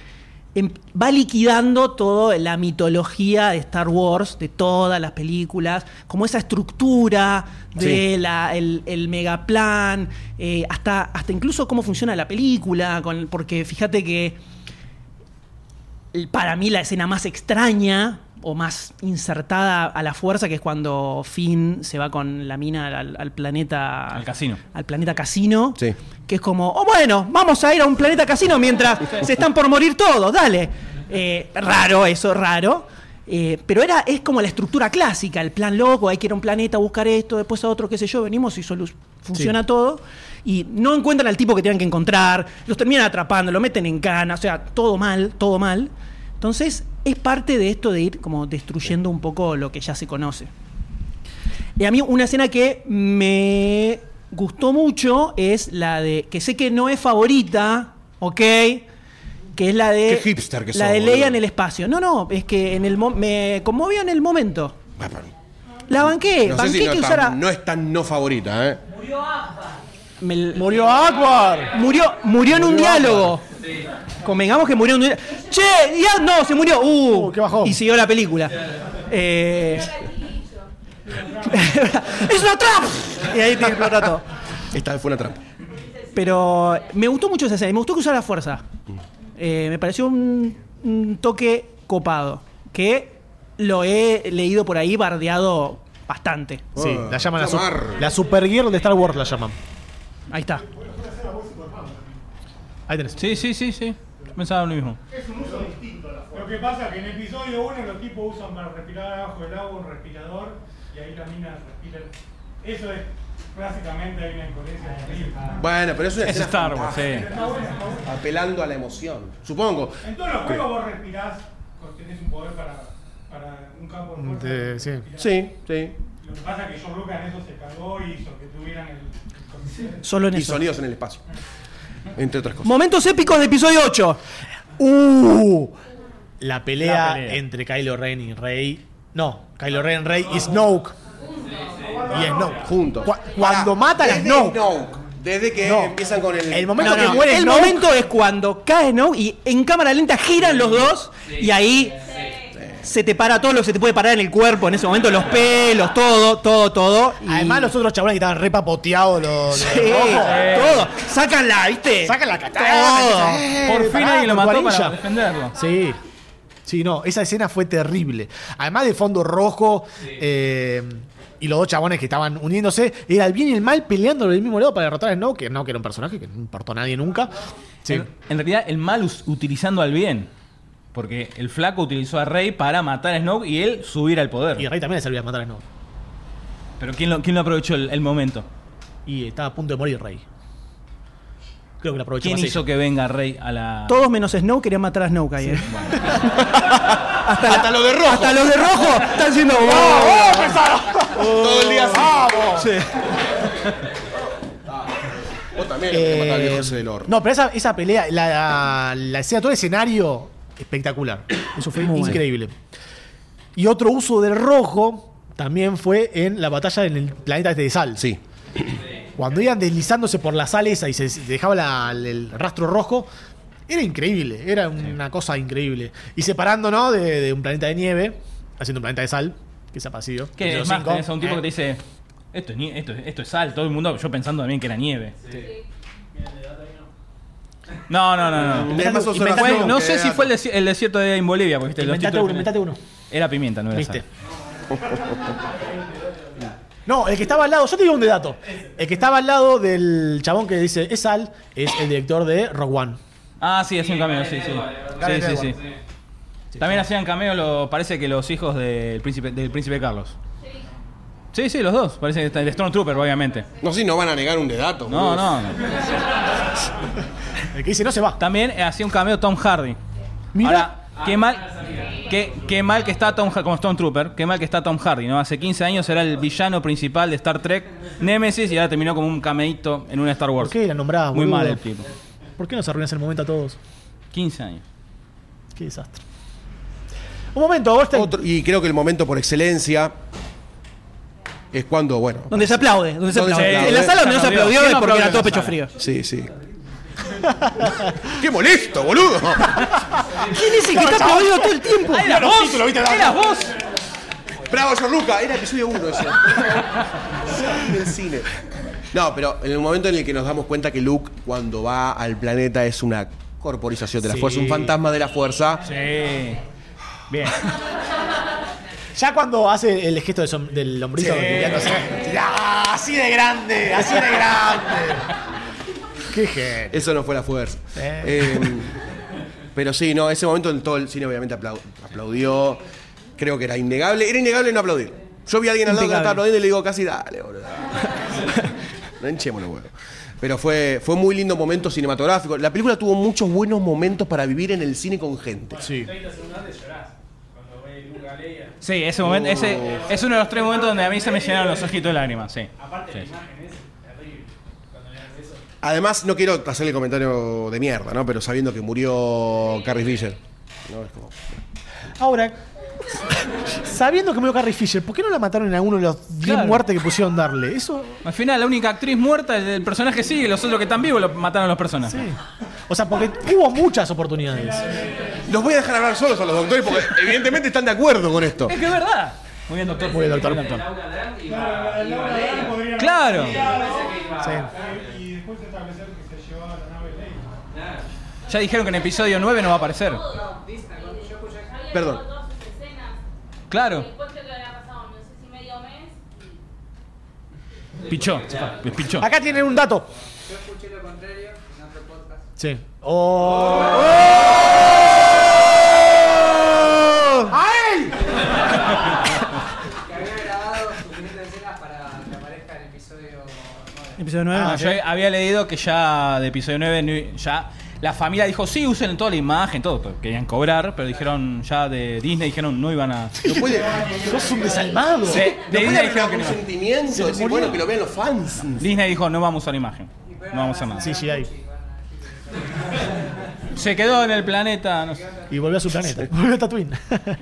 Speaker 2: em- va liquidando toda la mitología de Star Wars, de todas las películas, como esa estructura de la, el, el megaplan, eh, hasta, hasta incluso cómo funciona la película, con- porque fíjate que el- para mí la escena más extraña o más insertada a la fuerza, que es cuando Finn se va con la mina al, al planeta...
Speaker 4: Al casino.
Speaker 2: Al planeta casino.
Speaker 3: Sí.
Speaker 2: Que es como, oh bueno, vamos a ir a un planeta casino mientras se están por morir todos, dale. Eh, raro eso, raro. Eh, pero era, es como la estructura clásica, el plan loco, hay que ir a un planeta, buscar esto, después a otro, qué sé yo, venimos y solu- funciona todo. Y no encuentran al tipo que tienen que encontrar, los terminan atrapando, lo meten en cana, o sea, todo mal, todo mal. Entonces, es parte de esto de ir como destruyendo un poco lo que ya se conoce. Y a mí una escena que me gustó mucho es la de, que sé que no es favorita, ¿ok? Que es la de...
Speaker 3: Qué hipster que
Speaker 2: La
Speaker 3: sos,
Speaker 2: de
Speaker 3: boludo.
Speaker 2: Leia en el espacio. No, no, es que en el mo- me conmovió en el momento. La banqué,
Speaker 3: No sé
Speaker 2: banqué
Speaker 3: si no,
Speaker 2: que
Speaker 3: es tan-
Speaker 2: usara.
Speaker 3: no es tan no favorita, ¿eh?
Speaker 2: Murió Aquar. Murió, murió en un diálogo. Convengamos que murió en un diálogo. Che, ya no, se murió. Uh, Y siguió la película. Eh, ¡Es una trampa! Y ahí te explota todo.
Speaker 3: Esta fue una trampa.
Speaker 2: Pero me gustó mucho esa escena. y Me gustó que usara la fuerza. Eh, me pareció un, un toque copado. Que lo he leído por ahí, bardeado bastante.
Speaker 5: Sí, la llaman la, su-
Speaker 3: Tomar.
Speaker 5: la Supergirl de Star Wars la llaman.
Speaker 2: Ahí está.
Speaker 5: Ahí tenés.
Speaker 4: Sí, sí, sí, sí. Yo pensaba lo mismo.
Speaker 8: Es un uso distinto la fuerza. Lo que pasa es que en episodio 1 los tipos usan para respirar abajo del agua un respirador y ahí la mina respira. Eso es básicamente hay una incoherencia terrible.
Speaker 3: Bueno, pero es una
Speaker 4: Es
Speaker 3: escena
Speaker 4: Star Wars,
Speaker 3: fantástica.
Speaker 8: Está bueno, está bueno.
Speaker 3: Apelando a la emoción, supongo.
Speaker 8: En todos los juegos vos respirás, pues, tenés un poder para, para un campo de fuerza.
Speaker 5: Eh, sí.
Speaker 8: Mirá,
Speaker 3: Sí, sí.
Speaker 8: Lo que pasa es que George Lucas en eso se cagó y hizo que tuvieran el... el concepto.
Speaker 2: Solo en
Speaker 3: Y
Speaker 2: eso.
Speaker 3: sonidos en el espacio. Entre otras cosas.
Speaker 2: Momentos épicos de episodio 8.
Speaker 5: Uh, la pelea,
Speaker 4: La pelea.
Speaker 5: entre Kylo Ren y Rey. No, Kylo Ren, Rey y Snoke.
Speaker 4: Ah.
Speaker 5: Y Snoke.
Speaker 3: Juntos.
Speaker 5: Cu- cuando mata a la
Speaker 3: desde
Speaker 5: Snoke.
Speaker 3: Desde que
Speaker 5: No.
Speaker 3: empiezan con el.
Speaker 5: El momento
Speaker 2: No, no,
Speaker 5: que muere
Speaker 2: el
Speaker 5: Snoke.
Speaker 2: momento es cuando cae Snow y en cámara lenta giran los dos y ahí se te para todo lo que se te puede parar en el cuerpo en ese momento, los pelos, todo, todo, todo. y-
Speaker 5: Además, los otros chavales que estaban repapoteados, los. los
Speaker 2: Sí,
Speaker 5: rojos,
Speaker 2: todo. Sácanla, ¿viste?
Speaker 5: Sacan la katana.
Speaker 2: Todo.
Speaker 5: empiezan, "Eh,
Speaker 4: Por fin
Speaker 5: pará,
Speaker 4: alguien lo mató para
Speaker 5: Barbarilla".
Speaker 4: defenderlo.
Speaker 5: Sí. Sí, no, esa escena fue terrible. Además de fondo rojo eh, y los dos chabones que estaban uniéndose, era el bien y el mal peleando del mismo lado para derrotar a Snow, que no, que era un personaje que no importó a nadie nunca. Sí.
Speaker 4: En, en realidad, el mal us- utilizando al bien. Porque el flaco utilizó a Rey para matar a Snow y él subir al poder.
Speaker 5: Y Rey también le servía matar a Snow.
Speaker 4: Pero ¿quién lo, quién lo aprovechó el, el momento?
Speaker 5: Y estaba a punto de morir Rey. Creo que la aprovechó
Speaker 4: ¿Quién
Speaker 5: más
Speaker 4: hizo
Speaker 5: ella.
Speaker 4: que venga Rey a la.
Speaker 2: Todos menos Snow querían matar a Snow ayer. hasta,
Speaker 3: Hasta lo de rojo.
Speaker 2: hasta los de rojo están diciendo "Oh, oh".
Speaker 3: Todo el día así. Ah, Vos también lo querés matar al
Speaker 5: Eh,
Speaker 3: viejo ese del horno.
Speaker 5: no, pero esa, esa pelea, la, la, la escena, todo el escenario, espectacular. Eso fue
Speaker 2: Muy bueno.
Speaker 5: increíble. Y otro uso del rojo también fue en la batalla en el planeta este de sal.
Speaker 3: Sí.
Speaker 5: Cuando iban deslizándose por la sal esa y se se dejaba la- el rastro rojo, era increíble, era una cosa increíble. Y separándonos de, de un planeta de nieve, haciendo un planeta de sal, que se ha pasado.
Speaker 4: Que es más, tenés a
Speaker 5: eh,
Speaker 4: un tipo que te dice. Esto es, nie- esto, es- esto es sal, todo el mundo, yo pensando también que era nieve. No, no, no, no.
Speaker 3: Es más
Speaker 5: Inventate-
Speaker 3: observación
Speaker 4: Fue- no
Speaker 3: que
Speaker 4: sé si
Speaker 3: dato.
Speaker 4: fue el, desi- el desierto de en Bolivia, porque este, viste, los
Speaker 5: Inventate
Speaker 4: títulos
Speaker 5: uno,
Speaker 4: que-
Speaker 5: inventate uno.
Speaker 4: Era pimienta, no era
Speaker 5: ¿Viste?
Speaker 4: sal.
Speaker 5: No, el que estaba al lado, yo te digo un dato. El que estaba al lado del chabón que dice es Al, es el director de Rogue One.
Speaker 4: Ah, sí, hacían cameo, sí, sí. Sí,
Speaker 5: Gareth
Speaker 4: sí, sí.
Speaker 5: Edwards.
Speaker 4: También hacían cameo, lo- parece que los hijos del príncipe, del príncipe Carlos. Sí, sí, los dos. Parece que está el Stormtrooper, obviamente.
Speaker 3: No sé si no van a negar un dedato.
Speaker 4: No,
Speaker 3: boludo.
Speaker 4: no.
Speaker 5: El que dice no se va.
Speaker 4: También eh, hacía un cameo Tom Hardy.
Speaker 5: Mira.
Speaker 4: Ahora, qué mal, qué, qué mal que está Tom Hardy, como Stormtrooper, qué mal que está Tom Hardy, ¿no? Hace 15 años era el villano principal de Star Trek, Nemesis, y ahora terminó como un cameíto en una Star Wars.
Speaker 5: ¿Por qué la nombraba,
Speaker 4: Muy
Speaker 5: boludo?
Speaker 4: mal el tipo.
Speaker 5: ¿Por qué nos arruinas el momento a todos?
Speaker 4: 15 años.
Speaker 5: Qué desastre. Un momento, Goldstein.
Speaker 3: Otro- y creo que el momento por excelencia es cuando, bueno.
Speaker 2: Donde se aplaude, donde se
Speaker 3: Donde se
Speaker 2: aplaude.
Speaker 3: aplaude.
Speaker 2: En la sala donde no se aplaudió
Speaker 4: ¿Quién
Speaker 2: es
Speaker 4: no
Speaker 2: porque era
Speaker 4: aplaudió
Speaker 2: todo
Speaker 4: en la
Speaker 2: pecho
Speaker 4: sala?
Speaker 2: frío.
Speaker 3: Sí, sí. ¡Qué molesto, boludo!
Speaker 2: ¿Quién es el que está aplaudido todo el tiempo?
Speaker 4: ¡Eras vos!
Speaker 3: ¡Bravo, George Lucas! Era episodio 1 eso. del cine. No, pero en el momento en el que nos damos cuenta que Luke, cuando va al planeta, es una corporización de la
Speaker 5: Sí.
Speaker 3: fuerza, un fantasma de la fuerza.
Speaker 4: Sí. Bien.
Speaker 5: Ya cuando hace el gesto de som- del hombrito limpiándose. ¡Ah, así de grande, así de grande. Qué genio.
Speaker 3: Eso no fue la fuerza.
Speaker 5: Eh.
Speaker 3: Eh, pero sí, no, ese momento en todo el cine obviamente aplau- aplaudió. Creo que era innegable. Era innegable no aplaudir. Yo vi a alguien al lado que no estaba aplaudiendo y le digo casi, dale, boludo. no hinchemos los huevos. Pero fue, fue muy lindo momento cinematográfico. La película tuvo muchos buenos momentos para vivir en el cine con gente.
Speaker 5: Sí.
Speaker 8: 30 segundos antes llorás. Cuando ve Luca Leia.
Speaker 4: Sí, ese momento, ese es uno de los tres momentos donde a mí se me llenaron los ojitos de lágrimas, sí.
Speaker 8: Aparte
Speaker 4: Sí,
Speaker 8: la
Speaker 4: sí.
Speaker 8: imagen es terrible. Cuando le das eso.
Speaker 3: Además, no quiero hacerle comentario de mierda, ¿no? Pero sabiendo que murió Carrie Fisher. No, es como-
Speaker 5: Ahora, Sabiendo que murió Carrie Fisher, ¿por qué no la mataron en alguno de los 10
Speaker 4: Claro.
Speaker 5: muertes que pusieron darle? Eso.
Speaker 4: Al final, la única actriz muerta es el personaje sigue, los otros que están vivos lo mataron los personajes.
Speaker 5: O sea, porque hubo muchas oportunidades.
Speaker 3: Los voy a dejar hablar solos a los doctores porque evidentemente están de acuerdo con esto.
Speaker 4: Es que es verdad. Muy bien, doctor.
Speaker 5: Muy bien, doctor.
Speaker 4: Muy bien,
Speaker 1: Laura Dern y
Speaker 8: Claro, la Laura Dern podría-
Speaker 4: Claro.
Speaker 8: ¿eh? Y y después establecer que se llevaba la nave Ley.
Speaker 4: Ya dijeron que en episodio 9 no va a aparecer.
Speaker 3: Perdón.
Speaker 7: Todas sus escenas.
Speaker 4: Claro.
Speaker 7: Después creo que había pasado, no sé si medio mes.
Speaker 4: Pichó. Pichó.
Speaker 5: Acá tienen un dato.
Speaker 9: Yo escuché lo contrario en otro podcast.
Speaker 5: Sí. ¡Oh! ¡A él!
Speaker 9: Que había grabado sus 500 escenas para que aparezca en el episodio 9.
Speaker 2: Episodio 9.
Speaker 4: Ah, yo había leído que ya de episodio 9 ni- ya la familia dijo, sí, usen toda la imagen, todo, todo". Querían cobrar, pero dijeron ya de Disney, dijeron no iban a...
Speaker 3: No puede,
Speaker 5: ¡Sos un desalmado!
Speaker 4: Sí, de
Speaker 3: no puede
Speaker 4: Disney
Speaker 3: haber
Speaker 4: dijeron que no.
Speaker 3: consentimiento. Decir, bueno, que lo vean los fans.
Speaker 4: Disney dijo, no vamos a usar imagen.
Speaker 9: Y
Speaker 4: No
Speaker 9: pero
Speaker 4: vamos a hacer nada.
Speaker 9: ahora se la
Speaker 5: Sí,
Speaker 9: gran
Speaker 5: sí,
Speaker 9: Gucci, van a decir que-
Speaker 4: Se quedó en el planeta, no sé.
Speaker 5: Y volvió a su planeta. Volvió a Tatooine.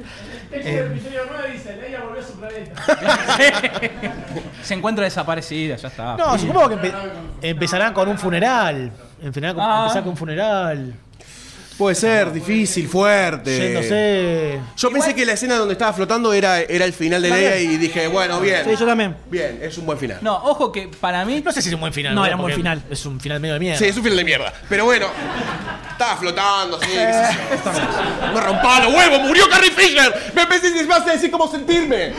Speaker 3: Eh.
Speaker 8: El episodio 9 dice, Leia volvió a su planeta.
Speaker 4: Se encuentra desaparecida, ya está.
Speaker 5: No, supongo que empe- empezarán con un funeral. Empezarán con,
Speaker 4: Ah.
Speaker 5: empezar con un funeral.
Speaker 3: Puede ser difícil, fuerte.
Speaker 5: Yéndose.
Speaker 3: Yo pensé que la escena donde estaba flotando era, era el final de Leia y dije, bueno, bien.
Speaker 2: Sí, yo también.
Speaker 3: Bien, es un buen final.
Speaker 4: No, ojo que para mí...
Speaker 5: No sé si es un buen final.
Speaker 2: No,
Speaker 5: ¿no?
Speaker 2: era un buen
Speaker 5: Porque
Speaker 2: final.
Speaker 5: Es un final medio de mierda.
Speaker 3: Sí, es un final de mierda. Pero bueno, estaba flotando, sí. qué sé yo. Me rompaba los huevos, murió Carrie Fisher. Me pensé que me vas a decir cómo sentirme.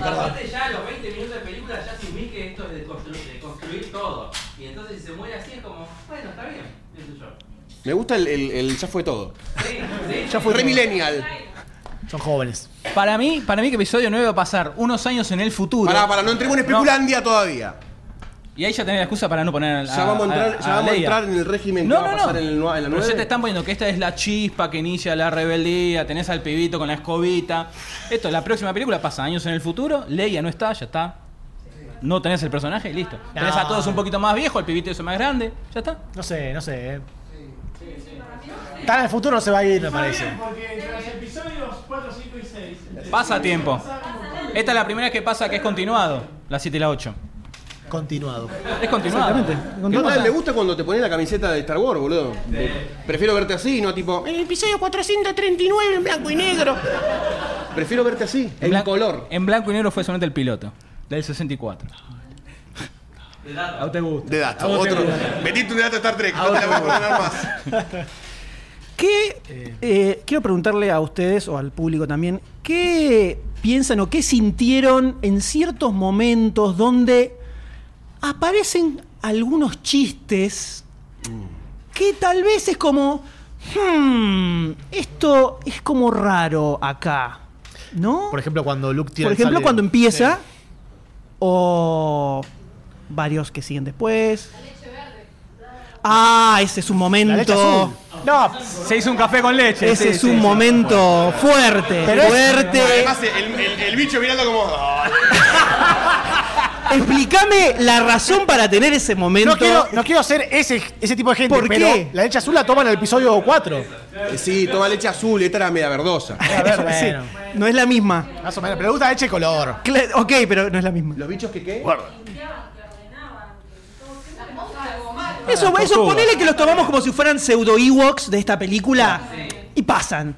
Speaker 1: Aparte ya a los 20 minutos de película ya asumí que esto es de constru- de construir todo. Y entonces si se muere así es como, bueno, está bien, qué sé yo.
Speaker 3: Me gusta el, el- el ya fue todo.
Speaker 1: Sí, sí,
Speaker 3: Ya fue re millennial.
Speaker 5: Son jóvenes.
Speaker 4: Para mí, para mí que episodio 9 va a pasar unos años en el futuro.
Speaker 3: Pará, pará, no entremos en especulandia todavía.
Speaker 4: Y ahí ya tenés la excusa para no poner a,
Speaker 3: Ya vamos a entrar, ya vamos a
Speaker 4: Leia.
Speaker 3: entrar en el régimen que
Speaker 4: No,
Speaker 3: va a
Speaker 4: no,
Speaker 3: pasar
Speaker 4: no.
Speaker 3: en, el, nua- en
Speaker 4: Pero
Speaker 3: la
Speaker 4: ya te
Speaker 3: nueve.
Speaker 4: están poniendo que esta es la chispa que inicia la rebeldía. Tenés al pibito con la escobita. Esto, la próxima película pasa años en el futuro. Leia no está, ya está. No tenés el personaje y listo. Tenés a todos un poquito más viejo, el pibito es más grande. Ya está.
Speaker 5: No sé, no sé. eh. Tan al futuro no se va a ir, me parece.
Speaker 8: Porque entre los episodios 4, 5 y 6.
Speaker 4: Pasa tiempo. Esta es la primera que pasa que es continuado. La 7 y la 8.
Speaker 5: Continuado.
Speaker 4: Es continuado.
Speaker 3: ¿Qué onda? Me gusta cuando te pones la camiseta de Star Wars, boludo. Prefiero verte así, no tipo. "Eh, En el episodio 439 en blanco y negro. Prefiero verte así, en
Speaker 4: blan-
Speaker 3: color.
Speaker 4: En blanco y negro fue solamente el piloto. Del 64.
Speaker 1: de datos.
Speaker 4: te gusta.
Speaker 3: De dato, otro. Metiste un dato de Star Trek, no te la voy a perdonar más.
Speaker 2: ¿Qué, eh, quiero preguntarle a ustedes o al público también, ¿qué piensan o qué sintieron en ciertos momentos donde aparecen algunos chistes que tal vez es como, hmm, esto es como raro acá, ¿no?
Speaker 5: Por ejemplo, cuando Luke tira
Speaker 2: Por
Speaker 5: el
Speaker 2: ejemplo,
Speaker 5: sable-
Speaker 2: cuando empieza o varios que siguen después. Ah, ese es un momento.
Speaker 5: La leche azul. No,
Speaker 4: Se hizo un café con leche.
Speaker 2: Ese
Speaker 4: sí,
Speaker 2: es
Speaker 4: sí,
Speaker 2: un
Speaker 4: sí.
Speaker 2: momento fuerte, fuerte.
Speaker 3: Además, el, el- el bicho mirando como. "Ay".
Speaker 2: Explícame la razón para tener ese momento.
Speaker 5: no quiero, no quiero ser ese, ese tipo de gente.
Speaker 2: ¿Por
Speaker 5: pero
Speaker 2: qué?
Speaker 5: La leche azul la toman en el episodio 4.
Speaker 3: Eh, Sí, toma leche azul, esta era media verdosa.
Speaker 5: A ver,
Speaker 2: Sí,
Speaker 5: bueno.
Speaker 2: no es la misma.
Speaker 5: Más o menos. Pero le gusta leche de color.
Speaker 2: Cla- ok, pero no es la misma.
Speaker 3: ¿Los bichos que qué?
Speaker 2: Eso, eso ponele que los tomamos como si fueran pseudo Ewoks de esta película y pasan.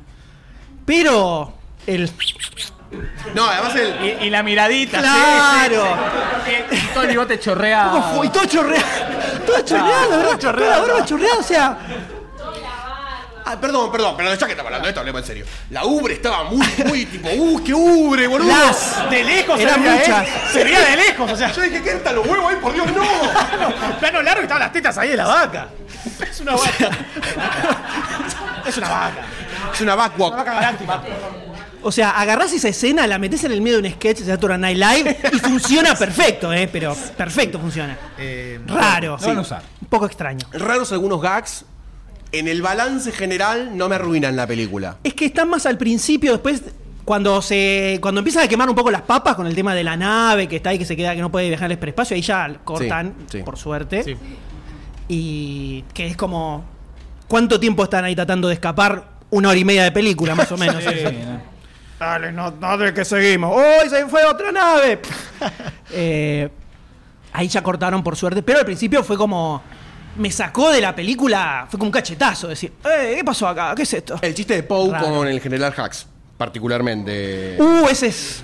Speaker 2: Pero el
Speaker 3: No, además el.
Speaker 4: Y, y la miradita.
Speaker 2: claro.
Speaker 4: Y todo el bigote chorrea.
Speaker 2: Como fu- Y todo chorreado. Todo chorreado, ¿verdad? Toda la barba chorreada, o sea.
Speaker 3: Ah, perdón, perdón, pero ya que estamos hablando de esto, hablemos en serio. La ubre estaba muy, muy tipo, uh, qué ubre, boludo.
Speaker 2: Las.
Speaker 5: De lejos
Speaker 2: Eran
Speaker 5: se veía, ¿eh?
Speaker 2: muchas.
Speaker 5: Se veía de lejos, o sea.
Speaker 3: Yo dije, ¿qué están los huevos ahí? Por Dios, no.
Speaker 5: Plano largo y estaban las tetas ahí de la vaca. Es una vaca. es una vaca.
Speaker 3: Es una backwalk.
Speaker 5: Una vaca galáctica.
Speaker 2: O sea, agarrás esa escena, la metés en el medio de un sketch de Saturday Night Live y funciona perfecto, ¿eh? Pero perfecto funciona.
Speaker 5: Eh,
Speaker 2: Raro.
Speaker 4: van a usar.
Speaker 2: Un poco extraño.
Speaker 3: raros algunos gags. En el balance general no me arruinan la película.
Speaker 2: Es que están más al principio, después cuando se cuando empiezan a quemar un poco las papas con el tema de la nave que está ahí que se queda que no puede viajar al hiperespacio, ahí ya cortan
Speaker 3: Sí, sí.
Speaker 2: por suerte.
Speaker 5: Sí.
Speaker 2: Y que es como ¿cuánto tiempo están ahí tratando de escapar? Una hora y media de película más o menos.
Speaker 4: Sí, no.
Speaker 10: Dale, no, dale, que seguimos. ¡Uy, se fue otra nave! Eh, ahí ya cortaron por suerte, pero al principio fue como... Me sacó de la película, fue como un cachetazo, decir, "Eh, ¿qué pasó acá? ¿Qué es esto?
Speaker 3: El chiste de Poe
Speaker 10: Raro.
Speaker 3: con el general Hacks, particularmente.
Speaker 10: Uh, ese es...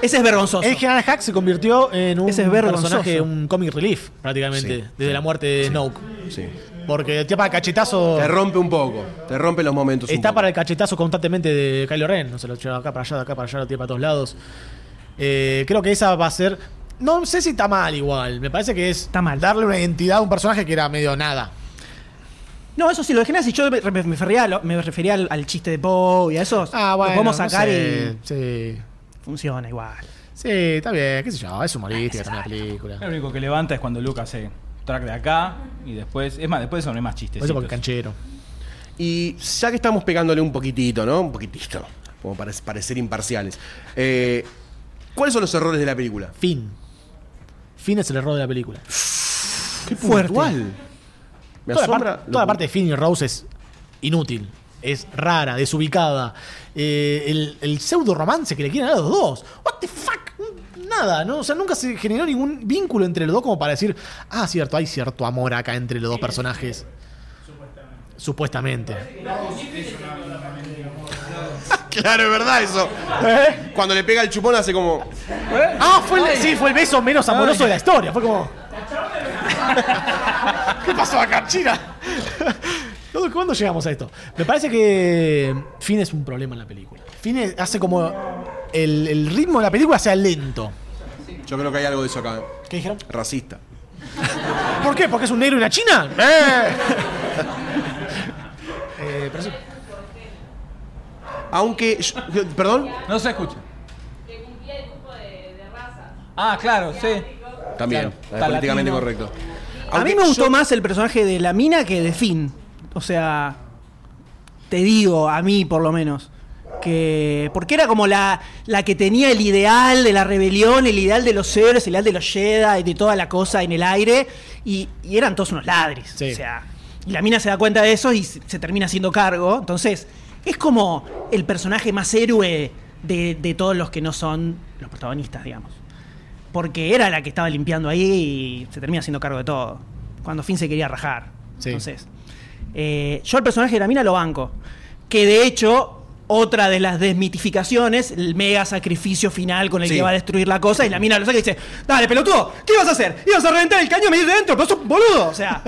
Speaker 10: Ese es vergonzoso.
Speaker 5: El general Hack se convirtió en un
Speaker 10: Ese es vergonzoso.
Speaker 5: personaje, un comic relief, prácticamente,
Speaker 3: Sí,
Speaker 5: desde la muerte de Snoke.
Speaker 3: Sí.
Speaker 5: Porque el tapa cachetazo.
Speaker 3: Te rompe un poco, te rompe los momentos. un
Speaker 5: Está
Speaker 3: poco.
Speaker 5: para el cachetazo constantemente de Kylo Ren. No se lo lleva acá para allá, de acá para allá, lo tira para todos lados. Eh, creo que esa va a ser. No sé si está mal igual. Me parece que es
Speaker 2: mal.
Speaker 5: darle una identidad a un personaje que era medio nada.
Speaker 2: No, eso sí, lo de Genesis, yo me, me refería, a lo- me refería al, al chiste de Poe y a esos. Lo podemos
Speaker 5: Ah, no
Speaker 2: sacar
Speaker 5: sé. Sí.
Speaker 2: y funciona igual.
Speaker 5: Sí, está bien, qué sé yo, es humorística también la película.
Speaker 4: Lo único que levanta es cuando Lucas hace track de acá y después. Es más, después son más chistes.
Speaker 5: Por eso porque canchero.
Speaker 3: Y ya que estamos pegándole un poquitito, ¿no? Un poquitito, como para parecer imparciales. Eh, ¿Cuáles son los errores de la película?
Speaker 5: Fin. Fin es el error de la película.
Speaker 3: Qué
Speaker 5: fuerte.
Speaker 3: puntual. Me
Speaker 5: toda la
Speaker 3: asombra.
Speaker 5: parte-
Speaker 3: lo
Speaker 5: toda la
Speaker 3: pu-
Speaker 5: parte de Finn y Rose es inútil. Es rara, desubicada. Eh, el, el pseudo romance que le quieren dar a los dos. What the fuck? Nada, ¿no? O sea, nunca se generó ningún vínculo entre los dos como para decir, ah, cierto, hay cierto amor acá entre los dos personajes. Supuestamente.
Speaker 3: Claro, es verdad eso.
Speaker 5: ¿Eh?
Speaker 3: Cuando le pega el chupón hace como.
Speaker 5: Ah, fue el, sí, fue el beso menos amoroso de la historia. Fue como. ¿Qué pasó acá, China? No, ¿Cuándo llegamos a esto? Me parece que Finn es un problema en la película. Finn es- hace como. El, el ritmo de la película sea lento.
Speaker 3: Yo creo que hay algo de eso acá.
Speaker 5: ¿Qué dijeron?
Speaker 3: Racista.
Speaker 5: ¿Por qué? ¿Porque es un negro y una china? ¡Eh! Eh, pero sí.
Speaker 3: Aunque. yo- yo- ¿Perdón?
Speaker 4: No se escucha.
Speaker 7: Que cumplía el grupo de, de razas.
Speaker 4: Ah, claro, sí.
Speaker 3: También.
Speaker 4: Claro,
Speaker 3: es políticamente
Speaker 4: talatino.
Speaker 3: correcto.
Speaker 2: a mí
Speaker 3: Aunque
Speaker 2: me gustó
Speaker 3: yo-
Speaker 2: más el personaje de la mina que de Finn. O sea, te digo, a mí por lo menos. Que, porque era como la, la que tenía el ideal de la rebelión, el ideal de los héroes, el ideal de los Jedi, y de toda la cosa en el aire. Y, y eran todos unos ladres.
Speaker 5: Sí.
Speaker 2: O sea, y la mina se da cuenta de eso y se, se termina haciendo cargo. Entonces, es como el personaje más héroe de, de todos los que no son los protagonistas, digamos porque era la que estaba limpiando ahí y se termina haciendo cargo de todo. Cuando Finn se quería rajar.
Speaker 5: Sí.
Speaker 2: Entonces, eh, yo el personaje de la mina lo banco. Que de hecho, otra de las desmitificaciones, el mega sacrificio final con el
Speaker 3: Sí.
Speaker 2: que va a destruir la cosa, y la mina lo saca y dice: Dale, pelotudo, ¿qué ibas a hacer? ¿Ibas a reventar el cañón y medir dentro? ¡Pero sos un boludo! O sea,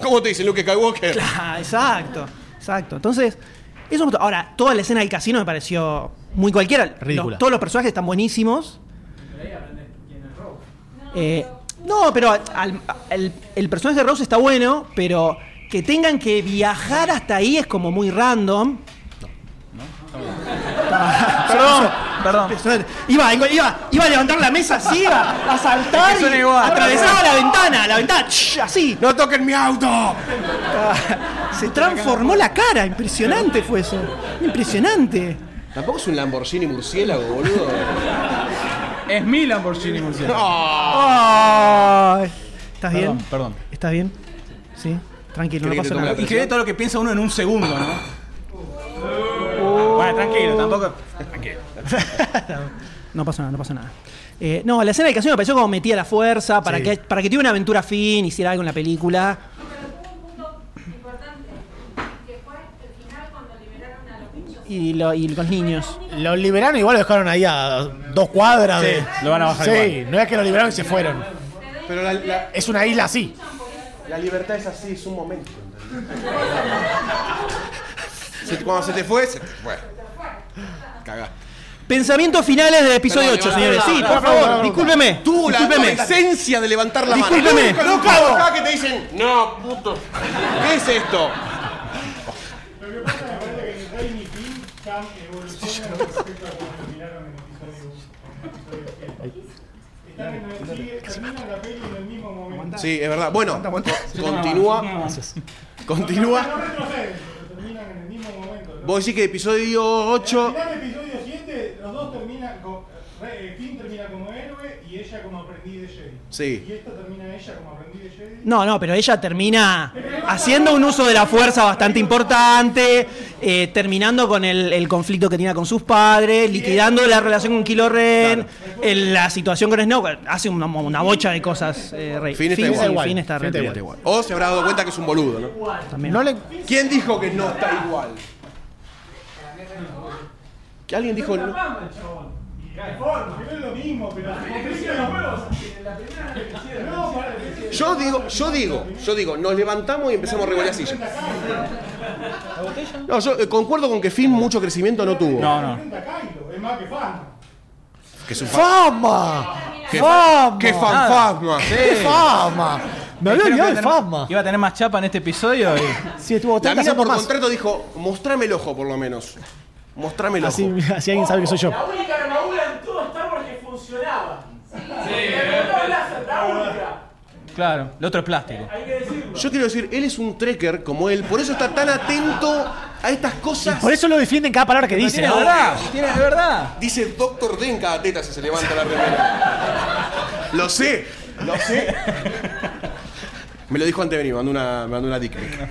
Speaker 3: ¿Cómo te dice Luke Skywalker?
Speaker 2: claro, exacto, exacto. Entonces, eso me gustó. Ahora, toda la escena del casino me pareció muy cualquiera. Los-
Speaker 5: Ridícula.
Speaker 2: todos los personajes están buenísimos. Eh, no, pero al- al- el personaje de Rose está bueno, pero que tengan que viajar hasta ahí es como muy random.
Speaker 4: Perdón, perdón.
Speaker 2: Iba, a engo- iba, iba a levantar la mesa así, iba a saltar,
Speaker 4: Es que suena
Speaker 2: y
Speaker 4: igual.
Speaker 2: atravesaba la ventana, la ventana, ch, así.
Speaker 3: ¡No toquen mi auto!
Speaker 2: Se transformó la cara, impresionante fue eso. Impresionante.
Speaker 3: Tampoco es un Lamborghini murciélago, boludo.
Speaker 4: Es mi Lamborghini Murciélago.
Speaker 2: Ay, ¿Estás
Speaker 4: Perdón,
Speaker 2: bien?
Speaker 4: perdón.
Speaker 2: ¿Estás bien? Sí, tranquilo, no
Speaker 3: ¿Querés que
Speaker 2: pasa
Speaker 3: te tome
Speaker 2: nada.
Speaker 3: la
Speaker 4: Increíble todo lo que piensa uno en un segundo, ¿no? Bueno, tranquilo, tampoco.
Speaker 2: No pasa nada, no pasa nada. Eh, no, la escena del casino me pareció como metía la fuerza para,
Speaker 5: Sí.
Speaker 2: que, para que tuviera una aventura fin, hiciera algo en la película.
Speaker 7: Pero hubo un punto importante, que fue el final cuando liberaron a los bichos.
Speaker 2: Y, lo- y con los niños.
Speaker 5: Lo liberaron igual lo dejaron ahí a dos cuadras
Speaker 4: Sí,
Speaker 5: de.
Speaker 4: lo van a bajar
Speaker 5: Sí,
Speaker 4: igual.
Speaker 5: no es que lo liberaron y se fueron.
Speaker 3: Pero la, la-
Speaker 5: Es una isla así.
Speaker 3: la libertad es así, es un momento. ¿entendés? Se te- Cuando se te fue, se te fue. Cagaste.
Speaker 2: Pensamientos finales del episodio 8,
Speaker 3: Perdón, Iván,
Speaker 2: señores.
Speaker 3: perdón,
Speaker 2: Sí,
Speaker 3: perdón,
Speaker 2: por favor, discúlpeme.
Speaker 3: Tú, Uh, la, la
Speaker 2: discúlpeme.
Speaker 3: esencia de levantar la
Speaker 2: Discúlpeme.
Speaker 3: mano. Nunca, nunca, nunca acá que te dicen, no, puto. ¿Qué es esto?
Speaker 8: Lo que pasa me parece que ni Rey ni Finn tan evolucionan respecto a como terminaron en episodio 1. Episodio 7. Están en el sigue- terminan la peli en el mismo momento.
Speaker 3: Sí, es verdad. Bueno, co- continúa.
Speaker 8: No
Speaker 3: Continúa.
Speaker 8: retroceden, pero terminan en el mismo momento. Lo-
Speaker 3: Vos decís que episodio 8.
Speaker 8: Al final de episodio 7, los dos terminan con. Re- eh, Finn termina como héroe y ella como aprendiz de Jedi.
Speaker 3: Sí.
Speaker 8: Y esta termina ella como aprendiz de Jedi.
Speaker 2: No, no, pero ella termina haciendo un uso de la fuerza bastante importante,
Speaker 6: eh, terminando con el, el conflicto que tenía con sus padres, liquidando la relación con Kylo Ren, el- la situación con Snow, hace una, una bocha de cosas, eh, Rey.
Speaker 3: Finn está
Speaker 6: sí,
Speaker 3: igual.
Speaker 6: Finn está re-
Speaker 5: Finn está
Speaker 3: Está igual. O se habrá dado cuenta que es un boludo, ¿no?
Speaker 6: también.
Speaker 5: No le,
Speaker 3: ¿Quién dijo que no está igual? Que alguien dijo no.
Speaker 8: Pero es lo mismo, pero como crecen los huevos. No, para que
Speaker 3: Yo digo, yo digo, yo digo, nos levantamos y empezamos a revolver la silla. No, yo eh, concuerdo con que Finn mucho crecimiento no tuvo.
Speaker 4: No, no.
Speaker 8: enfrenta a Kylo, es más que fan.
Speaker 3: Que es un fa-
Speaker 5: ¡Fama!
Speaker 3: que-
Speaker 5: ¡Fama!
Speaker 3: ¡Qué fanfasma!
Speaker 5: ¡Qué fama! Me había
Speaker 4: Dijeron que iba a
Speaker 5: olvidado de
Speaker 4: tener-
Speaker 5: fama.
Speaker 4: Iba a tener más chapa en este episodio y.
Speaker 5: Sí, estuvo
Speaker 3: La
Speaker 5: 30
Speaker 3: mina
Speaker 5: segundos
Speaker 3: por
Speaker 5: más.
Speaker 3: contrato dijo, mostrame el ojo por lo menos. Mostrame el
Speaker 5: Así,
Speaker 3: ojo.
Speaker 5: así alguien sabe que soy yo.
Speaker 11: La única armadura en todo Star Wars que funcionaba. No, láser, la única.
Speaker 4: Claro, lo otro es plástico.
Speaker 11: Hay que decirlo.
Speaker 3: Yo quiero decir, él es un trekker como él, por eso está tan atento a estas cosas.
Speaker 5: Por eso lo defienden cada palabra que dice.
Speaker 4: Tiene
Speaker 5: ¿no?
Speaker 4: verdad, tiene de verdad.
Speaker 3: Dice Doctor D en cada teta si se levanta la remera. lo sé, lo sé. Me lo dijo antes de venir, me mandó una, me mandó una dick pic.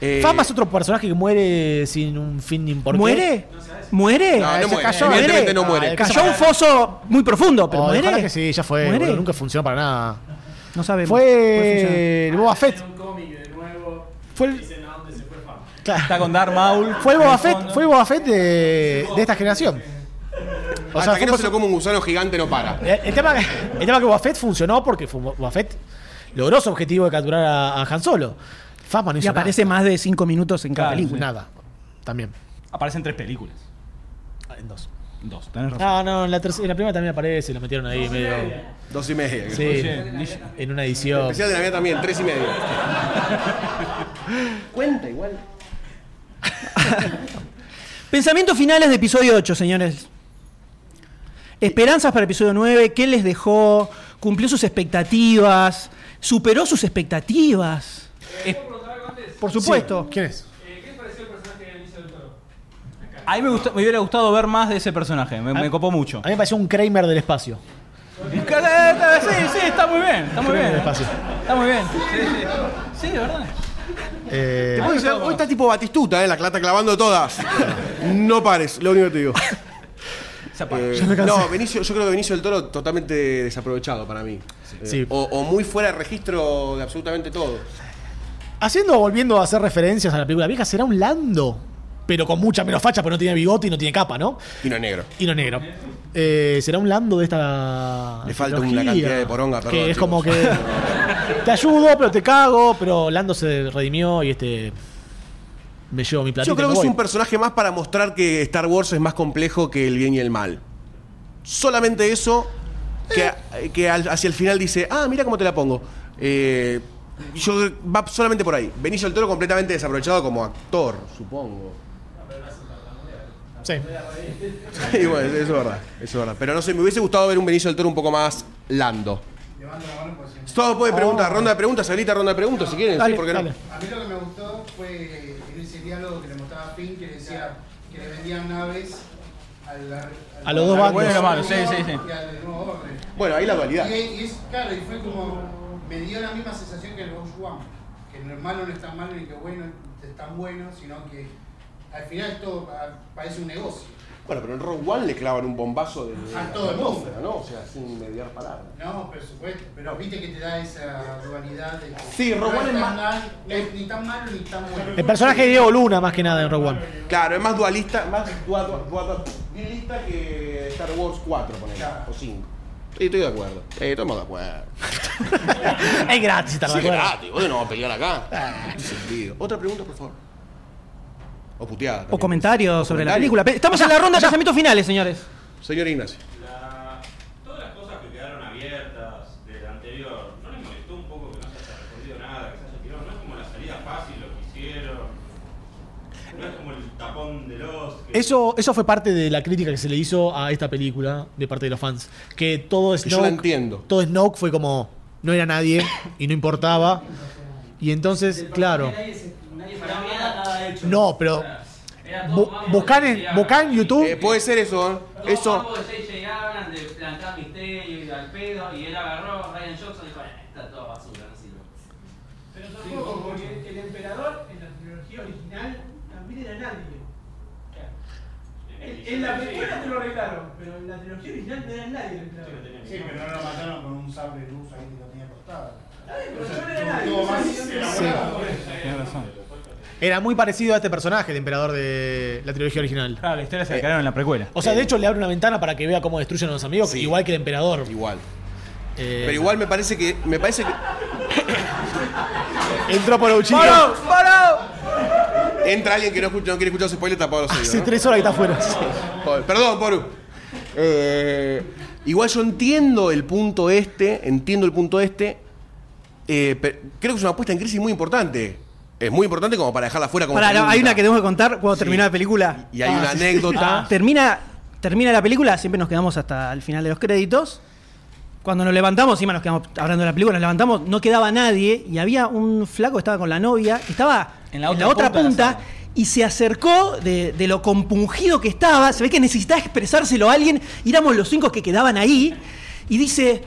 Speaker 3: Eh,
Speaker 5: Fama es otro personaje que muere sin un fin ni un porqué.
Speaker 6: ¿Muere? ¿Muere?
Speaker 3: No, no
Speaker 5: se
Speaker 3: muere.
Speaker 5: cayó,
Speaker 3: Evidentemente
Speaker 5: ¿eh?
Speaker 3: no
Speaker 5: Ah,
Speaker 3: muere.
Speaker 5: el ca-
Speaker 6: Cayó a un foso muy profundo, pero
Speaker 5: Oh,
Speaker 6: muere.
Speaker 5: ojalá que sí, ya fue.
Speaker 6: ¿Muere?
Speaker 5: boludo, nunca funcionó para nada.
Speaker 6: No sabemos. Puede funcionar.
Speaker 5: Fue el Boba Fett.
Speaker 11: En un cómic de nuevo.
Speaker 5: Fue el,
Speaker 11: Dicen a dónde se fue Fama.
Speaker 4: Está con Darth Maul.
Speaker 5: fue el
Speaker 4: en
Speaker 5: Boba
Speaker 4: el
Speaker 5: Fett,
Speaker 4: fondo.
Speaker 5: fue el Boba Fett de, de esta generación. O
Speaker 11: Ah,
Speaker 3: Hasta
Speaker 5: sea,
Speaker 3: que
Speaker 5: fue
Speaker 3: no
Speaker 5: un
Speaker 3: se lo come un gusano gigante no para.
Speaker 5: El, Eh, el tema, el tema que Boba Fett funcionó porque fue- Boba Fett logró su objetivo de capturar a, a Han Solo. Fama no
Speaker 6: Y
Speaker 5: hizo
Speaker 6: aparece más de 5 minutos en cada
Speaker 4: Claro,
Speaker 6: película.
Speaker 5: nada. Nada. También.
Speaker 4: Aparecen tres películas.
Speaker 5: Ah, En dos.
Speaker 4: Dos, tenés razón.
Speaker 5: No, no, en la, tercera- en la primera también aparece, lo metieron ahí medio.
Speaker 3: Dos y media.
Speaker 5: Sí, en una edición.
Speaker 3: Especial de la mía también, tres y media.
Speaker 6: Pensamientos finales de episodio 8, señores. Esperanzas para episodio 9, ¿qué les dejó? ¿Cumplió sus expectativas? ¿Superó sus expectativas? Es- por supuesto.
Speaker 5: Sí. ¿Quién es?
Speaker 11: ¿Qué pareció el personaje de Benicio del Toro?
Speaker 4: A mí me, gustó- me hubiera gustado ver más de ese personaje. Me,
Speaker 5: Ah.
Speaker 4: me copó mucho.
Speaker 5: A mí me pareció un Kramer del espacio.
Speaker 4: Sí, sí, está muy bien. Está muy
Speaker 5: Creo que
Speaker 4: bien.
Speaker 5: es fácil.
Speaker 4: Está muy bien. Sí, sí. Sí, de verdad.
Speaker 5: Eh,
Speaker 3: Hoy, está- hoy está tipo Batistuta, eh, la clata clavando todas. No pares, lo único que te digo.
Speaker 4: Se apaga.
Speaker 3: Eh, no, Benicio, yo creo que Benicio del Toro totalmente desaprovechado para mí. Eh,
Speaker 5: Sí.
Speaker 3: o, o muy fuera de registro de absolutamente todo.
Speaker 5: haciendo, volviendo a hacer referencias a la película vieja, será un Lando, pero con mucha menos facha, porque no tiene bigote y no tiene capa, ¿no?
Speaker 3: Y no es negro.
Speaker 5: Y no negro. Eh, será un Lando de esta.
Speaker 3: Le falta
Speaker 5: trilogía,
Speaker 3: una cantidad de poronga, perdón,
Speaker 5: Que es
Speaker 3: chicos.
Speaker 5: como que. Te ayudo, pero te cago, pero Lando se redimió y este. Me llevo mi platita.
Speaker 3: Yo creo
Speaker 5: y
Speaker 3: que
Speaker 5: me
Speaker 3: es
Speaker 5: voy.
Speaker 3: un personaje más para mostrar que Star Wars es más complejo que el bien y el mal. Solamente eso, que, que al- hacia el final dice, ah, mira cómo te la pongo. Eh, yo va solamente por ahí. Benicio del Toro completamente desaprovechado como actor, supongo.
Speaker 5: Sí.
Speaker 3: Y bueno, eso es verdad, eso es verdad. Pero no sé, me hubiese gustado ver un Benicio del Toro un poco más lando.
Speaker 9: Levando la mano por siempre.
Speaker 3: Todo puede preguntar, ronda de preguntas, ahorita ronda de preguntas si quieren,
Speaker 5: Oh. Dale,
Speaker 3: sí, porque no.
Speaker 5: dale.
Speaker 9: A mí lo que me gustó fue en ese diálogo que le mostraba Finn que decía que le vendían naves a, la- al-
Speaker 5: A los dos
Speaker 9: al
Speaker 5: bandos.
Speaker 9: nuevo
Speaker 4: Bueno, malo, sí, sí, sí.
Speaker 9: orden Y al nuevo orden.
Speaker 3: Bueno, ahí la dualidad.
Speaker 9: Y, y es claro, y fue como. Me dio la misma sensación que el Rogue One. Que el malo no es tan malo ni que bueno es tan bueno, sino que al final todo pa- parece un negocio.
Speaker 3: Bueno, pero en Rogue One le clavan un bombazo de,
Speaker 9: A todo el mundo.
Speaker 3: ¿no? O sea, sin mediar palabras.
Speaker 9: No, por supuesto, pero viste que te da esa dualidad de que
Speaker 3: Sí, Rogue
Speaker 9: no
Speaker 3: One es
Speaker 9: tan
Speaker 3: más-
Speaker 9: mal- no es ni tan malo ni tan bueno.
Speaker 5: El personaje de Diego Luna, más que nada, en Rogue One.
Speaker 3: Claro, es más dualista, más dua- dua- dua- dualista que Star Wars 4, ponele, o 5. Sí, estoy de acuerdo. Eh, estamos de acuerdo.
Speaker 5: es gratis, estar de
Speaker 3: Sí,
Speaker 5: acuerdo. Ah.
Speaker 3: gratis, vos no vas a pelear acá. No tiene sentido. Otra pregunta, por favor. O puteada.
Speaker 6: O
Speaker 3: también.
Speaker 6: comentarios
Speaker 3: O
Speaker 6: sobre la
Speaker 3: comentario.
Speaker 6: película. Pe- Estamos en la ronda de pensamientos finales, señores.
Speaker 3: Señor Ignacio.
Speaker 11: La- Todas las cosas que quedaron abiertas del anterior, ¿no les molestó un poco que no se haya respondido nada, que se haya tirado? ¿No es como la salida fácil lo que hicieron? ¿No es como el tapón de los? que-
Speaker 5: Eso, eso fue parte de la crítica que se le hizo a esta película de parte de los fans. Que todo
Speaker 3: Que
Speaker 5: Snoke,
Speaker 3: yo la entiendo.
Speaker 5: todo Snoke fue como no era nadie y no importaba. Y entonces, claro.
Speaker 11: Nadie para nada, nada hecho.
Speaker 5: No, pero
Speaker 1: Era todo
Speaker 5: bu-
Speaker 1: mambo
Speaker 5: buscá
Speaker 1: de
Speaker 5: en,
Speaker 1: J.J.
Speaker 5: buscá en
Speaker 1: Abrams.
Speaker 5: YouTube.
Speaker 3: Eh, puede ser eso, ¿eh?
Speaker 1: Todo
Speaker 3: Eso.
Speaker 1: mambo de J.J. Abrams de plantar misterio y al pedo, y él agarró a Ryan Johnson y dijo, "Eh, está toda basura, no sirve.
Speaker 11: Pero tampoco, porque el emperador en la trilogía original también
Speaker 12: trilogía original no era nadie el esclavo.
Speaker 9: Sí, pero no lo mataron con un sable de luz ahí que lo tenía acostado.
Speaker 12: pero yo no
Speaker 9: Tuvo-
Speaker 12: era nadie,
Speaker 9: tuvo
Speaker 12: yo
Speaker 9: más-
Speaker 12: sabía que-
Speaker 9: Sí.
Speaker 4: Tienes razón.
Speaker 5: Era muy parecido a este personaje, el emperador de la trilogía original.
Speaker 4: Ah, la historia
Speaker 5: Eh.
Speaker 4: se crearon en la precuela.
Speaker 5: O sea,
Speaker 3: Eh.
Speaker 5: de hecho le abre una ventana para que vea cómo destruyen a los amigos, igual que el emperador. Eh,
Speaker 3: Igual. Pero igual me parece que. Me parece que.
Speaker 5: Entró por Uchino.
Speaker 3: Entra alguien que no, escucha- no quiere escuchar su spoiler tapado los oídos.
Speaker 5: Hace
Speaker 3: ¿no?
Speaker 5: tres horas que está afuera.
Speaker 3: Joder, Perdón, Poru. Eh, igual yo entiendo el punto este, entiendo el punto este. eh, pe- creo que es una puesta en crisis muy importante. Es muy importante como para dejarla fuera como
Speaker 2: Pará, no,
Speaker 3: pregunta.
Speaker 2: hay una que tenemos que contar cuando termina la película.
Speaker 3: Y hay una anécdota.
Speaker 2: Ah. Termina, termina la película, siempre nos quedamos hasta el final de los créditos. Cuando nos levantamos, encima nos quedamos hablando de la película, nos levantamos, no quedaba nadie y había un flaco que estaba con la novia, que estaba en la otra, punta,
Speaker 4: de la sala.
Speaker 2: y se acercó de, de lo compungido que estaba. Se ve que necesitaba expresárselo a alguien y éramos los cinco que quedaban ahí. Y dice,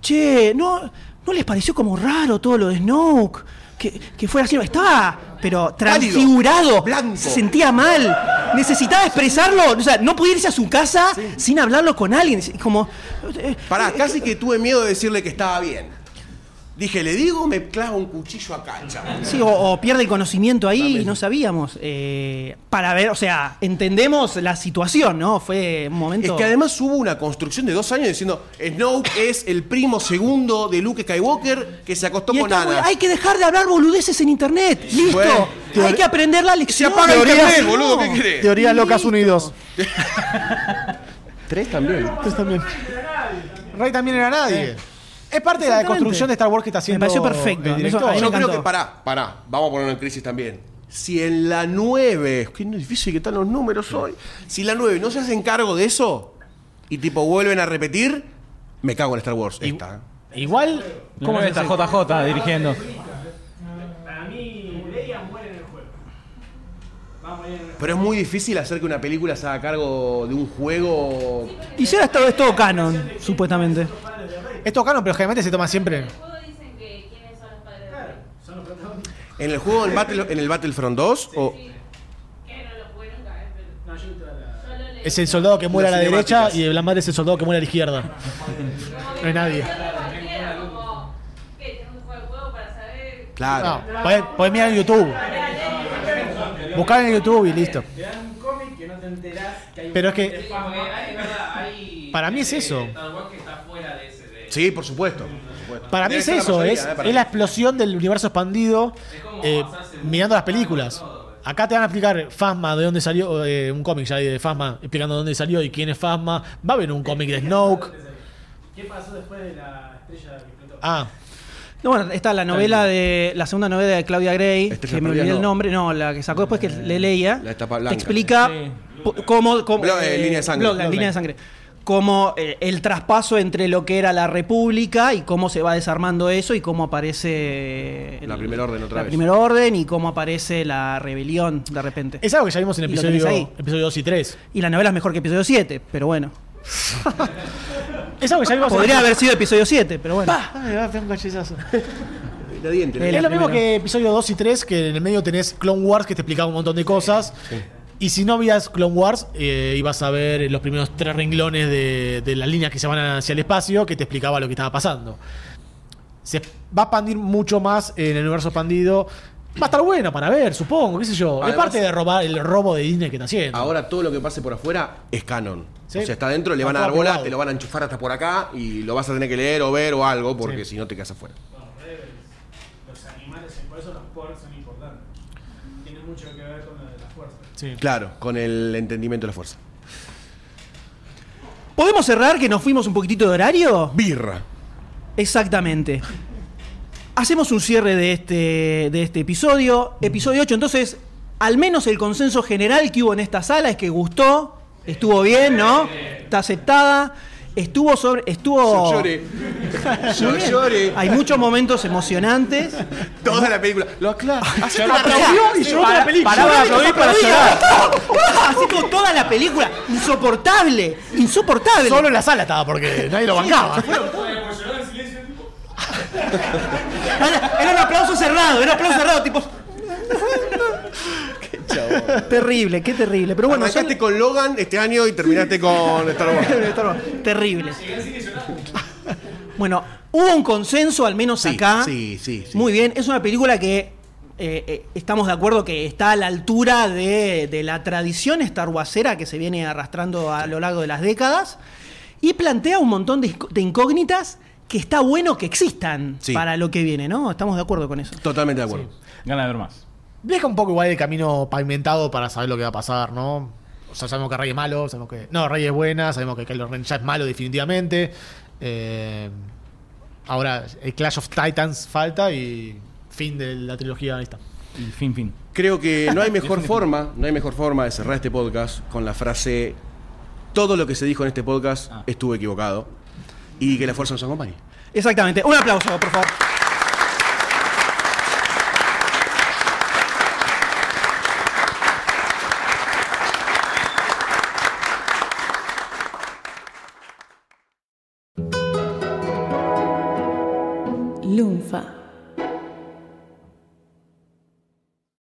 Speaker 2: che, ¿no, ¿no les pareció como raro todo lo de Snoke? Que, que fuera así, estaba, pero
Speaker 3: Pálido,
Speaker 2: transfigurado,
Speaker 3: blanco.
Speaker 2: se sentía mal, necesitaba expresarlo, o sea, no podía irse a su casa sin hablarlo con alguien, es como... eh,
Speaker 3: Pará, casi que tuve miedo de decirle que estaba bien. Dije, le digo, me clavo un cuchillo acá, chaval.
Speaker 2: eh, Sí, o, o pierde el conocimiento ahí
Speaker 3: Dame.
Speaker 2: y no sabíamos. eh, para ver, o sea, entendemos la situación, ¿no? Fue un
Speaker 3: Es
Speaker 2: momento...
Speaker 3: que además hubo una construcción de dos años diciendo Snoke es el primo segundo de Luke Skywalker que se acostó
Speaker 2: Y
Speaker 3: con
Speaker 2: está muy-
Speaker 3: Ana.
Speaker 2: hay que dejar de hablar boludeces en internet. Listo.
Speaker 3: Bueno,
Speaker 2: hay que aprender la lección.
Speaker 3: apaga el
Speaker 2: Teoría-
Speaker 3: internet, boludo, ¿qué querés?
Speaker 5: Teorías locas
Speaker 2: Listo.
Speaker 5: unidos.
Speaker 3: Tres también.
Speaker 5: Entonces también. Rey también era nadie. Es parte de la
Speaker 2: Exactamente.
Speaker 5: deconstrucción de Star Wars que está haciendo.
Speaker 2: pareció perfecto.
Speaker 5: el director.
Speaker 2: Eso- ahí
Speaker 3: Yo
Speaker 2: me
Speaker 3: creo
Speaker 2: encantó.
Speaker 3: que pará, pará, vamos a ponerlo en crisis también. Si en la 9, qué difícil que están los números hoy. Si en la 9 no se hacen cargo de eso y tipo vuelven a repetir, me cago en Star Wars. Esta. ¿eh?
Speaker 5: Igual.
Speaker 4: ¿Cómo está JJ dirigiendo?
Speaker 8: Para mí, Leia muere en el juego. Va a morir en el
Speaker 3: Pero es muy difícil hacer que una película se haga cargo de un juego.
Speaker 2: Y si era todo esto canon, supuestamente.
Speaker 5: Esto canon, pero generalmente se toma siempre.
Speaker 7: el juego dicen que quiénes son los padres de Rey.
Speaker 3: ¿En el juego del Battle- en el Battlefront 2? o...
Speaker 7: Que no lo pueden caer, pero
Speaker 8: No, yo entré a la-
Speaker 7: solo le
Speaker 5: Es el soldado que muere a la
Speaker 3: Las
Speaker 5: derecha
Speaker 3: cinemáticas.
Speaker 5: y Blan Madre es el soldado que muere a la izquierda.
Speaker 7: como
Speaker 5: No hay
Speaker 7: que
Speaker 5: nadie.
Speaker 7: cualquiera, como que tengo que jugar el juego para saber
Speaker 3: Claro.
Speaker 5: No, podés, podés mirar en YouTube. Buscar en YouTube y listo.
Speaker 12: Te dan un cómic que no te enterás que hay un
Speaker 5: Pero es que-
Speaker 1: Sí, porque hay- es verdad, hay
Speaker 5: Para mí es
Speaker 1: gente de
Speaker 5: eso.
Speaker 1: Star Wars que está fuera de ese. de-
Speaker 3: Sí, por supuesto. por supuesto.
Speaker 5: Para mí
Speaker 3: Debe
Speaker 5: es
Speaker 3: ser la
Speaker 5: eso,
Speaker 3: mayoría,
Speaker 5: es,
Speaker 3: eh, para
Speaker 5: es
Speaker 3: mí.
Speaker 5: la explosión del universo expandido
Speaker 1: Es como
Speaker 5: eh,
Speaker 1: pasarse mucho
Speaker 5: mirando las
Speaker 1: tiempo
Speaker 5: películas.
Speaker 1: en todo, eh.
Speaker 5: Acá te van a explicar Fasma, de dónde salió, eh, un cómic ya hay de Fasma, explicando dónde salió y quién es Fasma. Va a haber un cómic de Snoke.
Speaker 8: ¿Qué pasó después de la estrella que explotó?
Speaker 5: Ah,
Speaker 2: No, bueno, está la novela de. La segunda novela de Claudia Gray,
Speaker 3: Estrella
Speaker 2: que me olvidé
Speaker 3: Perdida,
Speaker 2: el
Speaker 3: no. Eh,
Speaker 2: nombre, no, la que sacó después que le leía.
Speaker 3: La tapa
Speaker 2: Te
Speaker 3: blanca.
Speaker 2: explica po- cómo. cómo-
Speaker 3: Blo- eh, Línea de Sangre.
Speaker 2: Bloodline,
Speaker 5: Bloodline.
Speaker 2: Línea de sangre. Cómo eh, el traspaso entre lo que era la República y cómo se va desarmando eso y cómo aparece. el-
Speaker 3: La Primera Orden otra
Speaker 2: La
Speaker 3: vez.
Speaker 2: Primera Orden y cómo aparece la rebelión de repente.
Speaker 5: es algo que ya vimos en
Speaker 2: Y lo tenés
Speaker 5: episodio,
Speaker 2: ahí.
Speaker 5: episodio 2 y 3.
Speaker 2: Y la novela es mejor que episodio 7, pero bueno.
Speaker 5: Es algo que ya vimos en-
Speaker 2: Podría haber sido episodio 7, pero bueno.
Speaker 5: Ah, me va a pegar un cachizazo.
Speaker 3: La diente, la
Speaker 2: Eh,
Speaker 5: Es
Speaker 3: diente.
Speaker 5: lo mismo
Speaker 2: primera.
Speaker 5: que episodio 2 y 3, que en el medio tenés Clone Wars, que te explicaba un montón de cosas. Y si no veías Clone Wars, eh, ibas a ver los primeros tres renglones de, de las líneas que se van hacia el espacio, que te explicaba lo que estaba pasando. Se va a expandir mucho más en el universo expandido. Va a estar bueno para ver, supongo, qué sé yo. es
Speaker 3: Además-
Speaker 5: parte de robar el robo de Disney que está haciendo.
Speaker 3: Ahora todo lo que pase por afuera es canon.
Speaker 5: Sí.
Speaker 3: O sea, está adentro, le
Speaker 5: Está
Speaker 3: van a dar
Speaker 5: todo
Speaker 3: bola,
Speaker 5: pegado.
Speaker 3: te lo van a enchufar hasta por acá y lo vas a tener que leer o ver o algo porque si no te quedas afuera.
Speaker 8: Bueno, Rebels, los animales, por eso los ports son importantes. Tienen mucho que ver con lo de la fuerza.
Speaker 5: Sí.
Speaker 3: Claro, con el entendimiento de la fuerza.
Speaker 2: ¿Podemos cerrar que nos fuimos un poquitito de horario?
Speaker 3: Birra.
Speaker 2: Exactamente. Hacemos un cierre de este, de este episodio. Episodio 8, entonces, al menos el consenso general que hubo en esta sala es que gustó, estuvo bien, ¿no? Está aceptada. Estuvo sobre. Estuvo.
Speaker 5: Oh.
Speaker 3: Yo lloré. Yo lloré.
Speaker 2: Hay muchos momentos emocionantes.
Speaker 3: Toda la película. Lo aclaro. Hacete la
Speaker 5: y yo otra película.
Speaker 2: Paraba
Speaker 5: Yo
Speaker 2: aplaudir
Speaker 5: otra
Speaker 2: para
Speaker 5: película.
Speaker 2: llorar. Así con toda la película. Insoportable. Insoportable.
Speaker 5: Solo en la sala estaba porque nadie lo bancaba.
Speaker 2: Era, era un aplauso cerrado, era un aplauso cerrado, tipo.
Speaker 3: chabón.
Speaker 2: terrible, qué terrible. Pero bueno,
Speaker 3: Arrancaste con Logan este año y terminaste con Star Wars.
Speaker 2: Star Wars. Terrible. Bueno, hubo un consenso, al menos acá.
Speaker 3: Sí, sí, sí.
Speaker 2: Muy bien, es una película que eh, eh, estamos de acuerdo que está a la altura de, de la tradición starwacera que se viene arrastrando a lo largo de las décadas y plantea un montón de, inc- de incógnitas que está bueno que existan
Speaker 3: Sí.
Speaker 2: para lo que viene, ¿no? Estamos de acuerdo con eso.
Speaker 3: Totalmente de acuerdo.
Speaker 4: Gana de ver más.
Speaker 5: Deja un poco igual el camino pavimentado para saber lo que va a pasar, ¿no? O sea, sabemos que Rey es malo, sabemos que. No, Rey es buena, sabemos que Kylo Ren ya es malo, definitivamente. Eh, ahora, el Clash of Titans falta y. Fin de la trilogía, ahí está.
Speaker 4: Y fin, fin.
Speaker 3: Creo que no hay mejor forma, no hay mejor forma de cerrar este podcast con la frase todo lo que se dijo en este podcast estuvo equivocado y que la fuerza nos acompañe.
Speaker 2: Exactamente. Un aplauso, por favor.
Speaker 13: Lunfa.